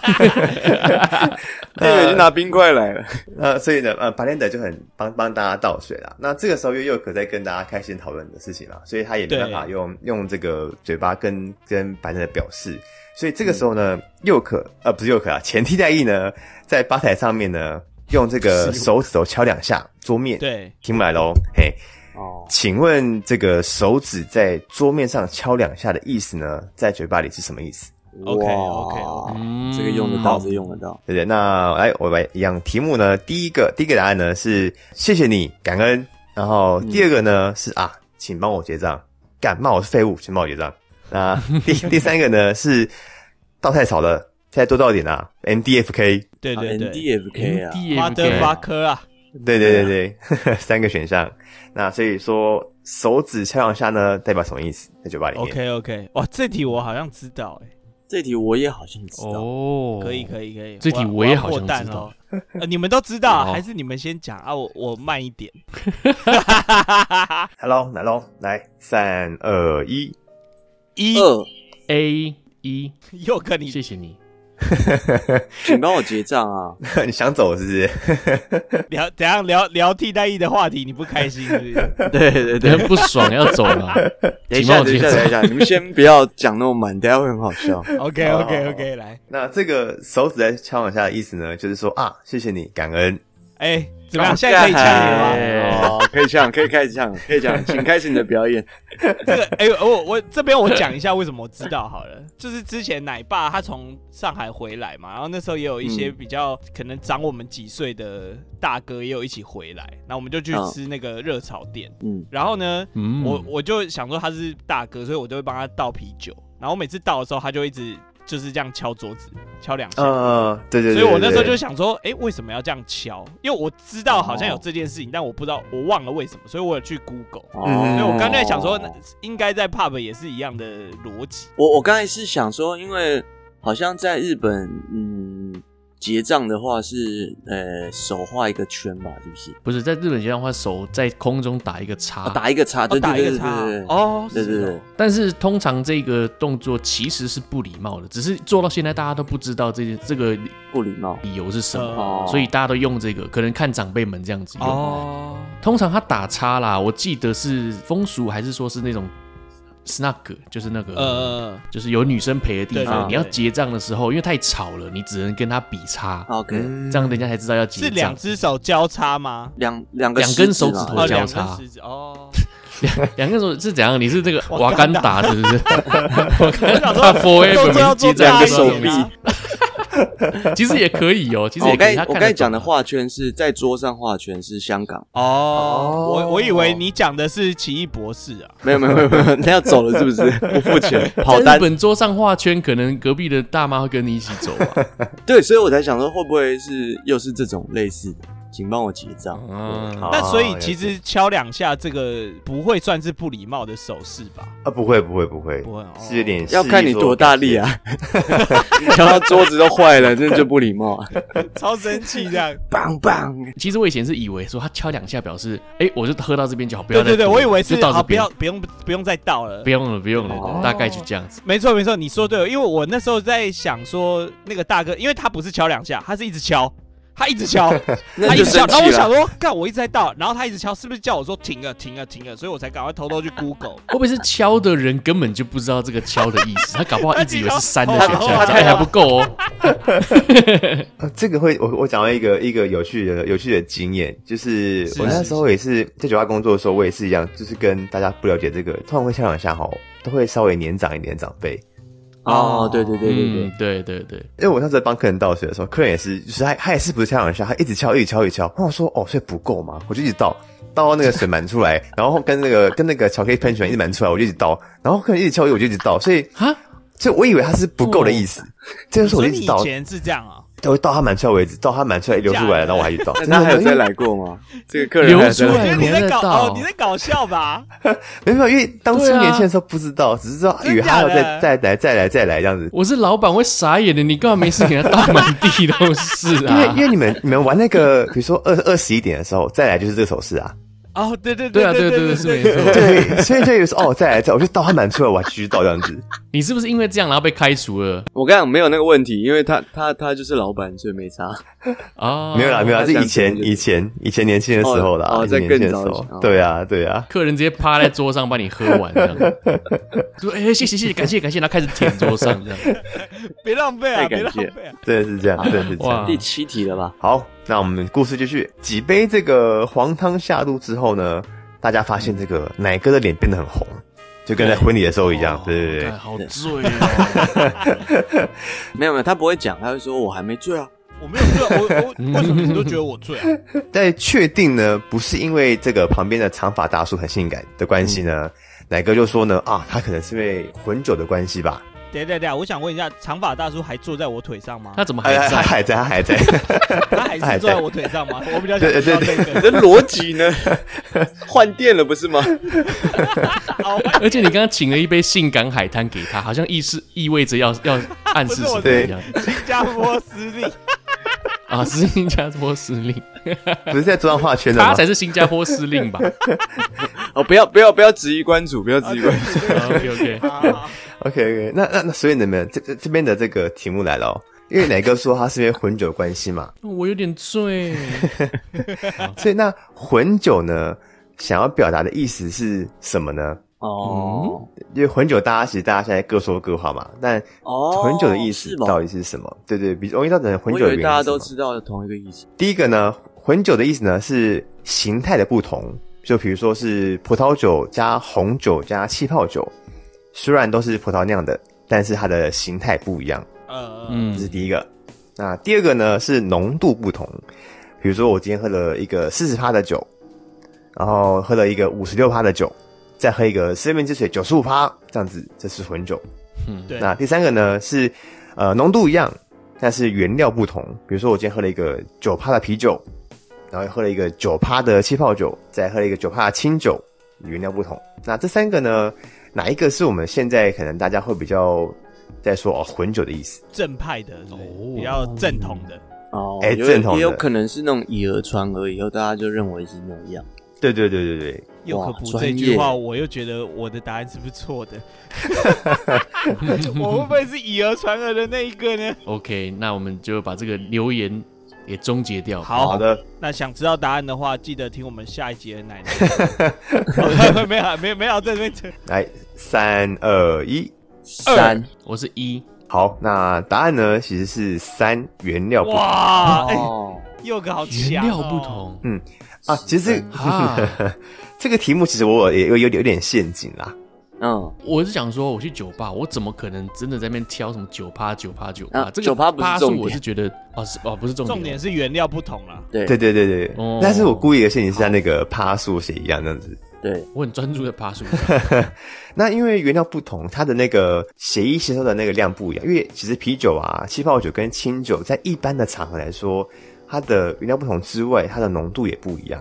Speaker 3: 店员去拿冰块来了。
Speaker 4: 呃，所以呢，呃，白天的就很帮帮大家倒水啦。那这个时候又又可在跟大家开心讨论的事情啦，所以他也没办法
Speaker 2: 对
Speaker 4: 用用这个嘴巴跟跟白天的表示。所以这个时候
Speaker 2: 嗯
Speaker 4: 呢，又可呃不是又可啊，前替代役呢在吧台上面呢用这
Speaker 2: [LAUGHS]
Speaker 4: 个手指头敲两下桌面，
Speaker 2: 对，
Speaker 4: 听不来喽，嘿，
Speaker 3: 哦，
Speaker 4: 请问这个手指在桌面上敲两下的意思呢，在嘴巴里是什么意思？
Speaker 2: OK，OK，OK
Speaker 1: 嗯
Speaker 3: 这个用得到，这个用得到。
Speaker 4: 对不对？那来，我们一样题目呢，第一个第一个答案呢是谢谢你，感恩。然后第二个呢、是啊，请帮我结账，敢骂我是废物，请帮我结账。那第第三个呢是倒太少了，现在多倒一点啊，MDFK。
Speaker 2: 对对对，
Speaker 3: NDFK 啊，
Speaker 1: D
Speaker 2: 花
Speaker 1: M
Speaker 2: 德
Speaker 1: K，
Speaker 2: 发科啊，
Speaker 4: 对对对对， [LAUGHS] 三个选项。那所以说手指敲两下呢，代表什么意思？在酒吧里面。
Speaker 2: OK OK，哇，这题我好像知道哎、
Speaker 3: 这题我也好像知道。
Speaker 1: 哦，
Speaker 2: 可以可以可以，
Speaker 1: 这题
Speaker 2: 要
Speaker 1: 我也好像
Speaker 2: 要破蛋
Speaker 1: 知道
Speaker 2: 哦， [LAUGHS] 呃你们都知道，
Speaker 1: 哦
Speaker 2: 还是你们先讲啊？我我慢一点。 [LAUGHS]
Speaker 4: Hello，来喽，来三二一， [LAUGHS]
Speaker 2: 一
Speaker 3: 二，
Speaker 1: A 一，
Speaker 2: 又跟你
Speaker 1: 谢谢你。
Speaker 3: 请帮我结
Speaker 2: [LAUGHS]
Speaker 3: 账啊！
Speaker 4: 你想走是不是？ [LAUGHS]
Speaker 2: 聊，怎样聊聊替代役的话题，你不开心是
Speaker 1: [LAUGHS]
Speaker 2: 不是？
Speaker 3: 对对
Speaker 1: 人不爽要走了，
Speaker 3: [LAUGHS] 等一
Speaker 1: 请帮
Speaker 3: 下，
Speaker 1: 我
Speaker 3: 等
Speaker 1: 结
Speaker 3: 一
Speaker 1: 账
Speaker 3: 下，等一下，你们先不要讲那么满，等一下会很好笑。
Speaker 2: OK
Speaker 1: 哦
Speaker 2: OK OK，来，
Speaker 4: 那这个手指在敲两下的意思呢，就是说啊，谢谢你，感恩。
Speaker 2: 哎，怎么样？ [LAUGHS] 现在可以讲了吗？
Speaker 1: 吗
Speaker 3: [LAUGHS] 哦，可以唱，可以开始唱，可以讲，请开始你的
Speaker 2: [LAUGHS]
Speaker 3: 表演。
Speaker 2: 这个，哎，我我这边我讲一下为什么我知道好了，就是之前奶爸他从上海回来嘛，然后那时候也有一些
Speaker 3: 嗯
Speaker 2: 比较可能长我们几岁的大哥也有一起回来，那我们就去
Speaker 3: 嗯
Speaker 2: 吃那个热炒店，
Speaker 3: 嗯，
Speaker 2: 然后呢，
Speaker 1: 嗯，
Speaker 2: 我我就想说他是大哥，所以我就会帮他倒啤酒。然后每次倒的时候，他就一直就是这样敲桌子，敲两下。
Speaker 4: 呃，对对
Speaker 2: 啊所
Speaker 4: 对
Speaker 2: 以我那时候
Speaker 4: 对
Speaker 2: 就想说，哎、为什么要这样敲？因为我知道好像有这件事情，但我不知道，我忘了为什么，所以我有去 Google。
Speaker 3: 哦
Speaker 4: 嗯
Speaker 2: 所以我刚才想说，那
Speaker 3: 我
Speaker 2: 应该在 pub 也是一样的逻辑。
Speaker 3: 我刚才是想说，因为好像在日本，嗯，结账的话是呃手画一个圈吧，是不是？
Speaker 1: 不是在日本结账的话，手在空中打一个叉，
Speaker 3: 啊，打一个叉，
Speaker 2: 哦
Speaker 3: 对
Speaker 2: 打
Speaker 3: 对
Speaker 2: 一
Speaker 3: 对
Speaker 2: 个
Speaker 3: 对
Speaker 2: 叉
Speaker 3: 对对，
Speaker 2: 哦，
Speaker 3: 对对
Speaker 2: 是哦
Speaker 3: 对，
Speaker 1: 但是通常这个动作其实是不礼貌的，只是做到现在大家都不知道这件这个
Speaker 3: 不礼貌。
Speaker 1: 理由是什么，
Speaker 2: 呃
Speaker 3: 哦
Speaker 1: 所以大家都用这个，可能看长辈们这样子用。
Speaker 2: 哦，
Speaker 1: 通常他打叉啦，我记得是风俗还是说是那种 snug，就是那个、
Speaker 2: 呃，
Speaker 1: 就是有女生陪的地
Speaker 3: 对
Speaker 1: 方，
Speaker 3: 对
Speaker 1: 你要
Speaker 2: 对
Speaker 1: 结账的时候，因为太吵了，你只能跟他比叉，
Speaker 3: OK，
Speaker 1: 这样人家才知道要结
Speaker 2: 是两
Speaker 1: 账。
Speaker 2: 只手交叉吗？
Speaker 3: 两两个
Speaker 1: 两根
Speaker 3: 食
Speaker 1: 手
Speaker 3: 指
Speaker 1: 指
Speaker 3: 嘛
Speaker 1: 头
Speaker 2: 哦，
Speaker 1: 交
Speaker 2: 两
Speaker 1: 叉
Speaker 2: 根食指哦。
Speaker 1: 两个手是怎样？你是这个
Speaker 2: 瓦
Speaker 1: 瓦干
Speaker 2: 干达
Speaker 3: [LAUGHS]
Speaker 1: 达是不是？瓦干
Speaker 2: 想
Speaker 1: 达 forever
Speaker 2: 动作
Speaker 1: 没
Speaker 2: 要做
Speaker 1: 结
Speaker 2: 大
Speaker 1: 账的
Speaker 2: 一
Speaker 3: 个
Speaker 1: 时
Speaker 3: 手
Speaker 1: 候
Speaker 2: 点
Speaker 3: 臂
Speaker 2: 啊
Speaker 1: 其实也可以哦，其实
Speaker 3: 哦
Speaker 1: 也可
Speaker 3: 我刚
Speaker 1: 以。他看
Speaker 3: 我
Speaker 1: 得
Speaker 3: 刚才讲的
Speaker 1: 懂啊，
Speaker 3: 画圈是在桌上画圈是香港，
Speaker 2: 哦，
Speaker 4: 哦
Speaker 2: 我我以为你讲的是奇异博士啊，
Speaker 3: 没有没有没有没有，那要走了是不是？不付钱跑
Speaker 1: 在
Speaker 3: 单
Speaker 1: 日，本桌上画圈，可能隔壁的大妈会跟你一起走吧。
Speaker 3: 对，所以我才想说会不会是又是这种类似的，请帮我结账。
Speaker 1: 嗯，
Speaker 3: [LAUGHS]
Speaker 4: 好
Speaker 2: 那所以
Speaker 4: 了
Speaker 2: 其
Speaker 4: 解
Speaker 2: 实敲两下这个不会算是不礼貌的手势吧？
Speaker 4: 啊，不会不会不会，
Speaker 2: 不会哦
Speaker 4: 是有点
Speaker 3: 要看你多大 [LAUGHS] 力啊！！敲到桌子都坏了，这就不礼貌啊！
Speaker 2: 超生气这样。
Speaker 3: [LAUGHS] 棒棒，
Speaker 1: 其实我以前是以为说他敲两下表示，哎，我就喝到这边就好，不要
Speaker 2: 对
Speaker 1: 再
Speaker 2: 对对，
Speaker 1: 多
Speaker 2: 我以为是
Speaker 1: 就到
Speaker 2: 啊，
Speaker 1: 这
Speaker 2: 不
Speaker 1: 边
Speaker 2: 要，不用不用再倒了
Speaker 1: 不。用了，不用
Speaker 2: 对
Speaker 3: 对
Speaker 1: 了，
Speaker 3: 对
Speaker 1: 大概就这样子。
Speaker 2: 没错没错，你说对了，因为我那时候在想说那个大哥，因为他不是敲两下，他是一直敲。他一直敲，
Speaker 4: [LAUGHS]
Speaker 2: 他
Speaker 3: 那
Speaker 2: 一
Speaker 3: 就
Speaker 2: 直敲，
Speaker 3: 生
Speaker 2: 然后
Speaker 3: 气
Speaker 2: 我想
Speaker 3: 了。
Speaker 2: 说，干，我一直在倒，然后他一直敲，是不是叫我说停了，停了，停了？所以我才赶快偷偷去 Google，
Speaker 1: 会不会是敲的人根本就不知道这个敲的意思？他搞不好一直以为是三的选项，
Speaker 2: 他
Speaker 1: 这还不够哦。
Speaker 4: 啊，这个会我我讲到一个一个有趣的有趣的经验，就是
Speaker 2: 是
Speaker 4: 我那
Speaker 2: 是
Speaker 4: 时候也是在酒吧工作的时候，我也是一样，就是跟大家不了解这个，通常会敲两下吼，都会稍微年长一点的长辈。
Speaker 3: 哦，对对对对
Speaker 1: 嗯
Speaker 3: 对，，
Speaker 1: 对对对，
Speaker 4: 因为我上次帮客人倒水的时候，客人也是，就是他他也是不是敲两下，他一直敲一直敲一直敲，然后我说哦，所以不够嘛，我就一直倒，倒到那个水满出来，然后跟那个 [LAUGHS] 跟那个巧克力喷泉一直满出来，我就一直倒，然后客人一直敲我就一直倒，所以
Speaker 1: 哈，
Speaker 4: 所以我以为他是不够的意思，这就是我
Speaker 2: 哦所以
Speaker 4: 一
Speaker 2: 你
Speaker 4: 直
Speaker 2: 以
Speaker 4: 倒，
Speaker 2: 前是这样啊？
Speaker 4: 我倒他满出来为止，倒他满出来流出来了，然后我还一直倒，
Speaker 3: 那
Speaker 4: 真
Speaker 3: 他
Speaker 4: 的
Speaker 3: 还有
Speaker 4: 因为
Speaker 3: 再来过吗？这个客人
Speaker 1: 流
Speaker 3: 还有
Speaker 1: 出
Speaker 3: 再来
Speaker 1: 来
Speaker 2: 因为你
Speaker 1: 连
Speaker 2: 在
Speaker 1: 得
Speaker 2: 搞哦
Speaker 1: 到，
Speaker 2: 你，在搞笑吧？
Speaker 4: 没有，因为当初
Speaker 1: 对啊
Speaker 4: 年轻的时候不知道，只是知道
Speaker 2: [LAUGHS]
Speaker 4: 哎
Speaker 2: 真
Speaker 4: 以为
Speaker 2: 假
Speaker 4: 他要
Speaker 2: 的
Speaker 4: 再再来再来再来这样子。
Speaker 1: 我是老板会傻眼的，你干嘛没事给他倒满地都是
Speaker 4: 因为
Speaker 1: 啊
Speaker 4: 因？为你们你们玩那个，比如说二二十一点的时候，再来就是这个手势啊，
Speaker 2: 哦，对对
Speaker 1: 对啊，对
Speaker 2: 对
Speaker 1: 对对，
Speaker 2: 对
Speaker 1: 是没错。
Speaker 4: [LAUGHS] 对，所以就有时候哦，再来再来，我就倒他满出来，我还继续倒这样子。
Speaker 1: 你是不是因为这样然后被开除了
Speaker 3: 我跟你讲，没有那个问题，因为他他他就是老板，所以没差。
Speaker 1: 啊？
Speaker 4: 没有啦，没有啦，
Speaker 3: 他
Speaker 4: 是以
Speaker 3: 想
Speaker 4: 前
Speaker 3: 就是
Speaker 4: 以前以前年轻的时候啦，
Speaker 3: 哦哦
Speaker 4: 以前
Speaker 3: 在
Speaker 4: 年
Speaker 3: 更
Speaker 4: 轻的时
Speaker 3: 早以前
Speaker 4: 候
Speaker 3: 哦，
Speaker 4: 对啊对啊，
Speaker 1: 客人直接趴在桌上把你喝完，这样说：“哎、谢谢谢谢，感谢感谢。”然后开始舔桌上，这样。
Speaker 2: 别浪费啊，
Speaker 3: 太感
Speaker 2: 别浪
Speaker 3: 谢
Speaker 2: 费啊！
Speaker 4: 真的是这样，真的是这
Speaker 1: 哇
Speaker 4: 样。
Speaker 3: 第七题了吧？
Speaker 4: 好，那我们故事继续。几杯这个黄汤下肚之后呢，大家发现这个奶哥的脸变得很红，就跟在婚礼的时候一样，对对对
Speaker 1: 干。好醉哦！
Speaker 3: 没有没有，他不会讲，他会说我还没醉啊。
Speaker 2: 我没有醉，我我 [LAUGHS] 我为什么你都觉得我醉啊？
Speaker 4: 在确定呢，不是因为这个旁边的长发大叔很性感的关系呢，奶哥就说呢啊，他可能是因为混酒的关系吧。
Speaker 2: 等一下等一下，我想问一下，长发大叔还坐在我腿上吗？
Speaker 1: 他怎么还
Speaker 4: 哎，他
Speaker 1: 在？
Speaker 4: 还在，他还在。
Speaker 2: 他还是坐在我腿上吗？我比较想知道那个。
Speaker 3: 你的逻辑呢？ [LAUGHS] 换电了不是吗？
Speaker 2: 好，
Speaker 1: [LAUGHS] 而且你刚刚请了一杯性感海滩给他，好像意是意味着要要暗示什
Speaker 2: 不
Speaker 1: 么
Speaker 4: 是我
Speaker 1: 一样
Speaker 2: 新加坡私立，
Speaker 1: 啊？是新加坡司令，
Speaker 4: 不是在啊桌上画圈的
Speaker 1: 他
Speaker 4: 吗？
Speaker 1: 才是新加坡司令吧
Speaker 3: 哦，不要不要不要质疑关主，不
Speaker 2: 啊
Speaker 3: 要质疑关主。
Speaker 1: [LAUGHS] ？OK OK，
Speaker 2: 好好好
Speaker 4: OK OK，那那那所以你们这这这边的这个题目来了、哦，因为奶哥说他是因为混酒的关系嘛，
Speaker 1: 我有点醉。
Speaker 3: 哦
Speaker 4: 所以那混酒呢，想要表达的意思是什么呢？
Speaker 3: 哦
Speaker 4: 因为混酒大家其实大家现在各说各话嘛，但
Speaker 3: 哦，
Speaker 4: 混酒的意思
Speaker 3: 是吗
Speaker 4: 到底是什么？对对，比容易造成混
Speaker 3: 我以
Speaker 4: 酒的
Speaker 3: 为
Speaker 4: 原因是
Speaker 3: 大家都
Speaker 4: 什
Speaker 3: 知
Speaker 4: 么
Speaker 3: 道同一个意思。
Speaker 4: 第一个呢，混酒的意思呢是形态的不同，就比如说是葡萄酒加红酒加气泡酒，虽然都是葡萄酿的，但是它的形态不一样，
Speaker 2: 呃，
Speaker 1: 嗯
Speaker 4: 这是第一个。那第二个呢是浓度不同，比如说我今天喝了一个四十趴的酒，然后喝了一个五十六趴的酒，再喝一个生命之水九十五趴，这样子这是混酒。
Speaker 1: 嗯，
Speaker 2: 对，
Speaker 4: 那第三个呢是，呃，浓度一样，但是原料不同。比如说我今天喝了一个九趴的啤酒，然后又喝了一个九趴的气泡酒，再喝了一个九趴的清酒，原料不同。那这三个呢，哪一个是我们现在可能大家会比较在说哦混酒的意思？
Speaker 2: 正派的，是不是
Speaker 1: 哦
Speaker 2: 比较正统的，
Speaker 3: 哦，
Speaker 4: 哎
Speaker 3: 有
Speaker 4: 正统的
Speaker 3: 也有可能是那种以讹传讹，以后大家就认为是那样。
Speaker 4: 对对对对对，
Speaker 2: 又可
Speaker 3: 哇
Speaker 2: 不
Speaker 3: 专
Speaker 2: 这
Speaker 3: 业
Speaker 2: 句话，我又觉得我的答案是不是错的？我会不会是以讹传讹的那一个呢？
Speaker 1: OK，那我们就把这个留言给终结掉。
Speaker 2: 好
Speaker 4: 好的，
Speaker 2: 那想知道答案的话，记得听我们下一集的奶奶。 [LAUGHS] 没有啊，没有，没有，在这边
Speaker 4: 来三二一。
Speaker 3: 三
Speaker 1: 我是一，
Speaker 4: 好，那答案呢其实是三原料不同
Speaker 2: 哇，哎
Speaker 3: 哦，
Speaker 2: 佑哥好强、哦，
Speaker 1: 原料不，同
Speaker 4: 啊。其 [LAUGHS] 实
Speaker 1: 啊。
Speaker 4: 这个题目其实我也有有有点陷阱啦。
Speaker 3: 嗯，
Speaker 1: 我是想说，我去酒吧，我怎么可能真的在那边挑什么九趴九趴九趴？
Speaker 3: 啊
Speaker 1: 这个
Speaker 3: 9%不是
Speaker 1: 趴
Speaker 3: 重
Speaker 1: 数，
Speaker 3: 点
Speaker 1: 我是觉得哦是哦不是重点，
Speaker 2: 重点是原料不同啦。
Speaker 3: 对
Speaker 4: 对对对对，
Speaker 1: 哦
Speaker 4: 但是我故意的陷阱是像那个趴数写一样这样子。
Speaker 3: 对，
Speaker 1: 我很专注在趴数上。
Speaker 4: 那因为原料不同，它的那个血液吸收的那个量不一样。因为其实啤酒啊、气泡酒跟清酒，在一般的场合来说，它的原料不同之外，它的浓度也不一样。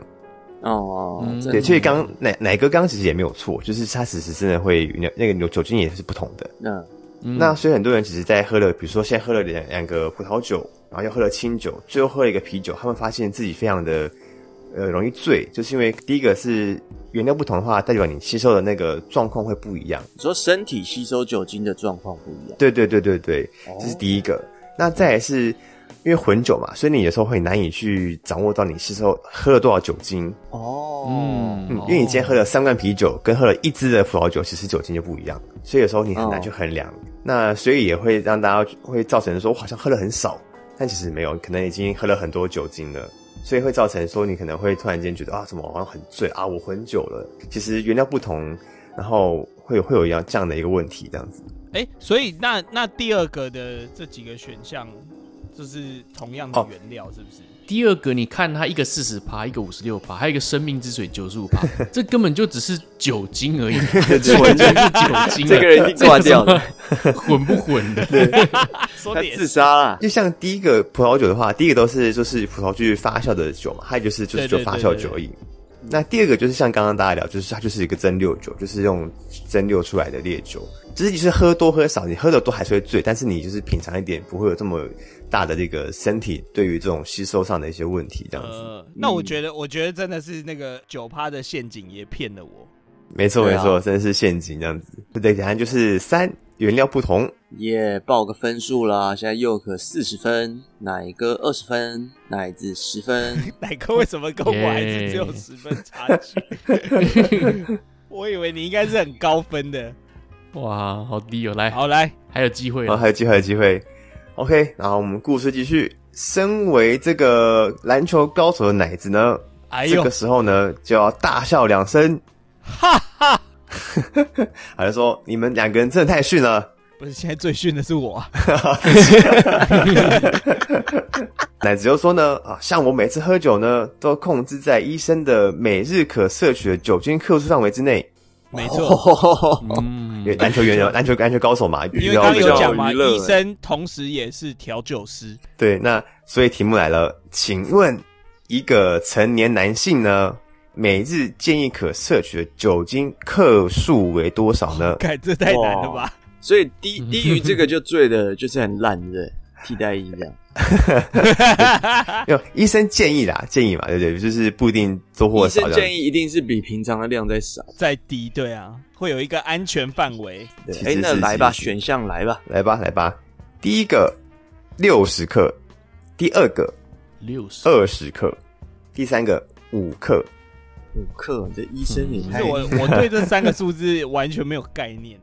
Speaker 3: 哦
Speaker 1: 嗯，
Speaker 3: 真
Speaker 4: 对，
Speaker 3: 的
Speaker 4: 所以刚奶奶哥刚刚其实也没有错，就是它其实真的会原料那个酒酒精也是不同的。
Speaker 3: 嗯
Speaker 1: 嗯
Speaker 4: 那所以很多人只是在喝了，比如说现在喝了两两个葡萄酒，然后又喝了清酒，最后喝了一个啤酒，他们发现自己非常的呃容易醉，就是因为第一个是原料不同的话，代表你吸收的那个状况会不一样。
Speaker 3: 你说身体吸收酒精的状况不一样，
Speaker 4: 对对对对对，
Speaker 3: 哦
Speaker 4: 这是第一个。那再来是因为混酒嘛，所以你有时候会难以去掌握到你吸收喝了多少酒精。
Speaker 3: 哦， [LAUGHS]
Speaker 1: 嗯
Speaker 4: 嗯，因为你今天喝了三罐啤酒，跟喝了一支的葡萄酒，其实酒精就不一样，所以有时候你很难去衡量。那所以也会让大家会造成说，我好像喝了很少，但其实没有，可能已经喝了很多酒精了，所以会造成说你可能会突然间觉得啊，怎么好像很醉啊，我混酒了。其实原料不同，然后会有会有一样这样的一个问题，这样子。
Speaker 2: 哎、所以那那第二个的这几个选项，就是同样的
Speaker 4: 哦
Speaker 2: 原料，是不是？
Speaker 1: 第二个，你看它一个四十趴，一个五十六趴，还有一个生命之水九十五趴，这根本就只是酒精而已，纯粹是酒精啊。
Speaker 3: 这个人一定挂
Speaker 2: [LAUGHS]
Speaker 3: 掉了，
Speaker 1: 混不混
Speaker 3: [LAUGHS]
Speaker 1: 的？
Speaker 2: 说
Speaker 3: 他
Speaker 2: 的也
Speaker 3: 自
Speaker 2: 是，
Speaker 3: 杀啦。
Speaker 4: 就像第一个葡萄酒的话，第一个都是就是葡萄去发酵的酒嘛，还有就是就是
Speaker 2: 对对
Speaker 4: 就
Speaker 2: 对
Speaker 4: 发酵酒而已。那第二个就是像刚刚大家聊，就是它就是一个蒸馏酒，就是用蒸馏出来的烈酒。只是你是喝多喝少，你喝的多还是会醉，但是你就是品尝一点，不会有这么大的这个身体对于这种吸收上的一些问题。这样子，
Speaker 2: 呃，
Speaker 3: 嗯
Speaker 2: 那我觉得，我觉得真的是那个酒趴的陷阱也骗了我。 [LAUGHS]
Speaker 4: 没错
Speaker 3: 对
Speaker 4: 没
Speaker 3: 啊
Speaker 4: 错，真的是陷阱这样子。对，答案就是三原料不同。
Speaker 3: 耶报个分数啦！现在佑可四十分，奶哥二十分，奶子十
Speaker 1: [LAUGHS]
Speaker 3: 分。
Speaker 2: 奶哥为什么跟我还是只有
Speaker 1: Yeah
Speaker 2: 十分差
Speaker 3: [LAUGHS]
Speaker 2: 距？我以为你应该是很高分的。
Speaker 1: 哇，好低哦！
Speaker 3: 哎
Speaker 1: 来，
Speaker 2: 好，来，
Speaker 1: 还有机会
Speaker 4: 然
Speaker 1: 了
Speaker 4: 后。还有机会，还有机会。OK，然后我们故事继续。身为这个篮球高手的奶子呢，
Speaker 2: 哎
Speaker 4: 这
Speaker 2: 呦
Speaker 4: 个，时候呢就要大笑两声，
Speaker 2: 哈哈！
Speaker 4: [LAUGHS] 还是说你们两个人真的太逊了。
Speaker 2: 不是，现在最逊的是我啊、
Speaker 3: 哦
Speaker 4: 奶子就说呢，啊，像我每次喝酒呢，都控制在医生的每日可摄取的酒精克数范围之内。
Speaker 2: 没
Speaker 3: 吼
Speaker 2: 错，
Speaker 3: 吼吼吼
Speaker 1: 嗯
Speaker 4: 因，为篮球员、
Speaker 2: [LAUGHS]
Speaker 4: 篮球篮球高手嘛，
Speaker 2: 因
Speaker 4: 遇
Speaker 2: 为
Speaker 4: 到
Speaker 2: 刚刚
Speaker 4: 比
Speaker 2: 有
Speaker 4: 较
Speaker 2: 讲嘛，
Speaker 3: 比较娱乐
Speaker 2: 医生同时也是调酒师。
Speaker 4: 对，那所以题目来了，请问一个成年男性呢，每日建议可摄取的酒精克数为多
Speaker 2: [LAUGHS]
Speaker 4: 少呢？
Speaker 2: 看，这太难了吧？
Speaker 3: 所以低
Speaker 1: 嗯
Speaker 3: 低于这个就醉的，就是很烂的替代一
Speaker 4: [LAUGHS]
Speaker 3: 样。
Speaker 4: 有医生建议啦，建议嘛，对不对？就是不一定多或
Speaker 3: 医
Speaker 4: 少
Speaker 3: 生
Speaker 4: 的。
Speaker 3: 建议一定是比平常的量再少。
Speaker 2: 再低，对啊，会有一个安全范围。
Speaker 3: 对
Speaker 4: 其，实
Speaker 3: 哎，那
Speaker 4: 是
Speaker 3: 来吧，
Speaker 4: 是是
Speaker 3: 选项来吧。
Speaker 4: 来吧，来吧，第一个六十克，第二个
Speaker 1: 六十
Speaker 4: 二十克，第三个五克。
Speaker 3: 五克，嗯这医生也
Speaker 1: 嗯
Speaker 3: 太
Speaker 2: 是……我我对这三个数字完全没有概念。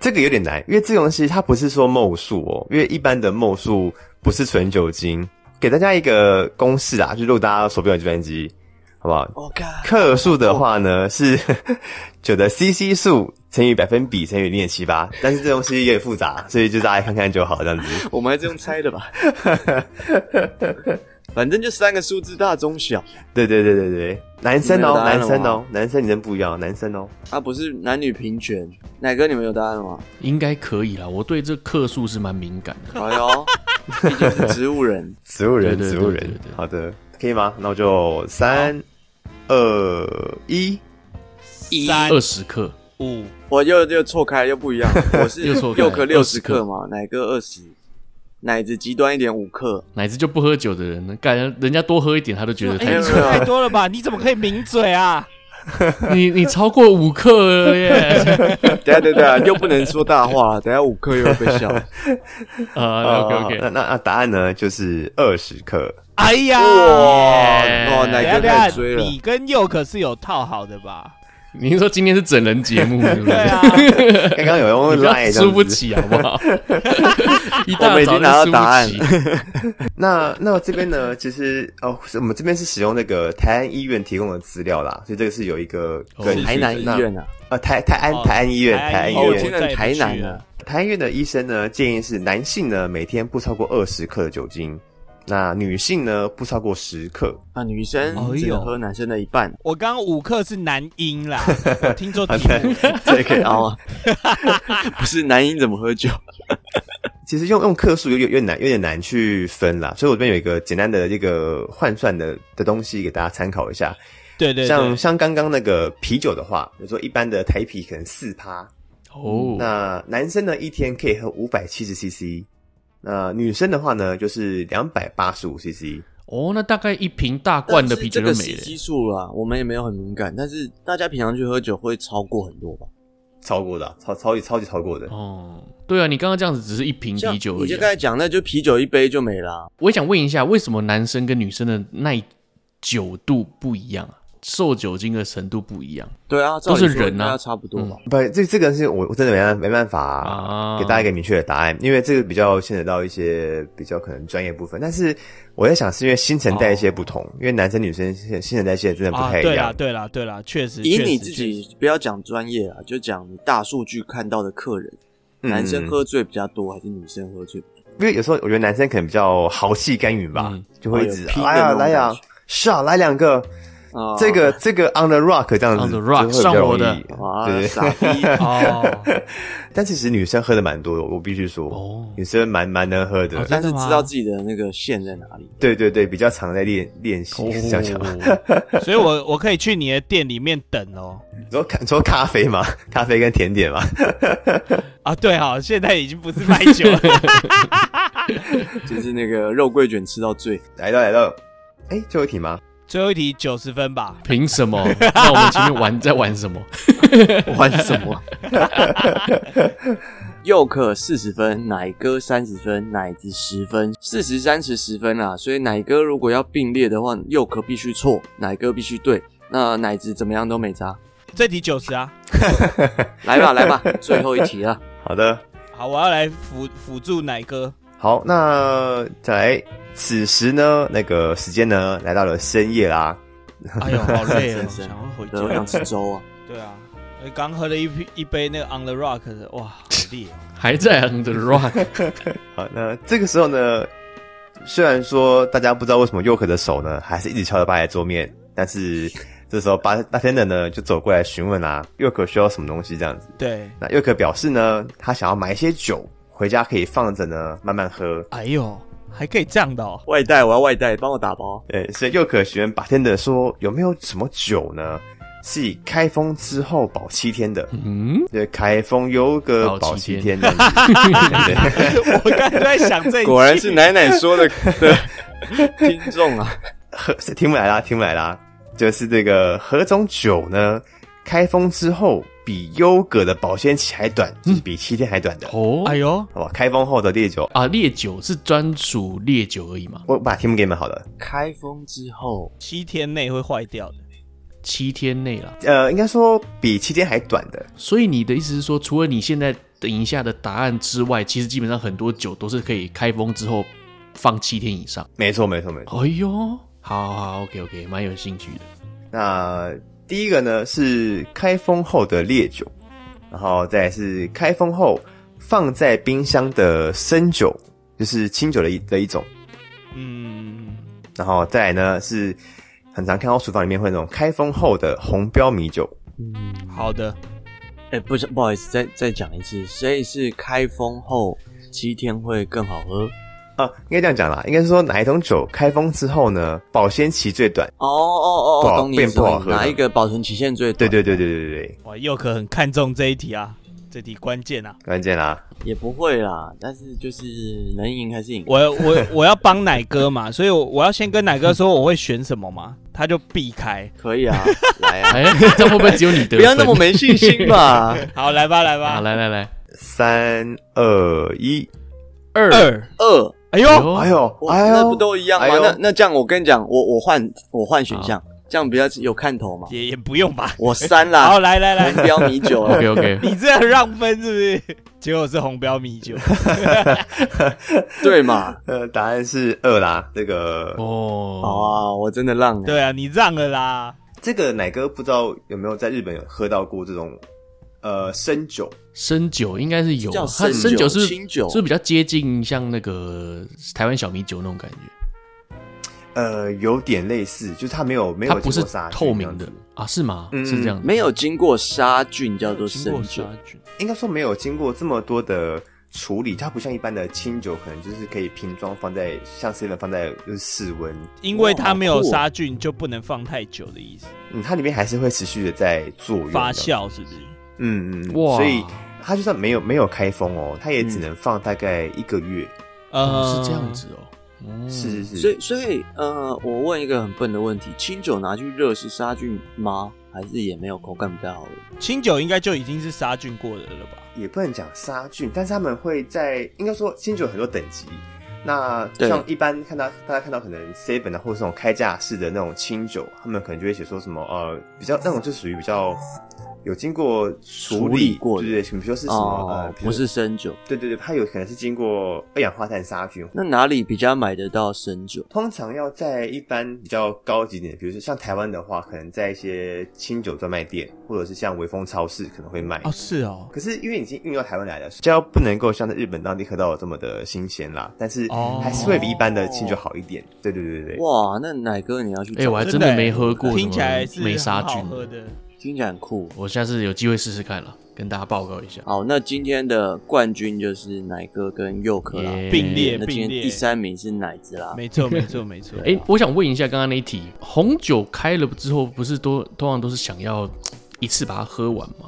Speaker 4: 这个有点难，因为这种东西它不是说某数哦，因为一般的某数不是纯酒精。给大家一个公式啊，就如果大家手边有计算机，好不好？
Speaker 3: 我靠！
Speaker 4: 克数的话呢是 [LAUGHS] 酒的 CC 数乘以百分比乘以零点七八，但是这东西有点复杂，所以就大家看看就好，这样子。
Speaker 3: [LAUGHS] 我们还是用猜的吧。 [LAUGHS] 反正就三个数字，大中小。
Speaker 4: 对对对对对，男生哦，
Speaker 3: 你们有答案
Speaker 4: 男
Speaker 3: 了吗
Speaker 4: 生哦，男生你真不一样，男生哦。
Speaker 3: 啊，不是男女平权。奶哥，你们有答案了 [LAUGHS] 吗？
Speaker 1: 应该可以啦。我对这克数是蛮敏感的。
Speaker 3: 哎呦，毕竟是植物人。 [LAUGHS]
Speaker 4: 植物人，
Speaker 1: 对对
Speaker 4: 植物
Speaker 1: 对对
Speaker 4: 人
Speaker 1: 对，对
Speaker 4: 好的，可以吗？那我就三二一，
Speaker 3: 一
Speaker 2: 三
Speaker 1: 二十克，
Speaker 2: 五，
Speaker 3: 我又又错开，又不一样。我是
Speaker 1: 又错开
Speaker 3: 又可六十
Speaker 1: 20克
Speaker 3: 克嘛，奶哥二十。奶子极端一点五克，
Speaker 1: 乃至就不喝酒的人呢，感觉人家多喝一点他都觉得
Speaker 2: 哎、
Speaker 1: 太
Speaker 2: 你
Speaker 1: 醉
Speaker 2: 喝太多了吧？你怎么可以抿嘴啊？
Speaker 1: 你你超过五克了耶！
Speaker 3: 等一下等一下又不能说大话，等一下五克又会被笑。
Speaker 1: 啊，OK OK，
Speaker 4: 那那那答案呢就是二十克。
Speaker 2: 哎呀，
Speaker 3: 哇哦，
Speaker 2: 等
Speaker 3: 奶
Speaker 2: 下
Speaker 3: 哥
Speaker 2: 等下
Speaker 3: 太追，了，
Speaker 2: 你跟佑可是有套好的吧？
Speaker 1: 您说今天是整人节目，是不
Speaker 2: 对
Speaker 1: 是？
Speaker 2: 啊，
Speaker 4: 刚刚有
Speaker 1: [LAUGHS] 你
Speaker 4: 用
Speaker 1: 不要
Speaker 4: line 这样
Speaker 1: 输不
Speaker 4: 子
Speaker 1: 起好不好？一
Speaker 4: 我
Speaker 1: 大
Speaker 4: 们已
Speaker 1: 早
Speaker 4: 经拿到
Speaker 1: 就输
Speaker 4: 答案
Speaker 1: 不起。
Speaker 4: 那那这边呢，其实哦，是我们这边是使用那个台安医院提供的资料啦，所以这个是有一个
Speaker 1: 哦
Speaker 4: 跟
Speaker 1: 是
Speaker 3: 台南医院啊，
Speaker 4: 呃台台安
Speaker 2: 哦
Speaker 4: 台安医院
Speaker 2: 台
Speaker 4: 台安医
Speaker 2: 南
Speaker 3: 哦，
Speaker 2: 医
Speaker 3: 我
Speaker 4: 院
Speaker 3: 听
Speaker 2: 院
Speaker 3: 成台
Speaker 2: 我
Speaker 3: 南哦
Speaker 2: 再也不去
Speaker 3: 了
Speaker 2: 了。
Speaker 4: 台医院的医生呢，建议是男性呢每天不超过二十克的酒精，那女性呢不超过十克。
Speaker 3: 啊，女生只能喝男生的一半， [LAUGHS]
Speaker 2: 我刚刚五克是男音啦，我听错题目。
Speaker 4: 这 [LAUGHS] 个
Speaker 3: 然后不是男婴怎么喝酒？
Speaker 4: 其实用用克数有有有点难，有点难去分啦，所以我这边有一个简单的这个换算的的东西给大家参考一下。
Speaker 2: 对对
Speaker 4: 像
Speaker 2: 对，
Speaker 4: 像刚刚那个啤酒的话，比如说一般的台啤可能四趴，
Speaker 2: 嗯
Speaker 1: 哦，
Speaker 4: 那男生呢一天可以喝五百七十 CC，那女生的话呢就是两百八十五 CC。
Speaker 1: 哦，那大概一瓶大罐的啤酒就
Speaker 3: 但是
Speaker 1: 没
Speaker 3: 这个是
Speaker 1: 了。
Speaker 3: 基数啦，我们也没有很敏感，但是大家平常去喝酒会超过很多吧？
Speaker 4: 超过的啊、超超级超级超过的。
Speaker 1: 哦，对啊，你刚刚这样子只是一瓶
Speaker 3: 像
Speaker 1: 啤酒而
Speaker 3: 你
Speaker 1: 已
Speaker 3: 就
Speaker 1: 啊、
Speaker 3: 刚才讲，那就啤酒一杯就没啦。
Speaker 1: 我也想问一下，为什么男生跟女生的耐酒度不一样啊？受酒精的程度不一样
Speaker 3: 对啊，照理
Speaker 1: 都是
Speaker 3: 说
Speaker 1: 人啊
Speaker 3: 应该差不多吧？
Speaker 4: 不，这这个是我我真的没办没办法、
Speaker 1: 啊？
Speaker 4: 给大家一个明确的答案，因为这个比较牵扯到一些比较可能专业部分。但是我在想，是因为新陈代谢不同，因为男生女生新新陈代谢真的不
Speaker 2: 啊，
Speaker 4: 太一
Speaker 2: 对
Speaker 4: 样。
Speaker 2: 啦对啦对啦，确实。
Speaker 3: 以
Speaker 2: 嗯确实
Speaker 3: 你自，
Speaker 2: 确实
Speaker 3: 己不要讲专业啊，就讲你大数据看到的客人，
Speaker 4: 嗯
Speaker 3: 男生喝醉比较多还是女生喝醉比较多？
Speaker 4: 因为有时候我觉得男生可能比较豪气干云吧，
Speaker 1: 嗯
Speaker 4: 就会一直
Speaker 3: 哦有拼的
Speaker 4: 来呀
Speaker 3: 那种
Speaker 4: 来呀
Speaker 3: 感觉，
Speaker 4: 是啊来两个，
Speaker 3: 啊
Speaker 4: [LAUGHS] 这个这个 on the rock 这样子
Speaker 1: On the rock，
Speaker 4: 就会比较容易
Speaker 1: 上我的
Speaker 3: 啊，
Speaker 4: 对
Speaker 3: 傻 [LAUGHS] 逼
Speaker 2: 哦，
Speaker 4: 但其实女生喝的蛮多的，我必须说，
Speaker 1: 哦
Speaker 4: 女生蛮蛮能喝的。
Speaker 1: 哦
Speaker 3: 但是
Speaker 1: 真的吗
Speaker 3: 知道自己的那个线在哪里。
Speaker 4: 对对对，比较常在练练习，是这样讲。
Speaker 1: 哦，
Speaker 2: 所以我我可以去你的店里面等哦。
Speaker 4: 你说咖，你说咖啡嘛， [LAUGHS] 咖啡跟甜点嘛，
Speaker 2: 啊，对哈，现在已经不是卖酒了。
Speaker 3: 就是那个肉桂卷吃到醉，
Speaker 4: [LAUGHS] 来了来了。哎，最后一题吗？
Speaker 2: 最后一题九十分吧，
Speaker 1: 凭什么？那我们前面玩在玩什么？
Speaker 3: 玩什么？ [LAUGHS] 佑可四十分，奶哥三十分，奶子十分，四十三十十分啊！所以奶哥如果要并列的话，佑可必须错，奶哥必须对，那奶子怎么样都没差。
Speaker 2: 这题九十啊。
Speaker 3: 来 [LAUGHS] 吧，来吧，最后一题啊了。
Speaker 4: 好的，
Speaker 2: 好，我要来辅辅助奶哥。
Speaker 4: 好，那再来。此时呢，那个时间呢，来到了深夜啦。
Speaker 2: 哎呦，好累
Speaker 3: 是
Speaker 2: 哦，
Speaker 3: 是是嗯
Speaker 2: 想要回
Speaker 3: 我想
Speaker 2: 家。
Speaker 3: 吃粥啊，
Speaker 2: 对啊，哎刚喝了一杯一杯那个 On the Rock 的，哇，好烈哦。
Speaker 1: 还在 on the rock？
Speaker 4: 好，那这个时候呢，虽然说大家不知道为什么佑可的手呢，还是一直敲着吧台桌面，但是这时候巴巴天的呢就走过来询问啦、佑可需要什么东西这样子。
Speaker 2: [LAUGHS] 对，
Speaker 4: 那佑可表示呢，他想要买一些酒回家可以放着呢，慢慢喝。
Speaker 2: 哎呦，还可以这样的哦。 [LAUGHS]
Speaker 3: 外带，我要外带，帮我打包。
Speaker 4: 呃，所以佑可询问 bartender 说有没有什么酒呢？是以开封之后保七天的，
Speaker 1: 嗯，
Speaker 4: 对，开封有个
Speaker 1: 保
Speaker 4: 保
Speaker 1: 七
Speaker 4: 七
Speaker 1: 天
Speaker 4: 天的，对
Speaker 2: 我刚才在想这一句，
Speaker 3: 果然是奶奶说 [LAUGHS] 的的听众啊，
Speaker 4: [LAUGHS] 喝是听不来啦，听不来啦，就是这个何种酒呢？开封之后比优格的保鲜期还短，就是比七天还短的。
Speaker 1: 哦，
Speaker 2: 哎呦，
Speaker 4: 好吧，开封后的烈酒，
Speaker 1: 啊，烈酒是专属烈酒而已嘛，
Speaker 4: 我把题目给你们好了。
Speaker 3: 开封之后
Speaker 2: 七天内会坏掉的。
Speaker 1: 七天内啦。
Speaker 4: 呃，应该说比七天还短的，
Speaker 1: 所以你的意思是说，除了你现在等一下的答案之外，其实基本上很多酒都是可以开封之后放七天以上。
Speaker 4: 没错，没错，没错。
Speaker 1: 哎呦，好好，OK OK，蛮有兴趣的。
Speaker 4: 那第一个呢是开封后的烈酒，然后再来是开封后放在冰箱的生酒，就是清酒的一的一种。
Speaker 2: 嗯，
Speaker 4: 然后再来呢是很常看到厨房里面会有那种开封后的红标米酒，
Speaker 2: 嗯好的。
Speaker 3: 哎、不是，不好意思，再再讲一次，所以是开封后七天会更好喝
Speaker 4: 啊，应该这样讲啦，应该是说哪一种酒开封之后呢，保鲜期最短。
Speaker 3: 哦哦
Speaker 4: 不
Speaker 3: 哦，
Speaker 4: 好
Speaker 3: 懂你
Speaker 4: 变
Speaker 3: 意思
Speaker 4: 不好
Speaker 3: 懂你
Speaker 4: 喝了
Speaker 3: 哪一个保存期限最
Speaker 4: 对
Speaker 3: 短？
Speaker 4: 对对对对对对，
Speaker 2: 哇，佑可很看重这一题啊。这题关键啊！
Speaker 4: 关键啦，
Speaker 3: 也不会啦，但是就是能赢还是赢。
Speaker 2: 我我 [LAUGHS] 我要帮奶哥嘛，所以我我要先跟奶哥说我会选什么嘛，他就避开。
Speaker 3: 可
Speaker 4: [LAUGHS]
Speaker 3: 以啊，来啊，
Speaker 1: 哎，这样会不会只有你得分？
Speaker 3: 不要那么没信心嘛。
Speaker 2: 好，来吧，来
Speaker 1: 啊！
Speaker 2: 吧，
Speaker 1: 来来来，
Speaker 4: 三二一，
Speaker 1: 二
Speaker 2: 二，
Speaker 3: 二，
Speaker 2: 哎
Speaker 1: 哎
Speaker 2: 呦，
Speaker 1: 呦
Speaker 4: 哎呦，
Speaker 3: 我
Speaker 4: 哎呦，
Speaker 3: 那不都一样吗？
Speaker 4: 哎呦
Speaker 3: 那那这样，我跟你讲，我我换我换选项，这样比较有看头
Speaker 4: 哎
Speaker 3: 嘛。
Speaker 2: 也也不用吧。
Speaker 3: 我三
Speaker 2: 好，
Speaker 3: 啦，
Speaker 2: 来来来， [LAUGHS]
Speaker 3: 红标米酒
Speaker 4: [LAUGHS]
Speaker 3: 啊，
Speaker 1: ，OK OK，
Speaker 2: 你这样让分是不是？结果是红标米酒。
Speaker 3: 对嘛？
Speaker 4: 呃，答案是二啦。这个、
Speaker 1: 哦，
Speaker 3: 哦，我真的浪了。
Speaker 2: 对啊，你让了啦。
Speaker 4: 这个奶哥不知道有没有在日本有喝到过这种呃生酒？
Speaker 1: 生酒应该是有啊，
Speaker 3: 叫
Speaker 1: 它
Speaker 3: 生
Speaker 1: 生
Speaker 3: 酒
Speaker 1: 是
Speaker 3: 清酒
Speaker 1: 是不是比较接近像那个台湾小米酒那种感觉，
Speaker 4: 呃，有点类似，就是它没有没有
Speaker 1: 它不是
Speaker 4: 经过杀菌
Speaker 1: 透
Speaker 4: 这
Speaker 1: 明
Speaker 4: 样
Speaker 1: 的
Speaker 4: 子
Speaker 1: 啊？是吗？
Speaker 4: 嗯
Speaker 1: 是这样的，
Speaker 3: 没有经过杀菌叫做
Speaker 1: 经过
Speaker 3: 生酒
Speaker 1: 杀，菌
Speaker 4: 应该说没有经过这么多的处理，它不像一般的清酒，可能就是可以瓶装放在像 C 的放在就是室温，
Speaker 2: 因为它没有
Speaker 3: 哇好酷哦
Speaker 2: 杀菌，就不能放太久的意思。
Speaker 4: 嗯，它里面还是会持续的在作用
Speaker 2: 发
Speaker 4: 的，
Speaker 2: 酵是不是？
Speaker 4: 嗯嗯，
Speaker 1: 哇
Speaker 4: 所以它就算没有没有开封哦，它也只能放大概一个月，
Speaker 1: 哦是这样。子哦，哦
Speaker 4: 是是
Speaker 3: 所
Speaker 4: 是，
Speaker 3: 以所以呃，我问一个很笨的问题：清酒拿去热是杀菌吗？还是也没有口感比较好的？
Speaker 2: 呃清酒应该就已经是杀菌过的了吧？
Speaker 4: 也不能讲杀菌，但是他们会在应该说清酒有很多等级。那
Speaker 3: 对
Speaker 4: 像一般看到大家看到可能 seven 啊，或者是那种开架式的那种清酒，他们可能就会写说什么呃，比较那种就属于比较有经过处
Speaker 3: 处理过的
Speaker 4: 对对对，比如说是什么、呃
Speaker 3: 哦，，
Speaker 4: 比如
Speaker 3: 不是生酒，
Speaker 4: 对对对，它有可能是经过二氧化碳杀菌。
Speaker 3: 那哪里比较买得到生酒？
Speaker 4: 通常要在一般比较高级点，比如说像台湾的话，可能在一些清酒专卖店，或者是像微风超市可能会卖。
Speaker 2: 哦，是哦，
Speaker 4: 可是因为已经运到台湾来了，比较不能够像在日本当地喝到这么的新鲜啦，但是
Speaker 2: 哦
Speaker 4: 还是会比一般的清酒好一点。对对对对对，
Speaker 3: 哇，那奶哥你要去找？
Speaker 1: 哎我还真的
Speaker 2: 欸
Speaker 1: 没喝过
Speaker 2: 听起来
Speaker 1: 什
Speaker 2: 是
Speaker 1: 么没杀
Speaker 2: 很好
Speaker 1: 菌的
Speaker 2: 喝的。
Speaker 3: 听起来很酷。
Speaker 1: 我下次有机会试试看了，跟大家报告一下。
Speaker 3: 好，那今天的冠军就是奶哥跟佑可啦。
Speaker 1: 耶
Speaker 2: 并列
Speaker 3: 那今天
Speaker 2: 并列
Speaker 3: 第三名是奶子啦。
Speaker 1: [LAUGHS]
Speaker 2: 没错，没错，没错。
Speaker 1: 哎、我想问一下，刚刚那一题，红酒开了之后，不是都通常都是想要一次把它喝完吗？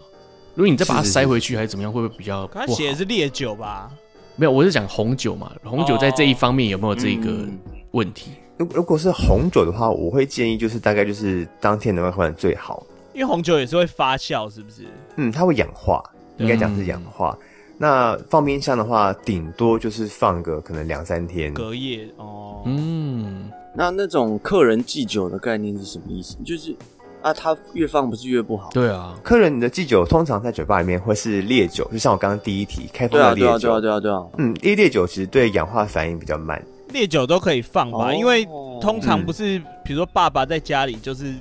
Speaker 1: 如果你再把它
Speaker 4: 是是
Speaker 1: 塞回去，还是怎么样，会不会比较不
Speaker 2: 他
Speaker 1: 好？
Speaker 2: 写的是烈酒吧？
Speaker 1: 没有，我是讲红酒嘛，红酒在这一方面有没有这个
Speaker 3: 嗯
Speaker 1: 问题？
Speaker 4: 如如果是红酒的话，我会建议就是大概就是当天能够喝完最好。
Speaker 2: 因为红酒也是会发酵，是不是？
Speaker 4: 嗯，它会氧化，
Speaker 3: 嗯
Speaker 4: 应该讲是氧化。那放冰箱的话，顶多就是放个可能两三天。
Speaker 2: 隔夜哦，
Speaker 1: 嗯，
Speaker 3: 那那种客人忌酒的概念是什么意思？就是啊，他越放不是越不好？
Speaker 1: 对啊，
Speaker 4: 客人的忌酒通常在酒吧里面会是烈酒，就像我刚刚第一题开封
Speaker 3: 对啊，
Speaker 4: 的
Speaker 3: 对啊，
Speaker 4: 烈
Speaker 3: 对啊，
Speaker 4: 酒。
Speaker 3: 对啊，对啊。
Speaker 4: 嗯，因为烈酒其实对氧化反应比较慢。
Speaker 2: 烈酒都可以放吧？
Speaker 3: 哦
Speaker 2: 因为通常不是，
Speaker 4: 嗯
Speaker 2: 比如说爸爸在家里就是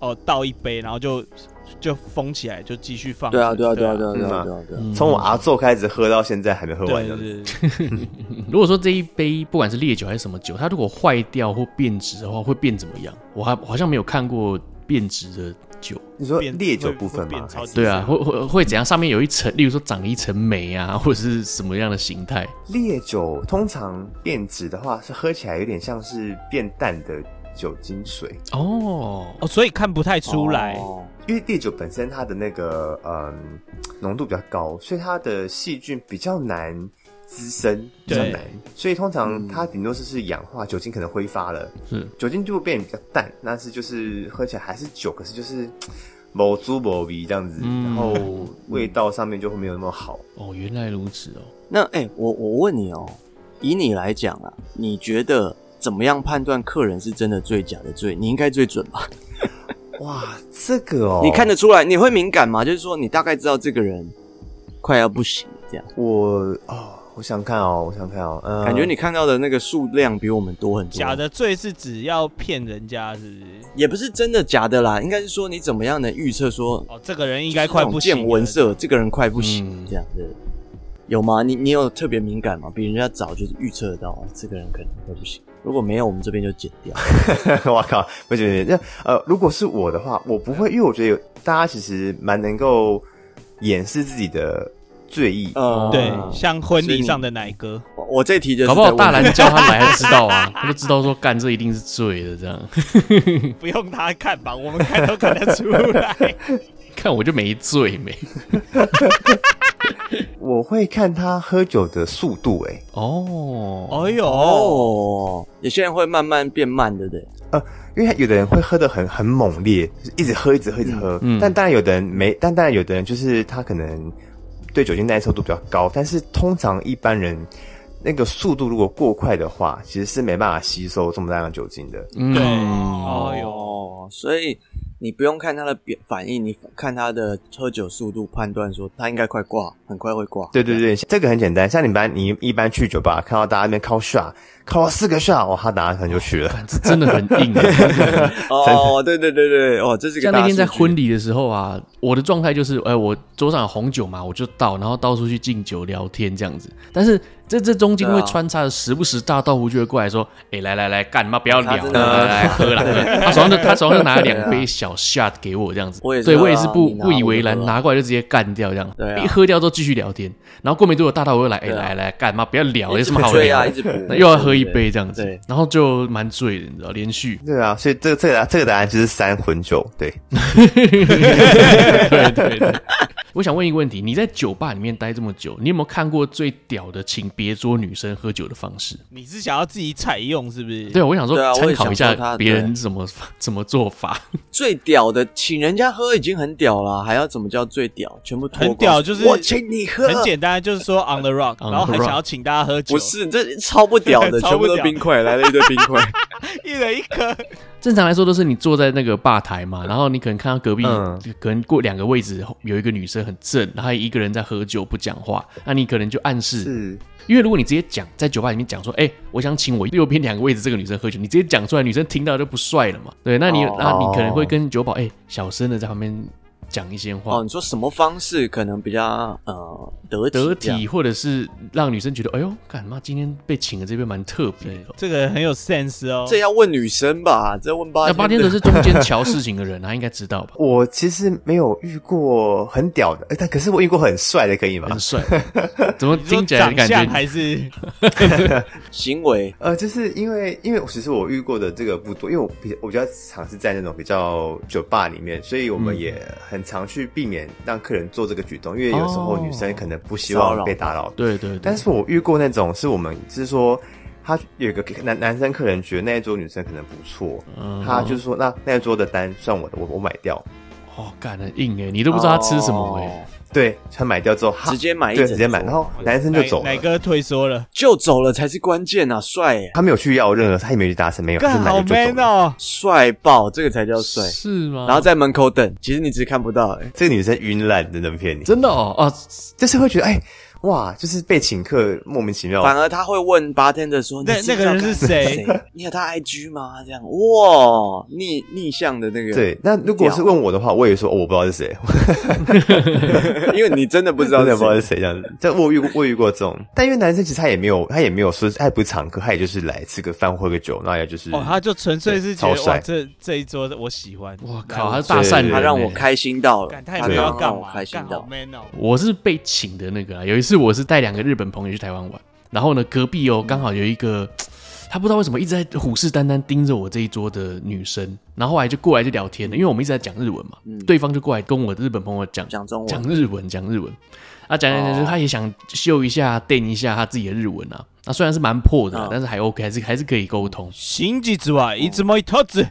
Speaker 2: 哦倒一杯，然后就就封起来，就继续放。
Speaker 3: 对啊，对啊，对啊，对
Speaker 2: 啊。
Speaker 3: 啊，
Speaker 4: 嗯
Speaker 3: 对啊，对啊，对啊。
Speaker 4: 从我阿昼开始喝到现在还没喝完
Speaker 2: 对
Speaker 4: 呢。
Speaker 2: 对
Speaker 4: [LAUGHS]
Speaker 2: 对，
Speaker 1: 如果说这一杯不管是烈酒还是什么酒，它如果坏掉或变质的话，会变怎么样？我还好像没有看过变质的酒。
Speaker 4: 你说
Speaker 2: 变
Speaker 4: 烈酒部分吗
Speaker 2: 会变？超级
Speaker 1: 对啊，
Speaker 2: 少
Speaker 1: 会会会怎样？上面有一层，例如说长了一层霉啊， [LAUGHS] 或者是什么样的形态？
Speaker 4: 烈酒通常变质的话，是喝起来有点像是变淡的酒精水，
Speaker 1: 哦，
Speaker 2: 哦，所以看不太出来。
Speaker 3: 哦
Speaker 4: 因为烈酒本身它的那个嗯浓度比较高，所以它的细菌比较难滋生，比较
Speaker 2: 对
Speaker 4: 难，所以通常
Speaker 3: 嗯
Speaker 4: 它顶多就是氧化，酒精可能挥发了，
Speaker 1: 是
Speaker 4: 酒精就会变得比较淡，但是就是喝起来还是酒，可是就是某猪某鼻这样子，
Speaker 1: 嗯
Speaker 4: 然后味道上面就会没有那么好。
Speaker 1: 哦，原来如此哦。
Speaker 3: 那哎、我我问你哦，以你来讲啊，你觉得怎么样判断客人是真的醉假的醉？你应该最准吧？
Speaker 4: 哇，这个哦，
Speaker 3: 你看得出来，你会敏感吗？就是说，你大概知道这个人快要不行了这样，
Speaker 4: 我哦，我想看哦，我想看哦，嗯、
Speaker 3: 感觉
Speaker 4: [LAUGHS]
Speaker 3: 你看到的那个数量比我们多很多。
Speaker 2: 假的醉是只要骗人家，是不是？
Speaker 3: 也不是真的假的啦，应该是说你怎么样能预测说
Speaker 2: 哦，这个人应该快不
Speaker 3: 就是那
Speaker 2: 行
Speaker 3: 种
Speaker 2: 了。
Speaker 3: 见闻色，这个人快不行、
Speaker 1: 嗯
Speaker 3: 这样对。有吗？你你有特别敏感吗？比人家早就是预测得到、哦，这个人可能会不行。如果没有，我们这边就剪 [LAUGHS] 掉。
Speaker 4: 我靠，不行不行，那呃，如果是我的话，我不会，因为我觉得有大家其实蛮能够掩饰自己的醉意。
Speaker 3: 呃，
Speaker 2: 对，
Speaker 4: 啊
Speaker 2: 像婚
Speaker 3: 所以
Speaker 2: 礼
Speaker 3: 你
Speaker 2: 上的奶哥，
Speaker 3: 我我这题就是
Speaker 1: 搞不好
Speaker 3: 在问
Speaker 1: 大兰叫他来，他知道啊，他就知道说干这一定是醉的，这样 [LAUGHS]
Speaker 2: 不用他看吧，
Speaker 4: [LAUGHS]
Speaker 2: 我们看都看得出来。
Speaker 1: 看我就没醉没。
Speaker 4: 我会看他喝酒的速度、欸，
Speaker 1: 哦，
Speaker 2: 哎呦，
Speaker 3: 哦，有些人会慢慢变慢，对不对？
Speaker 4: 因为有的人会喝的很很猛烈，就是一直喝，一直喝，一直喝。
Speaker 1: 嗯
Speaker 4: 但当然有的人没，但当然有的人就是他可能对酒精耐受度比较高，但是通常一般人那个速度如果过快的话，其实是没办法吸收这么大量酒精的。
Speaker 1: 嗯
Speaker 2: 对哎呦
Speaker 3: 哦，所以你不用看他的表反应，你看他的喝酒速度判断说他应该快挂，很快会挂。
Speaker 4: 对对对，这个很简单。像你班，你一般去酒吧看到大家那边 call shot，call 到四个 shot，哇，他打可能就去了。
Speaker 1: 干这真的很硬啊！真的很硬
Speaker 3: 哦，对对对对，哦，这是个
Speaker 1: 像
Speaker 3: 大
Speaker 1: 那天在
Speaker 3: 数据
Speaker 1: 婚礼的时候啊，我的状态就是，哎、我桌上有红酒嘛，我就倒，然后到处去敬酒聊天这样子。但是这这中间
Speaker 3: 对啊
Speaker 1: 会穿插着时不时大道胡就会过来说，哎、来来来，干嘛不要
Speaker 3: 他
Speaker 1: 聊
Speaker 3: 真
Speaker 1: 了，
Speaker 3: 的
Speaker 1: 来来来喝了。他手上就他手上就拿了两杯小 shot 给我这样子，
Speaker 3: 我也是
Speaker 1: 对
Speaker 3: 啊
Speaker 1: 我也是不
Speaker 3: 你拿
Speaker 1: 不以为
Speaker 3: 我
Speaker 1: 然，
Speaker 3: 就喝啊
Speaker 1: 拿过来就直接干掉这样。
Speaker 3: 对啊
Speaker 1: 一喝掉之后继续聊天，然后过没多久大道胡又来，哎、
Speaker 3: 对啊
Speaker 1: 来来，干嘛不要聊，
Speaker 3: 一
Speaker 1: 有
Speaker 3: 直
Speaker 1: 什么好
Speaker 3: 吹
Speaker 1: 聊
Speaker 3: 啊，
Speaker 1: 的
Speaker 3: 一？直补
Speaker 1: 那又要喝一杯这样子
Speaker 3: 对，
Speaker 1: 然后就蛮醉的，你知道，连续。
Speaker 4: 对啊，所以这个这个答这个答案就是三混酒。对，
Speaker 1: [LAUGHS] 对对对。我想问一个问题：你在酒吧里面待这么久，你有没有看过最屌的请别桌女生喝酒的方式？
Speaker 2: 你是想要自己采用是不是？
Speaker 1: 对，我想说
Speaker 3: 对啊我
Speaker 1: 参
Speaker 3: 也
Speaker 1: 考一
Speaker 3: 想
Speaker 1: 下
Speaker 3: 说她
Speaker 1: 别人怎么怎么做法。
Speaker 3: 最屌的，请人家喝已经很屌了，还要怎么叫最屌？全部脱光
Speaker 2: 很屌就是
Speaker 3: 我请你喝，
Speaker 2: 很简单，就是说 on the rock，
Speaker 1: [LAUGHS] On the
Speaker 2: 然后还
Speaker 1: rock
Speaker 2: 想要请大家喝酒，
Speaker 3: 不是这超不屌
Speaker 1: [LAUGHS]
Speaker 3: 的，
Speaker 2: 超不
Speaker 3: 全部
Speaker 2: 屌
Speaker 3: 都冰块，来了一堆冰块，
Speaker 2: 一人一颗，
Speaker 1: 正常来说都是你坐在那个吧台嘛，然后你可能看到隔壁、
Speaker 4: 嗯
Speaker 1: 可能过两个位置有一个女生很正，然后一个人在喝酒不讲话，那你可能就暗示
Speaker 4: 是
Speaker 1: 因为如果你直接讲在酒吧里面讲说，哎、我想请我右边两个位置这个女生喝酒，你直接讲出来，女生听到就不帅了嘛。对，那你、
Speaker 3: 哦
Speaker 1: 那你可能会跟酒保哎、小声的在旁边讲一些话，
Speaker 3: 哦，你说什么方式可能比较呃得
Speaker 1: 得
Speaker 3: 体这样？
Speaker 1: 体或者是让女生觉得，哎呦，干嘛今天被请的这边蛮特别的哦。
Speaker 2: 这个很有 sense 哦。
Speaker 3: 这要问女生吧，这要问八
Speaker 1: 那八天的是中间瞧事情的人，啊他应该知道吧？
Speaker 4: 我其实没有遇过很屌的，哎但可是我遇过很帅的，可以吗？
Speaker 1: 很帅，怎么
Speaker 2: 你说
Speaker 1: 听起来
Speaker 2: 长
Speaker 1: 感
Speaker 2: 相
Speaker 1: 觉
Speaker 2: 还是
Speaker 3: 行为
Speaker 4: 呃，就是因为因为其实我遇过的这个不多，因为我比我比较常是在那种比较酒吧里面，所以我们
Speaker 1: 嗯
Speaker 4: 也很常去避免让客人做这个举动，因为有时候
Speaker 1: 哦
Speaker 4: 女生可能不希
Speaker 3: 骚
Speaker 4: 望
Speaker 3: 扰
Speaker 4: 被打扰。
Speaker 1: 对对对
Speaker 4: 但，是我遇过那种是我们是说。他有一个男男生客人觉得那一桌女生可能不错，
Speaker 1: 嗯
Speaker 4: 他就说那那一桌的单算我的，我我买掉。
Speaker 1: 哦，干很硬哎、你都不知道他吃什么哎、
Speaker 3: 哦
Speaker 4: 对他买掉之后，他
Speaker 3: 直接买一
Speaker 4: 对
Speaker 3: 整
Speaker 4: 直接买，
Speaker 3: 桌哦
Speaker 4: 然后男生就走了
Speaker 2: 奶。哥退缩了，
Speaker 3: 就走了才是关键啊，帅耶
Speaker 4: 他没有去要任何，他也没有去达成，没有，他就
Speaker 2: 干
Speaker 4: 买
Speaker 2: 好
Speaker 4: 了就走
Speaker 2: man
Speaker 4: 了。
Speaker 2: 哦！
Speaker 3: 帅爆，这个才叫帅。
Speaker 1: 是吗？
Speaker 3: 然后在门口等，其实你只是看不到、欸，
Speaker 4: 这个女生晕烂，真的不骗你，
Speaker 1: 真的哦哦，
Speaker 4: 就是会觉得哎、哇，就是被请客莫名其妙。
Speaker 3: 反而他会问 bartender 说：“
Speaker 2: 那
Speaker 3: 你知不知
Speaker 2: 那
Speaker 3: 道
Speaker 2: 个人是
Speaker 3: 干
Speaker 2: 谁
Speaker 3: 你有他 IG 吗？”这样哇，逆逆向的那个，，
Speaker 4: 对，那如果是问我的话，我也说、哦我不知道是谁，我
Speaker 3: [LAUGHS] 因为你真的不知
Speaker 4: 真
Speaker 3: 道
Speaker 4: 的
Speaker 3: 是
Speaker 4: 不知道
Speaker 3: 谁
Speaker 4: 是谁这样子。 [LAUGHS] 这我遇过，我遇过这种，但因为男生其实他也没有，他也没有说，他也不是常客，他也就是来吃个饭喝个酒，然后也就是、
Speaker 2: 哦，他就纯粹是觉
Speaker 4: 超
Speaker 2: 得
Speaker 4: 帅
Speaker 2: 哇，这这一桌我喜欢。
Speaker 1: 我
Speaker 2: 来
Speaker 1: 靠，他是大善人、
Speaker 3: 他让我
Speaker 1: 欸
Speaker 3: 开心到了
Speaker 2: 干，他也
Speaker 3: 他
Speaker 2: 不知道
Speaker 3: 刚
Speaker 4: 啊
Speaker 2: 干
Speaker 3: 让我
Speaker 2: 嘛，
Speaker 3: 开心
Speaker 2: 干好
Speaker 3: 到。
Speaker 2: man 哦！
Speaker 1: 我是被请的那个啊。有一次我是带两个日本朋友去台湾玩，然后呢，隔壁
Speaker 3: 嗯
Speaker 1: 哦刚好有一个，他不知道为什么一直在虎视眈眈盯着我这一桌的女生，然后后来就过来就聊天了，因为我们一直在讲日文嘛，
Speaker 3: 嗯
Speaker 1: 对方就过来跟我的日本朋友讲
Speaker 3: 讲中
Speaker 1: 讲
Speaker 3: 文，
Speaker 1: 日文，讲日文。啊，讲讲讲，就
Speaker 3: 哦
Speaker 1: 他也想秀一下、垫一下他自己的日文啊。那、虽然是蛮破的啊、
Speaker 3: 嗯
Speaker 1: 但是还 OK，还是还是可以沟通。
Speaker 2: 行几之外，一直摸一头子，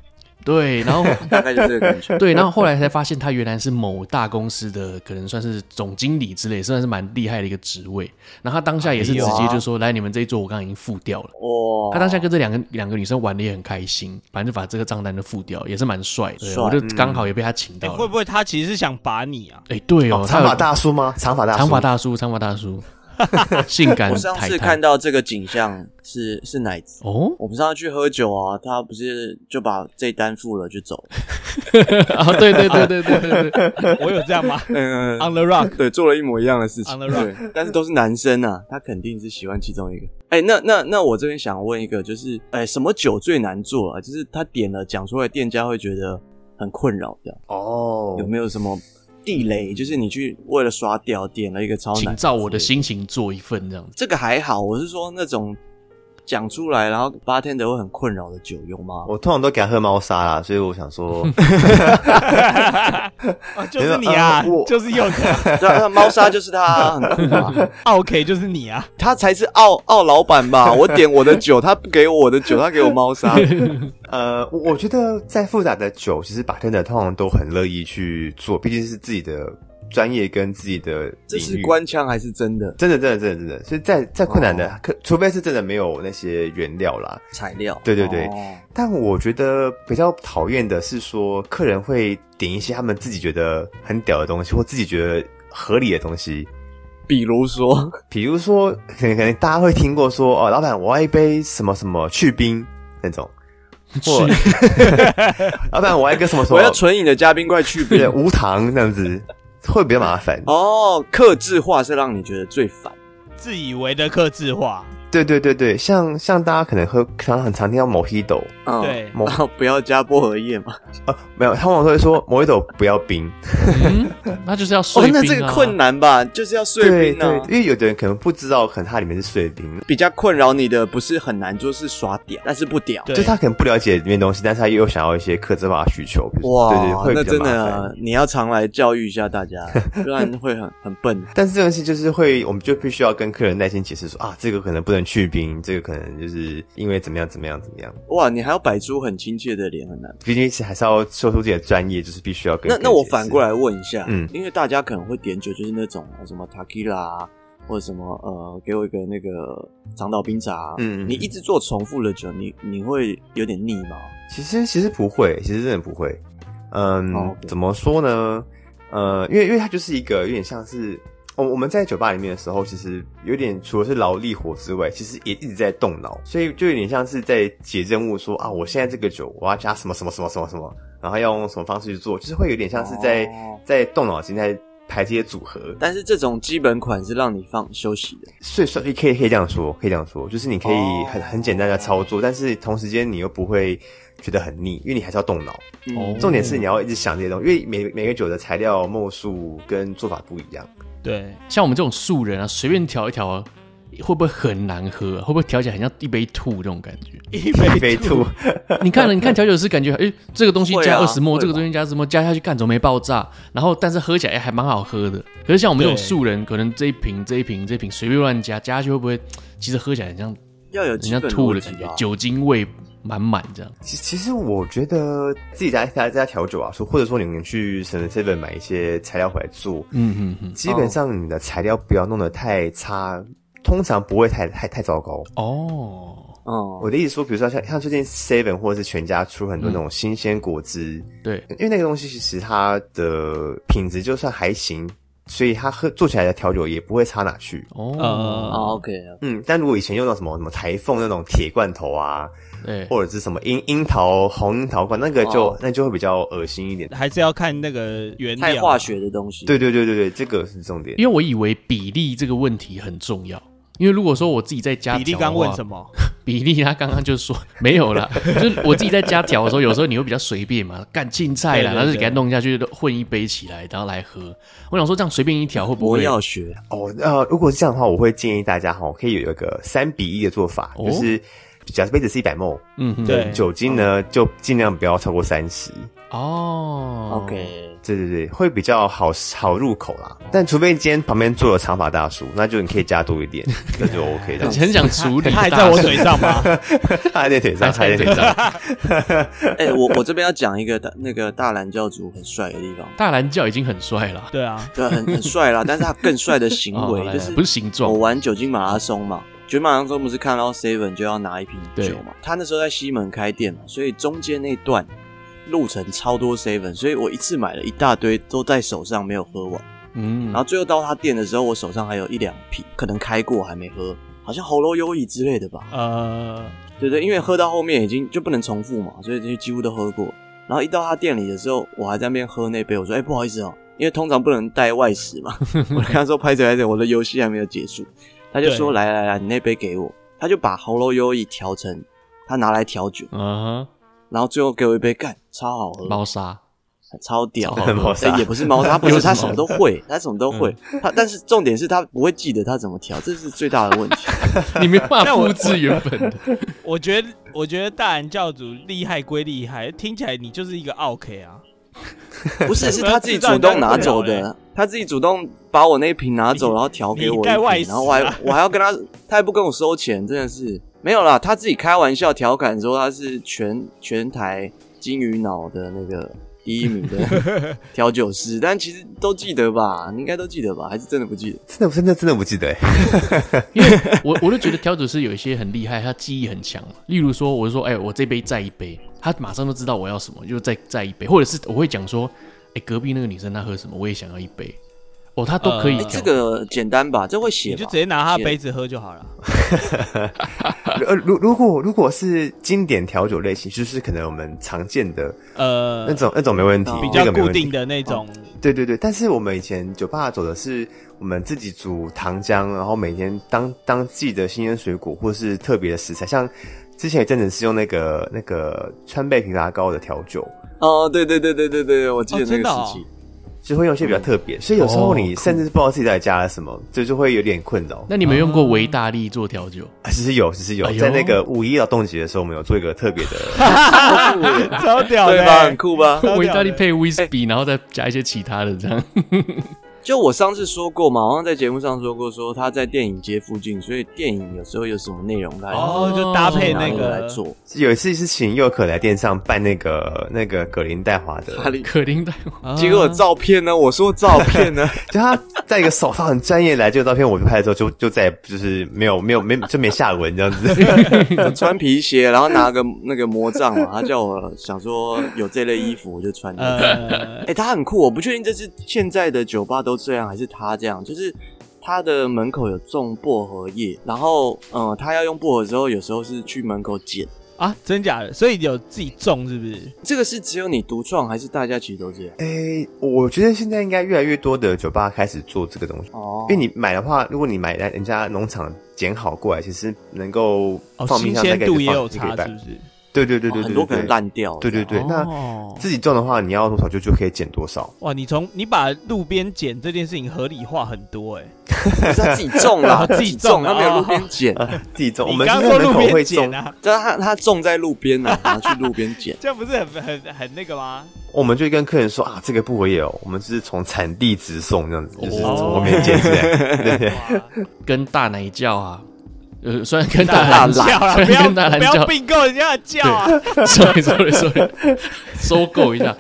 Speaker 1: 对，然后
Speaker 3: 大概就这个感
Speaker 2: [LAUGHS]
Speaker 3: [LAUGHS] 觉。
Speaker 1: 对，然后后来才发现他原来是某大公司的，可能算是总经理之类，算是蛮厉害的一个职位。然后他当下也是
Speaker 3: 哎
Speaker 1: 直接就说：“来，你们这一桌我刚刚已经付掉了。”
Speaker 3: 哇，
Speaker 1: 他当下跟这两个两个女生玩的也很开心，反正就把这个账单都付掉，也是蛮帅的。对
Speaker 3: 帅嗯
Speaker 1: 我就刚好也被他请
Speaker 2: 哎
Speaker 1: 到
Speaker 2: 会
Speaker 1: 了。
Speaker 2: 不会他其实是想把你
Speaker 4: [LAUGHS]
Speaker 2: 啊？
Speaker 1: 哎，对哦，他
Speaker 4: 长
Speaker 1: 有
Speaker 4: 发大叔吗？长发大叔，
Speaker 1: 长发大叔，长发大叔，
Speaker 3: [LAUGHS]
Speaker 1: 性感
Speaker 3: 我上次
Speaker 1: 太太。
Speaker 3: 看到这个景象是是奶子。
Speaker 1: 哦，
Speaker 3: 我们上次去喝酒啊，他不是就把这单付了就走了。
Speaker 1: 啊，对对对对对对对，
Speaker 3: 哦
Speaker 2: 我有这样
Speaker 4: [LAUGHS]
Speaker 2: 吗
Speaker 3: 嗯，
Speaker 2: ？On the rock，
Speaker 3: 对，做了一模一样的事情。
Speaker 2: On the rock
Speaker 3: 对，但是都是男生啊，他肯定是喜欢其中一个。哎、那那那我这边想问一个，就是哎、什么酒最难做啊？就是他点了讲出来，店家会觉得很困扰，这样
Speaker 4: 哦
Speaker 3: 有，没有什么地雷？就是你去为了刷掉点了一个超难，
Speaker 1: 请照我的心情做一份这样子。
Speaker 3: 这个还好，我是说那种讲出来，然后 bartender 会很困扰的酒有吗？
Speaker 4: 我通常都给他喝猫砂啦，所以我
Speaker 1: [LAUGHS]
Speaker 4: 想说，
Speaker 2: 啊就是你啊
Speaker 4: 没有呃我，
Speaker 2: 就是柚子啊
Speaker 3: 对啊，那猫砂就是他很酷啊，
Speaker 2: 啊，OK，就是你啊，
Speaker 3: 他才是奥奥老板吧？我点我的酒，他不给我的酒，他给我猫砂。
Speaker 4: 呃，我我觉得再复杂的酒，其实 bartender 通常都很乐意去做，毕竟是自己的专业跟自己的
Speaker 3: 这
Speaker 4: 领
Speaker 3: 是
Speaker 4: 域。
Speaker 3: 官腔还是真的
Speaker 4: 真的，真的，真的，真的，所以再再困难的，
Speaker 1: 哦
Speaker 4: 可除非是真的没有那些原料啦，
Speaker 3: 材料？
Speaker 4: 对对对
Speaker 3: 哦
Speaker 4: 但我觉得比较讨厌的是说，客人会点一些他们自己觉得很屌的东西，或自己觉得合理的东西。
Speaker 3: 比如说，
Speaker 4: 比如说，可能可能大家会听过说，哦，老板，我要一杯什么什么去冰那种，或老板，我要一个什么
Speaker 3: [LAUGHS] [LAUGHS]
Speaker 4: 什
Speaker 3: 我要
Speaker 4: 么
Speaker 3: 纯饮的嘉宾快去
Speaker 4: 对
Speaker 3: 冰
Speaker 4: 无糖那样子，会比较麻烦。
Speaker 3: [LAUGHS] 哦。克制化是让你觉得最烦，
Speaker 2: 自以为的克制化，
Speaker 4: 对对对对，像像大家可能喝常很常听到 Mojito，
Speaker 3: 嗯，
Speaker 2: 对，
Speaker 4: 某
Speaker 3: [LAUGHS] 然后不要加薄荷叶
Speaker 4: [LAUGHS]
Speaker 3: 嘛。
Speaker 4: 没有，他们会说 Mojito 不要冰，
Speaker 1: 嗯，那就是要碎
Speaker 3: 哦，
Speaker 1: 冰啊。
Speaker 3: 那这个困难吧，就是要碎
Speaker 4: 对
Speaker 3: 冰啊
Speaker 4: 对，。因为有的人可能不知道，可能它里面是碎冰，
Speaker 3: 比较困扰你的不是很难做，是耍屌，但是不屌。
Speaker 2: 对
Speaker 4: 就他可能不了解里面东西，但是他又想要一些客制化的需求，比如
Speaker 3: 哇，
Speaker 4: 说对对，会
Speaker 3: 那
Speaker 4: 比较
Speaker 3: 真
Speaker 4: 麻
Speaker 3: 的、
Speaker 4: 烦。
Speaker 3: 啊、你要常来教育一下大
Speaker 4: [LAUGHS]
Speaker 3: 家，不然会很很笨。
Speaker 4: 但是这个事就是会，我们就必须要跟客人耐心解释说啊，这个可能不能去冰，这个可能就是因为怎么样怎么样怎么样，
Speaker 3: 哇，你还要摆出很亲切的脸，很难。
Speaker 4: 毕竟是还是要说出自己的专业，就是必须要跟。
Speaker 3: 那那我
Speaker 4: 跟解释
Speaker 3: 反过，来问一下，
Speaker 4: 嗯
Speaker 3: 因为大家可能会点酒，就是那种呃什么 t a k i l a 或者什么呃，给我一个那个长岛冰茶。啊
Speaker 4: 嗯嗯嗯
Speaker 3: 你一直做重复的酒，你你会有点腻吗？
Speaker 4: 其实其实不会，其实真的不会。嗯，
Speaker 3: 哦，OK
Speaker 4: 怎么说呢？呃，因为因为它就是一个有点像是我我们在酒吧里面的时候，其实有点除了是劳力活之外，其实也一直在动脑，所以就有点像是在解任务说啊，我现在这个酒我要加什么什么什么什么什么，然后要用什么方式去做，就是会有点像是在、
Speaker 3: 哦
Speaker 4: 在动脑筋在排这些组合。
Speaker 3: 但是这种基本款是让你放休息的。
Speaker 4: 所以说，可以可以这样说，可以这样说，就是你可以
Speaker 3: 哦
Speaker 4: 很很简单的操作，但是同时间你又不会觉得很腻，因为你还是要动脑。
Speaker 1: 哦
Speaker 4: 重点是你要一直想这些东西，因为每每个酒的材料、墨数跟做法不一样。
Speaker 2: 对，
Speaker 1: 像我们这种素人啊，随便调一调、啊，会不会很难喝、啊？会不会调起来很像一杯吐这种感觉？
Speaker 2: 一
Speaker 4: 一杯
Speaker 2: 吐
Speaker 4: 吐，
Speaker 1: 你看了，你看调酒师感觉，哎、这个东西
Speaker 3: 会啊
Speaker 1: 加二十沫，
Speaker 3: 会吧
Speaker 1: 这个东西加什么，加下去干怎么没爆炸？然后但是喝起来、哎还蛮好喝的。可是像我们这种
Speaker 2: 对
Speaker 1: 素人，可能这一瓶、这一瓶、这一瓶随便乱加，加下去会不会其实喝起来很像
Speaker 3: 要有
Speaker 1: 很
Speaker 3: 基
Speaker 1: 像
Speaker 3: 本
Speaker 1: 吐
Speaker 3: 逻
Speaker 1: 的
Speaker 3: 辑
Speaker 1: 感觉
Speaker 3: 吧，。
Speaker 1: 酒精味满满这样？
Speaker 4: 其其实我觉得自己在在家调酒啊，说或者说你们去 Seven Seven 买一些材料回来做，
Speaker 1: 嗯嗯嗯，
Speaker 4: 基本上你的材料不要弄得太差，通常不会太太太糟糕。
Speaker 1: 哦，
Speaker 3: 嗯，
Speaker 4: 我的意思说，比如说像像最近 Seven 或者是全家出很多嗯那种新鲜果汁，
Speaker 1: 对，
Speaker 4: 因为那个东西其实它的品质就算还行，所以它喝做起来的调酒也不会差哪去。
Speaker 1: 哦，
Speaker 3: 哦
Speaker 2: 呃，
Speaker 3: ，OK，
Speaker 4: 嗯，但如果以前用到什么什么台凤那种铁罐头啊，
Speaker 1: 对，
Speaker 4: 或者是什么樱樱桃红樱桃罐，那个就、
Speaker 3: 哦
Speaker 4: 那就会比较恶心一点。
Speaker 2: 还是要看那个原
Speaker 3: 太
Speaker 2: 料，啊
Speaker 1: 啊
Speaker 3: 化学的东西。
Speaker 4: 对对对对对，这个是重点。
Speaker 1: 因为我以为比例这个问题很重要，因为如果说我自己在家
Speaker 2: 比例
Speaker 1: 调的
Speaker 2: 刚问
Speaker 1: 话
Speaker 2: 什么？
Speaker 1: 比例他刚刚就说没有
Speaker 2: [LAUGHS]
Speaker 1: 啦，就是我自己在家调的时候，有时候你会比较随便嘛，干青菜啦，
Speaker 2: 对对对
Speaker 1: 然后就给它弄下去，混一杯起来，然后来喝。我想说这样随便一调会不
Speaker 3: 我
Speaker 1: 会？
Speaker 3: 要学，
Speaker 4: 哦，呃，如果是这样的话，我会建议大家哈，可以有一个三比一的做法，
Speaker 1: 哦
Speaker 4: 就是假设杯子是一百 ml，
Speaker 1: 嗯哼，
Speaker 2: 对
Speaker 4: 酒精呢、就尽量不要超过三十。
Speaker 1: 哦
Speaker 3: OK，
Speaker 4: 对对对，会比较好好入口啦。但除非今天旁边坐有长发大叔，那就你可以加多
Speaker 1: [LAUGHS]
Speaker 4: 一点，那就 OK
Speaker 1: 很
Speaker 4: 了。
Speaker 1: 很想处理，
Speaker 2: 他还在我腿上吗？
Speaker 4: [LAUGHS] 他在腿
Speaker 1: 大
Speaker 4: 上，
Speaker 1: 家，还在腿
Speaker 4: 在腿
Speaker 1: 上
Speaker 4: 上。。
Speaker 3: 哎、我我这边要讲一个大那个大蓝教主很帅的地方，
Speaker 1: 大蓝教已经很帅了，
Speaker 2: 对啊，
Speaker 3: 对，很很帅啦，但是他更帅的 [LAUGHS] 行
Speaker 1: 哦
Speaker 3: 为
Speaker 1: 来
Speaker 3: 就
Speaker 1: 来
Speaker 3: 是
Speaker 1: 不是形状
Speaker 3: 我，玩酒精马拉松嘛，酒精马拉松不是看到 Seven 就要拿一瓶
Speaker 1: 对
Speaker 3: 酒嘛？他那时候在西门开店嘛，所以中间那段路程超多 Seven，所以我一次买了一大堆，都在手上没有喝完。
Speaker 1: 嗯
Speaker 3: 然，后最后到他店的时候，我手上还有一两瓶，可能开过还没喝，好像喉咙优异之类的吧？
Speaker 2: 呃，
Speaker 3: 对对，因为喝到后面已经就不能重复嘛，所以就几乎都喝过。然后一到他店里的时候，我还在那边喝那杯，我说：“哎、不好意思哦，因为通常不能带外
Speaker 1: [LAUGHS]
Speaker 3: 食嘛。”我跟他说：“拍着拍着，我的游戏还没有结束。”他就说：“
Speaker 2: 对
Speaker 3: 来来来，你那杯给我。”他就把喉咙优一调成他拿来调酒，
Speaker 1: 啊哈，
Speaker 3: 然后最后给我一杯，干超好喝，
Speaker 1: 猫砂， [LAUGHS]
Speaker 3: 超屌，
Speaker 1: 超好喝
Speaker 4: 猫砂
Speaker 3: 哎也不是猫砂，
Speaker 1: [LAUGHS]
Speaker 3: 他不
Speaker 1: 又
Speaker 3: 是
Speaker 1: 是猫砂嗯
Speaker 3: 他什么都会，他什么都会，他但是重点是他不会记得他怎么调，这是最大的问题。
Speaker 1: 你没办法
Speaker 2: 那我
Speaker 1: 复制原本的。
Speaker 2: 我觉得，我觉得大韩教主厉害归厉害，听起来你就是一个 OK 啊， [LAUGHS]
Speaker 3: 不是，是他自己主动拿走的，他自己主动把我那一瓶拿走，然后调给我
Speaker 2: 你
Speaker 3: 一
Speaker 2: 带外
Speaker 3: 瓶，
Speaker 2: 食啊
Speaker 3: 然后我还我还要跟他，他还不跟我收钱，真的是没有啦，他自己开玩笑调侃说他是全全台金鱼脑的那个第一
Speaker 2: [LAUGHS]
Speaker 3: 名的调酒师，但其实都记得吧，你应该都记得吧，还是真的不记得？
Speaker 4: 真的真的真的不记得哎、
Speaker 1: 我我就觉得调酒师有一些很厉害，他记忆很强嘛。例如说，我就说，哎、我这杯再一杯，他马上就知道我要什么，就再再一杯，或者是我会讲说，哎、隔壁那个女生她喝什么，我也想要一杯。哦，他都可以
Speaker 2: 呃
Speaker 1: 讲、
Speaker 3: 这个简单吧，这会写
Speaker 2: 你
Speaker 3: 吧，
Speaker 2: 就直接拿他杯子喝就好了。
Speaker 4: 呃，如如果如果是经典调酒类型，就是可能我们常见的
Speaker 2: 呃
Speaker 4: 那，种、那种没问题，
Speaker 3: 比
Speaker 2: 嗯比
Speaker 4: 那
Speaker 2: 较
Speaker 4: 个没
Speaker 2: 固
Speaker 4: 问题
Speaker 2: 定。的那种，
Speaker 4: 对对对，但是我们以前酒吧走的是我们自己煮糖浆，然后每天当当季的新鲜水果或是特别的食材，像之前有一阵子是用那个那个川贝枇杷膏的调酒，
Speaker 3: 哦，对对对对对对，我记
Speaker 2: 哦
Speaker 3: 得那
Speaker 2: 真
Speaker 3: 个
Speaker 2: 的哦
Speaker 3: 时期。
Speaker 4: 就会用
Speaker 2: 嗯
Speaker 4: 一些比较特别，所以有时候你甚至不知道自己到底加了什么，这就会有点困扰。
Speaker 1: 那你们用
Speaker 2: 哦
Speaker 1: 过维大利做调酒？
Speaker 4: 啊其实有，其实有
Speaker 1: 哎，呦
Speaker 4: 在那个五一劳动节的时候，我们有做一个特别的，
Speaker 2: [LAUGHS] 超屌
Speaker 3: 对
Speaker 2: 的
Speaker 3: 吧？很
Speaker 2: 欸。
Speaker 3: 酷吧？
Speaker 2: 超屌的
Speaker 1: 维大利配威
Speaker 2: 哎
Speaker 1: 士忌，然后再加一些其他的这样。
Speaker 3: 就我上次说过嘛，好像在节目上说过，说他在电影街附近，所以电影有时候有什么内容，他
Speaker 2: 哦就搭配
Speaker 3: 拿
Speaker 2: 那
Speaker 3: 那
Speaker 2: 个
Speaker 4: 哦
Speaker 3: 来做。
Speaker 4: 有一次是请佑可来店上办那个那个葛林戴华的，
Speaker 3: 哈利，
Speaker 1: 可林带
Speaker 2: 呃啊
Speaker 3: 结果照片呢？我说照片
Speaker 2: [LAUGHS]
Speaker 3: 呢？
Speaker 4: 就他带一个手套很专业来这个照片，我就拍了之后就就再也就是没有没有没就没下文这
Speaker 2: [LAUGHS]
Speaker 4: 样子。
Speaker 3: 我穿皮鞋，然后拿个那个魔杖嘛，他叫我想说有这类衣服我就穿。哎、
Speaker 2: 呃，
Speaker 3: 他很酷，我不确定这是现在的酒吧都这样，还是他这样，就是。他的门口有种薄荷叶，然后，嗯，他要用薄荷的时候，有时候是去门口捡。
Speaker 2: 啊，真假的，所以有自己种是不是？
Speaker 3: 这个是只有你独创，还是大家其实都这样？
Speaker 4: 诶、哎我觉得现在应该越来越多的酒吧开始做这个东西，
Speaker 3: 哦
Speaker 4: 因为你买的话，如果你买来人家农场剪好过来，其实能够
Speaker 2: 哦，
Speaker 4: 放
Speaker 2: 新
Speaker 4: 冰箱大
Speaker 2: 鲜
Speaker 4: 概
Speaker 2: 度
Speaker 4: 就
Speaker 2: 也有
Speaker 4: 放一
Speaker 2: 差是哦
Speaker 4: 个礼拜
Speaker 2: 不。是？
Speaker 4: 对对对对对，
Speaker 3: 哦很多可
Speaker 4: 对
Speaker 3: 能。烂掉。
Speaker 4: 对对对，那
Speaker 2: 哦，
Speaker 4: 自己种的话，你要多少就就可以减
Speaker 2: [LAUGHS]
Speaker 4: 多少。
Speaker 2: 哇，你从你把路边捡这件事情合理化很多哎。
Speaker 3: 不是他自己种啦
Speaker 2: [LAUGHS] 哦，自
Speaker 3: 自
Speaker 2: 己
Speaker 3: 己种，
Speaker 2: 种
Speaker 3: 他没有路边捡，
Speaker 2: [LAUGHS]
Speaker 4: 自己种，我
Speaker 2: 你
Speaker 4: 们
Speaker 2: 刚
Speaker 4: 是
Speaker 2: 说
Speaker 4: 在门
Speaker 2: 路
Speaker 4: 口会
Speaker 2: 边
Speaker 4: 种
Speaker 2: 捡，啊，。
Speaker 3: 但他他种在路边呢，然后去路边捡
Speaker 2: [LAUGHS] 这样不是很很很那个吗？
Speaker 4: 我们就跟客人说啊，这个不合也哦，我们是从产地直送这样子，就是从
Speaker 2: 哦
Speaker 4: 后面捡
Speaker 3: [LAUGHS]
Speaker 4: 起来。对对，
Speaker 2: 哇
Speaker 1: 跟大奶教啊，呃，虽然跟
Speaker 2: 大
Speaker 1: 蓝
Speaker 2: 蓝叫啦，
Speaker 1: 虽
Speaker 2: 不
Speaker 1: 然
Speaker 2: 要
Speaker 1: 跟大蓝
Speaker 2: 不
Speaker 1: 教
Speaker 2: 要并购人家的叫啊！
Speaker 1: ，sorry sorry sorry，收购一下。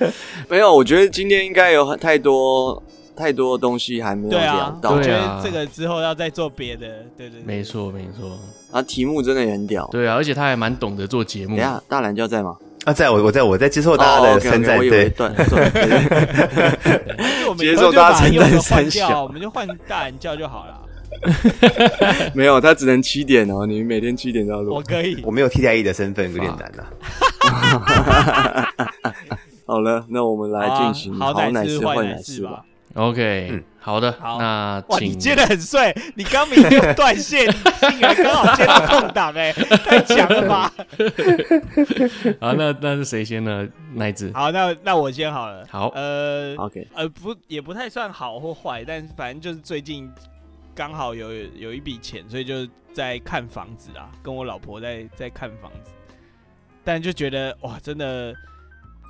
Speaker 3: 没有，我觉得今天应该有很太多太多东西还没有
Speaker 2: 对
Speaker 3: 聊
Speaker 2: 啊，
Speaker 3: 到，
Speaker 2: 我
Speaker 1: 对
Speaker 2: 觉
Speaker 1: 啊
Speaker 2: 得这个之后要再做别的，对对对，
Speaker 1: 没。错没错，
Speaker 3: 然后题目真的也很屌。
Speaker 1: 对啊，而且他还蛮懂得做节目
Speaker 3: 等一。下大懒教在吗？
Speaker 4: 啊，在我我在我在接
Speaker 2: 哦
Speaker 4: 受大家的称赞，
Speaker 3: 哦我以为
Speaker 4: 对，
Speaker 3: 断断。
Speaker 2: [LAUGHS]
Speaker 3: 对
Speaker 2: 我们
Speaker 3: 接
Speaker 2: 以
Speaker 3: 受
Speaker 2: 后就
Speaker 3: 大家
Speaker 2: 把
Speaker 3: 称
Speaker 2: 用
Speaker 3: 赞
Speaker 2: 的
Speaker 3: 三
Speaker 2: 换
Speaker 3: 小
Speaker 2: 掉，我们就换大人叫就好了。
Speaker 3: 没有，他只能七点哦，你每天七点都要录
Speaker 2: 我。可以
Speaker 4: 我，没有 TDI 的身份，有点难啊
Speaker 3: 啊
Speaker 4: 了。
Speaker 3: 好了，那我们来进行
Speaker 2: 好啊好
Speaker 3: 奶
Speaker 2: 奶是
Speaker 3: 坏
Speaker 2: 坏
Speaker 3: 奶
Speaker 2: 奶
Speaker 3: 是
Speaker 2: 是
Speaker 3: 吧
Speaker 2: 吧？
Speaker 1: OK，、好
Speaker 3: 嗯
Speaker 1: 的，
Speaker 2: 好
Speaker 1: 那
Speaker 2: 哇，你
Speaker 1: 请 [LAUGHS]
Speaker 2: 接的很帅，你刚明就断线，你竟然刚好接到空档，哎，太强了吧！
Speaker 1: 好，啊那那是谁先呢？那一只
Speaker 2: 好，那那我先好了。
Speaker 1: 好
Speaker 2: 呃
Speaker 3: OK，
Speaker 2: 呃，不也不太算好或坏，但反正就是最近刚好有有一笔钱，所以就在看房子啊，跟我老婆在在看房子，但就觉得哇，真的，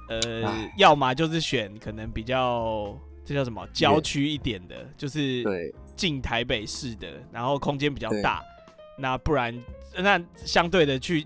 Speaker 2: 呃
Speaker 3: 唉，
Speaker 2: 要么就是选可能比较这叫什么郊区一点的，就是
Speaker 3: 对，
Speaker 2: 近台北市的，然后空间比较
Speaker 3: 对
Speaker 2: 大，那不然呃那相对的去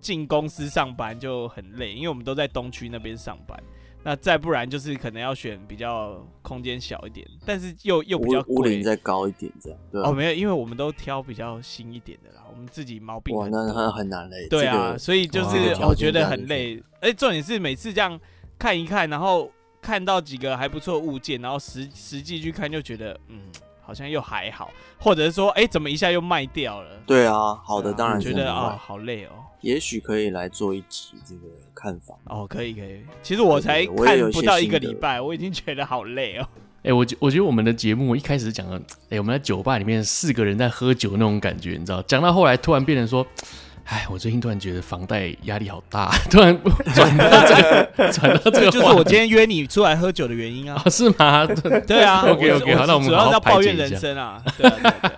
Speaker 2: 进公司上班就很累，因为我们都在东区那边上班。那再不然就是可能要选比较空间小一点，但是又又比较
Speaker 3: 屋屋
Speaker 2: 贵
Speaker 3: 龄。再高一点这样，对啊
Speaker 2: 哦，
Speaker 3: 吧？
Speaker 2: 没有，因为我们都挑比较新一点的啦，我们自己毛病
Speaker 3: 哇，
Speaker 2: 很
Speaker 3: 那
Speaker 2: 多。
Speaker 3: 很很难嘞。
Speaker 2: 对
Speaker 3: 这
Speaker 2: 啊，
Speaker 3: 个
Speaker 2: 所以就
Speaker 1: 哇
Speaker 2: 是
Speaker 1: 这个
Speaker 3: 条
Speaker 2: 我
Speaker 3: 件
Speaker 2: 觉得
Speaker 3: 压力
Speaker 2: 很累，而且重点是每次这样看一看，然后看到几个还不错的物件，然后实实际去看就觉得，嗯，好像又还好，或者是说，哎、怎么一下又卖掉了？
Speaker 3: 对啊，好
Speaker 2: 对
Speaker 3: 的
Speaker 2: 啊
Speaker 3: 当然
Speaker 2: 我
Speaker 3: 是
Speaker 2: 觉
Speaker 3: 很
Speaker 2: 得
Speaker 3: 坏
Speaker 2: 啊、。好累哦。
Speaker 3: 也许可以来做一集这个看法。
Speaker 2: 哦，可以可以，其实我
Speaker 3: 对
Speaker 2: 才
Speaker 3: 对我也
Speaker 2: 看
Speaker 3: 有一
Speaker 2: 不
Speaker 3: 些
Speaker 2: 到
Speaker 3: 心
Speaker 2: 一个
Speaker 3: 得
Speaker 2: 礼拜，我已经觉得好累
Speaker 3: [LAUGHS]
Speaker 2: 哦。
Speaker 1: 哎、我觉我觉得我们的节目一开始讲的，哎、我们在酒吧里面四个人在喝酒那种感觉，你知道，讲到后来突然变成说，哎，我最近突然觉得房贷压力好大， [LAUGHS] 突然转到这个转到这
Speaker 2: 这
Speaker 1: 个
Speaker 2: 就是
Speaker 1: 话
Speaker 2: 我
Speaker 1: 题
Speaker 2: 今天约你出来喝酒的原因啊。
Speaker 1: 啊 [LAUGHS] 是吗？
Speaker 2: 对啊
Speaker 3: [LAUGHS]
Speaker 1: OK，OK，
Speaker 2: 我
Speaker 1: 好那我们
Speaker 2: 主
Speaker 1: 好
Speaker 2: 要
Speaker 1: 好
Speaker 2: 是要
Speaker 1: 排
Speaker 2: 抱
Speaker 1: 解
Speaker 2: 怨
Speaker 1: 一
Speaker 2: 人
Speaker 1: 下
Speaker 2: 生啊。对啊对啊对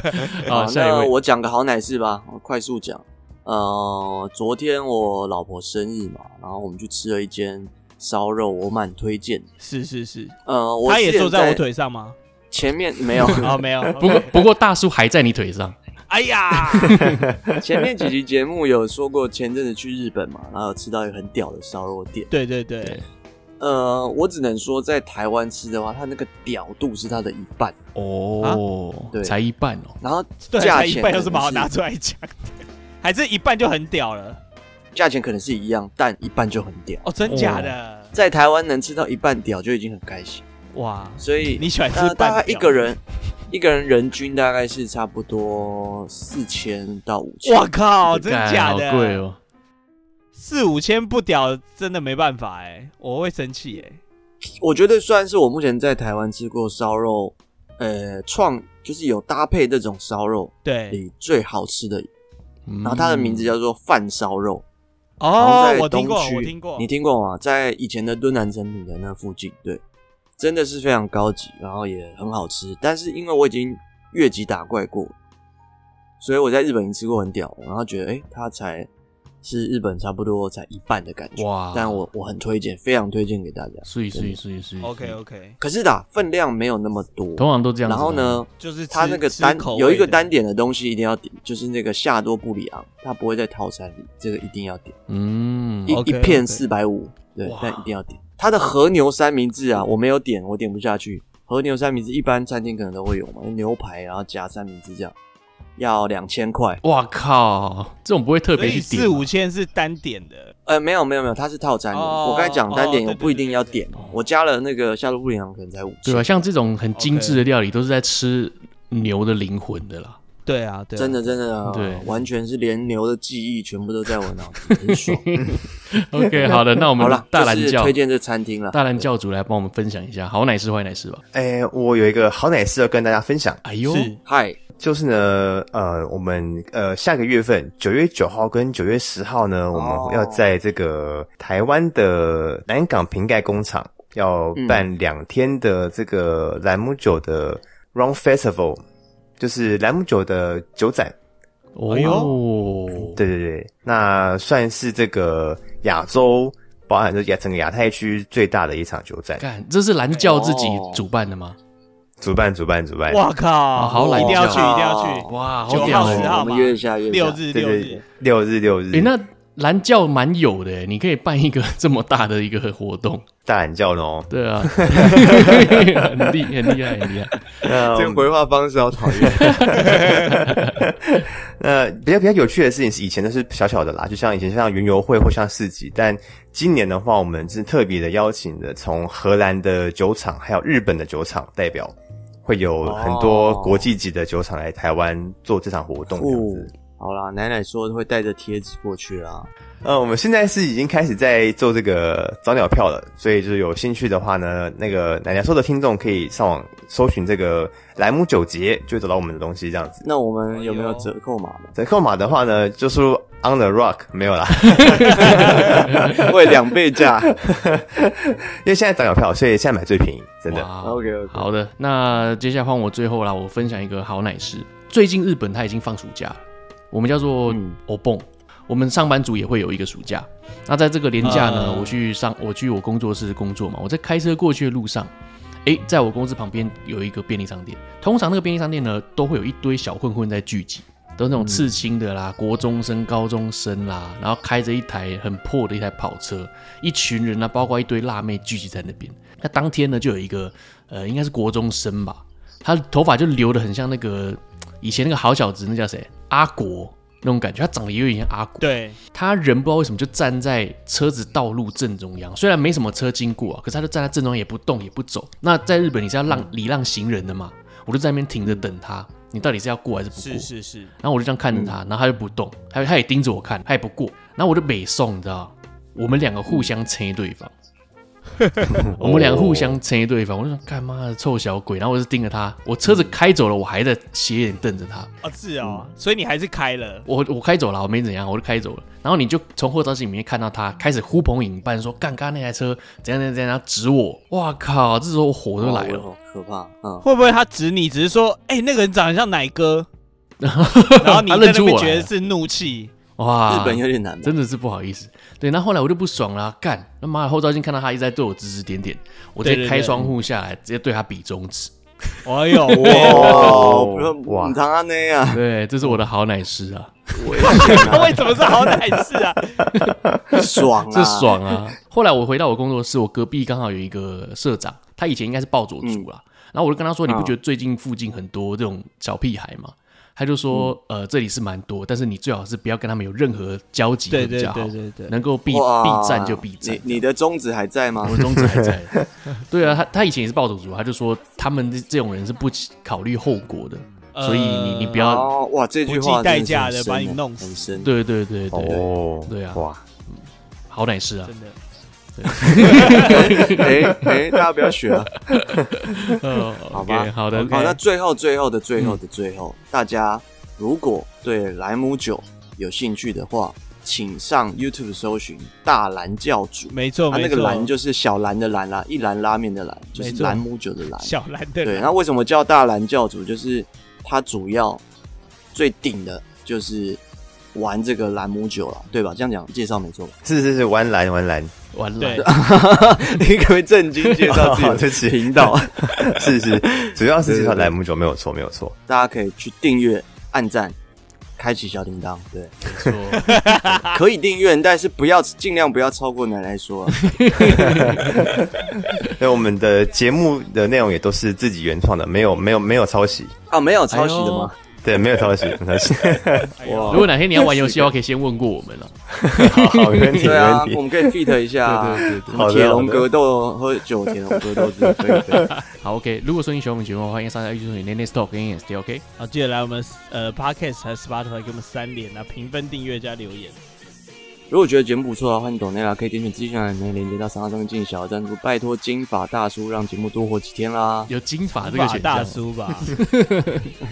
Speaker 2: 啊
Speaker 1: 好，啊，下一
Speaker 3: 那
Speaker 1: 位，
Speaker 3: 我讲个好奶事吧，我快速讲。呃，昨天我老婆生日嘛，然后我们去吃了一间烧肉，我蛮推荐。
Speaker 2: 是是是，
Speaker 3: 呃， [LAUGHS] 我
Speaker 2: 他也
Speaker 3: 之前
Speaker 2: 坐在我腿上
Speaker 3: [LAUGHS]
Speaker 2: 吗？
Speaker 3: 前面
Speaker 2: [LAUGHS]
Speaker 3: 没有， [LAUGHS]
Speaker 2: 哦，没有。
Speaker 1: 不过
Speaker 2: OK
Speaker 1: 不过大叔还在你腿上，
Speaker 2: 哎呀，
Speaker 3: 前面几集节目有说过，前阵子去日本嘛，然后有吃到一个很屌的烧肉店。
Speaker 2: 对对对，
Speaker 3: 呃，我只能说，在台湾吃的话，它那个屌度是它的一半，
Speaker 2: 啊
Speaker 1: 哦，
Speaker 3: 对
Speaker 1: 才一半哦，
Speaker 3: 然后
Speaker 2: 对，
Speaker 3: 价
Speaker 2: 才
Speaker 3: 钱
Speaker 2: 一半有什么好
Speaker 3: 可能
Speaker 2: 拿
Speaker 3: 是
Speaker 2: 出来讲的？还是一半就很屌了？
Speaker 3: 价钱可能是一样，但一半就很屌。
Speaker 2: 哦，真假的？
Speaker 3: 在台湾能吃到一半屌就已经很开心，
Speaker 2: 哇，
Speaker 3: 所以
Speaker 2: 你喜欢吃
Speaker 3: 呃，大
Speaker 2: 半
Speaker 3: 概一
Speaker 2: 屌
Speaker 3: 个？人，一个人人均大概是差不多四千到五千。
Speaker 2: 我靠，哦真
Speaker 1: 干
Speaker 2: 假
Speaker 1: 好
Speaker 2: 的？
Speaker 1: 贵哦，
Speaker 2: 四五千不屌，真的没办法哎、我会生气哎、
Speaker 3: 我觉得算是我目前在台湾吃过烧肉，呃，创就是有搭配这种烧肉
Speaker 2: 对，嗯
Speaker 3: 里最好吃的，
Speaker 1: 然
Speaker 3: 然后它的名字叫做饭烧肉。
Speaker 2: 哦
Speaker 3: 然后，在
Speaker 2: 我
Speaker 3: 东
Speaker 2: 听过，
Speaker 3: 区
Speaker 2: 我听过，
Speaker 3: 你听过吗？在以前的敦南成品的那附近，对，真的是非常高级，然后也很好吃。但是因为我已经越级打怪过，所以我在日本已经吃过很屌，然后觉得哎、诶它才是日本差不多才一半的感觉。
Speaker 1: 哇
Speaker 3: 但我我很推荐，非常推荐给大家。
Speaker 1: 所以所以所以所以
Speaker 2: OK OK，
Speaker 3: 可是的分量没有那么多，
Speaker 1: 通常都这样。
Speaker 3: 然后？呢，
Speaker 2: 就是
Speaker 3: 它
Speaker 2: 啊吃
Speaker 3: 那个
Speaker 2: 吃
Speaker 3: 单
Speaker 2: 口味
Speaker 3: 有一个
Speaker 2: 的
Speaker 3: 单点的东西一定要点，就是那个夏多布里昂，它不会在套餐里，这个一定要点。
Speaker 1: 嗯，
Speaker 3: 一
Speaker 2: OK，
Speaker 3: 一片
Speaker 2: OK
Speaker 3: 四百五，对
Speaker 1: 哇，
Speaker 3: 但一定要点。它的和牛三明治啊，我没有点，我点不下去。和牛三明治一般餐厅可能都会有嘛，牛排然后加三明治这样，要两千块。
Speaker 1: 哇靠，这种不会特
Speaker 2: 所
Speaker 1: 别
Speaker 2: 以
Speaker 1: 去点
Speaker 2: 四
Speaker 1: 啊
Speaker 2: 五千是单点的，
Speaker 3: 呃，没有没有没有，它是套餐的。
Speaker 2: 哦
Speaker 3: 我刚才讲单点
Speaker 2: 哦
Speaker 3: 有
Speaker 2: 对对
Speaker 3: 不一定要点
Speaker 1: 对对对，
Speaker 3: 我加了那个夏洛布里昂可能才五千。
Speaker 1: 对啊吧？像这种很精致的料理，都是在吃牛的灵魂的啦。
Speaker 2: 对啊，对啊
Speaker 3: 真的真的啊
Speaker 1: 对，
Speaker 3: 完全是连牛的记忆全部都在我脑子，
Speaker 1: [LAUGHS]
Speaker 3: 很爽。
Speaker 1: OK，好的，那我
Speaker 3: 好
Speaker 1: 们
Speaker 3: 了，
Speaker 1: 嗯大
Speaker 3: 就
Speaker 1: 蓝
Speaker 3: 是
Speaker 1: 教
Speaker 3: 推荐这餐厅了。
Speaker 1: 大蓝教主来帮我们分享一下好奶是坏奶是吧？
Speaker 4: 哎、我有一个好奶事要跟大家分享，
Speaker 1: 哎呦，
Speaker 2: 是
Speaker 3: 嗨，
Speaker 4: 就是呢，呃，我们呃下个月份九月九号跟九月十号呢，我
Speaker 3: 哦
Speaker 4: 们要在这个台湾的南港瓶盖工厂要办两天的这个兰姆酒的 Round Festival，就是兰姆酒的酒展。
Speaker 1: 哦
Speaker 2: 哎
Speaker 1: 呦，
Speaker 4: 对对对，那算是这个亚洲，包含这亚整个亚太区最大的一场酒展，
Speaker 1: 干，这是蓝教自己
Speaker 3: 哦
Speaker 1: 主办的吗？
Speaker 4: 主办主办主办。
Speaker 2: 哇靠，
Speaker 1: 啊好懒
Speaker 2: 一定要
Speaker 1: 觉
Speaker 2: 去，一定要去，
Speaker 1: 哇，好
Speaker 2: 九号
Speaker 1: 屌
Speaker 2: 10
Speaker 1: 哦！
Speaker 2: 号
Speaker 3: 我们
Speaker 2: 嘛
Speaker 3: 约一下，约一下
Speaker 2: 六日
Speaker 4: 对
Speaker 2: 六
Speaker 4: 对
Speaker 2: 日
Speaker 4: 对，，六日六日，
Speaker 1: 诶，那蓝教蛮有的，你可以办一个这么大的一个活动，
Speaker 4: 大懒觉喽。
Speaker 1: 对啊， [LAUGHS] 很厉很厉害很厉害。
Speaker 4: 那
Speaker 3: 这个呃回话方式好讨厌。
Speaker 4: 呃，比较比较有趣的事情是，以前都是小小的啦，就像以前像云游会或像市集，但今年的话，我们是特别的邀请的，从荷兰的酒厂还有日本的酒厂代表，会有很多
Speaker 3: 哦
Speaker 4: 国际级的酒厂来台湾做这场活动这样
Speaker 3: 哦
Speaker 4: 子。，
Speaker 3: 好啦，奶奶说会带着贴纸过去啦。
Speaker 4: 呃，我们现在是已经开始在做这个早鸟票了，所以就是有兴趣的话呢，那个奶奶说的听众可以上网搜寻这个莱姆酒节，就会找到我们的东西这样子。
Speaker 3: 那我们有没有折扣码呢？ [LAUGHS]
Speaker 4: 折扣码的话呢，就输入 on the rock 没有啦，
Speaker 3: 会两倍价。
Speaker 4: 因为现在早鸟票，所以现在买最便宜，真的。
Speaker 1: 哇
Speaker 3: OK OK，
Speaker 1: 好的，那接下来换我最后啦，我分享一个好奶事。最近日本它已经放暑假了，我们叫做
Speaker 3: 嗯
Speaker 1: o b o n 我们上班族也会有一个暑假。那在这个年假呢，
Speaker 2: 嗯
Speaker 1: 我去上我去我工作室工作嘛，我在开车过去的路上，诶，在我公司旁边有一个便利商店，通常那个便利商店呢都会有一堆小混混在聚集。都是那种刺青的啦，国中生、高中生啦，然后开着一台很破的一台跑车，一群人啊，包括一堆辣妹聚集在那边。那当天呢，就有一个呃，应该是国中生吧，他头发就留的很像那个以前那个好小子，那叫谁？阿国那种感觉，他长得也有点像阿国。
Speaker 2: 对，
Speaker 1: 他人不知道为什么就站在车子道路正中央，虽然没什么车经过啊，可是他就站在正中央也不动也不走。那在日本你是要
Speaker 2: 嗯
Speaker 1: 让礼让行人的嘛？我就在那边停着等他，你到底是要过还是不过？
Speaker 2: 是嗯是是，
Speaker 1: 然后我就这样看着他，然后他就不动，他他也
Speaker 2: 嗯
Speaker 1: 盯着我看，他也不过。然后我就北宋，你知道吗，我们两个互相催对方，我们俩互相催对方，我就说干妈的臭小鬼，然后我就盯着他，我车子开走了，我还在斜眼瞪着他，
Speaker 2: 哦，是哦，
Speaker 1: 嗯
Speaker 2: 所以你还是开了，
Speaker 1: 我我开走了，我没怎样，我就开走了。然后你就从后照镜里面看到他开始呼朋引伴，说干刚刚那台车怎样怎样怎样，然后指我，哇靠，这时候我火都来了，
Speaker 3: 好可怕啊！嗯
Speaker 2: 会不会他指你，只是说，哎、那个人长得像
Speaker 1: [LAUGHS]
Speaker 2: 奶哥，然后你
Speaker 1: 他认
Speaker 2: 在那
Speaker 1: 出
Speaker 2: 边
Speaker 1: 我
Speaker 2: 觉
Speaker 1: 来
Speaker 2: 得，是
Speaker 1: [LAUGHS]
Speaker 2: 怒气，
Speaker 1: 哇，
Speaker 3: 日本有点难吧，啊
Speaker 1: 真的是不好意思。对，那后来我就不爽了、干他妈的后照镜看到他一直在对我指指点点，我直
Speaker 2: 对
Speaker 1: 接
Speaker 2: 对
Speaker 1: 开
Speaker 2: 对
Speaker 1: 窗户下来，直接对他比中指。
Speaker 2: 哎 [LAUGHS] 呦，
Speaker 3: 哇，不要
Speaker 4: 哇
Speaker 3: 唔唐安啊那样，
Speaker 1: 对，这是我的好奶师啊，
Speaker 3: 我也想
Speaker 2: 他为什么是好歹事啊？
Speaker 3: 啊爽啊，
Speaker 1: 这爽啊！后来我回到我工作室，我隔壁刚好有一个社长，他以前应该是暴走族
Speaker 3: 嗯
Speaker 1: 啦。然后我就跟他说：“你不觉得最近附近很多这种小屁孩吗？”他就说：“
Speaker 3: 嗯
Speaker 1: 呃，这里是蛮多，但是你最好是不要跟他们有任何交集
Speaker 2: 对
Speaker 1: 会比
Speaker 2: 对
Speaker 1: 较好
Speaker 2: 对，对对，
Speaker 1: 能够避
Speaker 3: 哇
Speaker 1: 避战就避战。”
Speaker 3: 你你的宗旨还在吗
Speaker 1: 我？的宗旨还在。对啊，他他以前也是暴走族，他就说他们这这种人是不考虑后果的，
Speaker 2: 呃
Speaker 1: 所以你你不要
Speaker 3: 哦，哇，这句
Speaker 2: 不
Speaker 3: 话
Speaker 2: 计代价
Speaker 3: 真
Speaker 2: 的
Speaker 3: 的
Speaker 2: 把你弄死
Speaker 3: 很深欸。
Speaker 1: 对对对对对，
Speaker 4: [LAUGHS] 哦，
Speaker 1: 对啊
Speaker 4: 哇，
Speaker 1: 好奶是啊
Speaker 2: 真，的。
Speaker 1: [LAUGHS]
Speaker 3: 哎哎，大家不要学啊！
Speaker 1: 呃
Speaker 3: 好嗯
Speaker 1: OK，
Speaker 3: 吧
Speaker 1: 好的，
Speaker 3: 好，那最后最后的最后的最后，大家如果对莱姆酒有兴趣的话，请上 YouTube 搜寻“大蓝教主”，
Speaker 2: 没错，
Speaker 3: 他
Speaker 2: 没
Speaker 3: 那个
Speaker 2: 错，
Speaker 3: 蓝就是小蓝的蓝啊啦，一篮拉面的蓝，就是
Speaker 2: 没错
Speaker 3: 兰姆酒的蓝。
Speaker 2: 小蓝的
Speaker 3: 对，
Speaker 2: 蓝，
Speaker 3: 那为什么叫大蓝教主？就是他主要最顶的就是玩这个兰姆酒了，对吧？这样讲介绍没错吧？
Speaker 4: 是是是，玩蓝玩蓝，
Speaker 1: 完了
Speaker 2: 对，，
Speaker 3: [LAUGHS] 你可不可以正经介绍 [LAUGHS] 自己
Speaker 4: 哦
Speaker 3: 的
Speaker 4: 对不起
Speaker 3: 频道？
Speaker 4: 是是，主要是介绍莱姆酒，没有错，没有错。
Speaker 3: 大家可以去订阅、按赞、开启小铃铛，对，
Speaker 1: 没错
Speaker 3: [LAUGHS] 可以订阅，但是不要尽量不要超过奶奶说、啊。
Speaker 4: 那我们的节目的内容也都是自己原创的，没有没有没有抄袭，
Speaker 3: 啊，没有抄袭的吗？
Speaker 4: 对，没有抄袭，没有抄袭。
Speaker 2: 哎
Speaker 1: [LAUGHS]
Speaker 2: 呦
Speaker 1: 如果哪天你要玩游戏的话，可以先问过我们啊了。
Speaker 4: 好，好没问 [LAUGHS] 题，
Speaker 3: 对
Speaker 4: 没
Speaker 3: 啊
Speaker 4: 问，
Speaker 3: 我
Speaker 4: 题。
Speaker 3: 们可以 fit 一下、啊。
Speaker 1: 对对对对
Speaker 3: 什么
Speaker 4: 好的
Speaker 3: 铁笼
Speaker 4: 好的
Speaker 3: 格斗喝酒，铁笼格斗之类的。
Speaker 1: 好，OK，如果说你喜欢我们节目的话，欢迎上来 YouTube 点 Next Talk 跟 Next d OK。
Speaker 2: 好，记得来我们呃 podcast 和 Spotify 给我们三连啊，评分、订阅加留言。
Speaker 3: 如果觉得节目不错的话，你懂内啦，可以点选资讯栏里面连接到商号上面进小额赞助，拜托金发大叔让节目多活几天
Speaker 1: [LAUGHS]
Speaker 3: 啦！
Speaker 1: 有金发
Speaker 3: 啊
Speaker 1: 这个
Speaker 2: 法
Speaker 1: 选
Speaker 2: 啊大 [LAUGHS]
Speaker 1: 项，
Speaker 2: 叔吧，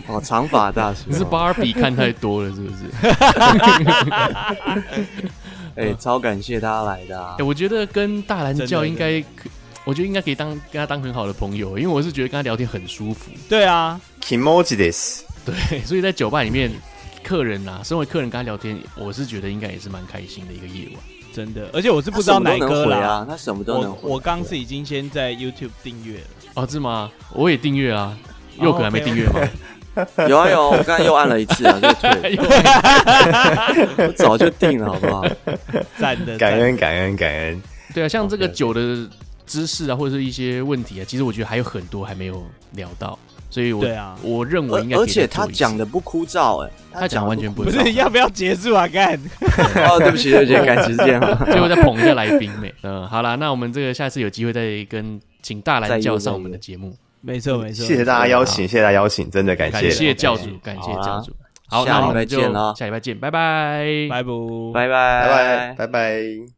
Speaker 3: 哦，长发大叔
Speaker 1: 你，是芭比看太多了是不是？
Speaker 2: [LAUGHS]
Speaker 3: 哎、超感谢他来的、啊
Speaker 1: 哎、，我觉得跟大蓝
Speaker 2: 真
Speaker 1: 教
Speaker 2: 的
Speaker 1: 应该可，我觉得应该可以当跟他当很好的朋友，因为我是觉得跟他聊天很舒服。
Speaker 2: 对啊，
Speaker 4: Kimoji this，
Speaker 1: 对， [LAUGHS] 所以在酒吧里面，客人啊，身为客人跟他聊天，我是觉得应该也是蛮开心的一个夜晚。
Speaker 2: 真的，而且我是
Speaker 3: 他
Speaker 2: 不知道
Speaker 3: 什么
Speaker 2: 奶
Speaker 3: 都能
Speaker 2: 哥
Speaker 3: 回
Speaker 2: 啦，
Speaker 3: 啊，他什么都能
Speaker 2: 我
Speaker 3: 回。
Speaker 2: 我刚是已经先在 YouTube 订阅了，
Speaker 1: 哦，是吗？我也订阅啊，
Speaker 2: 哦
Speaker 1: 佑可还没
Speaker 2: OK，OK
Speaker 1: 订阅吗？
Speaker 2: [LAUGHS]
Speaker 3: 有啊有，我刚才又按了一次啊，就
Speaker 1: [LAUGHS]
Speaker 3: 退了，
Speaker 1: 佑可
Speaker 3: 我早就定了，好不好？
Speaker 2: 赞的，
Speaker 4: 感
Speaker 2: 赞的
Speaker 4: 恩感恩感恩。
Speaker 1: 对啊，像这个酒的知识啊，或者是一些问题啊，其实我觉得还有很多还没有聊到，所以我
Speaker 2: 对啊
Speaker 1: 我认为应该
Speaker 3: 而
Speaker 1: 可以
Speaker 3: 而且
Speaker 1: 再
Speaker 3: 他
Speaker 1: 做一次
Speaker 3: 讲的不枯燥、哎，
Speaker 1: 他讲
Speaker 3: 得
Speaker 1: 完全不
Speaker 2: 不
Speaker 1: 会
Speaker 3: 枯燥
Speaker 2: 是要不要结束啊？干，
Speaker 3: 哦，对不起对不起，赶时
Speaker 1: [LAUGHS]
Speaker 3: 间啊。
Speaker 1: 最后再捧一下来宾呗。 [LAUGHS] 嗯，好啦，那我们这个下次有机会再跟请大
Speaker 3: 再
Speaker 1: 蓝
Speaker 3: 约
Speaker 1: 教
Speaker 3: 再
Speaker 1: 上我
Speaker 3: 约
Speaker 1: 们的节目，
Speaker 2: 没错没错，
Speaker 4: 谢谢大家邀请，谢谢大家邀请，真的感
Speaker 1: 感
Speaker 4: 谢
Speaker 1: 谢
Speaker 4: 了。
Speaker 1: 教主，感谢
Speaker 3: 好啊
Speaker 1: 教主。好，
Speaker 3: 下
Speaker 1: 那我
Speaker 3: 礼拜
Speaker 1: 们就
Speaker 3: 见咯
Speaker 1: 下礼拜见，拜拜，
Speaker 2: 拜拜。
Speaker 3: 拜
Speaker 4: 拜
Speaker 3: 拜
Speaker 4: 拜拜拜。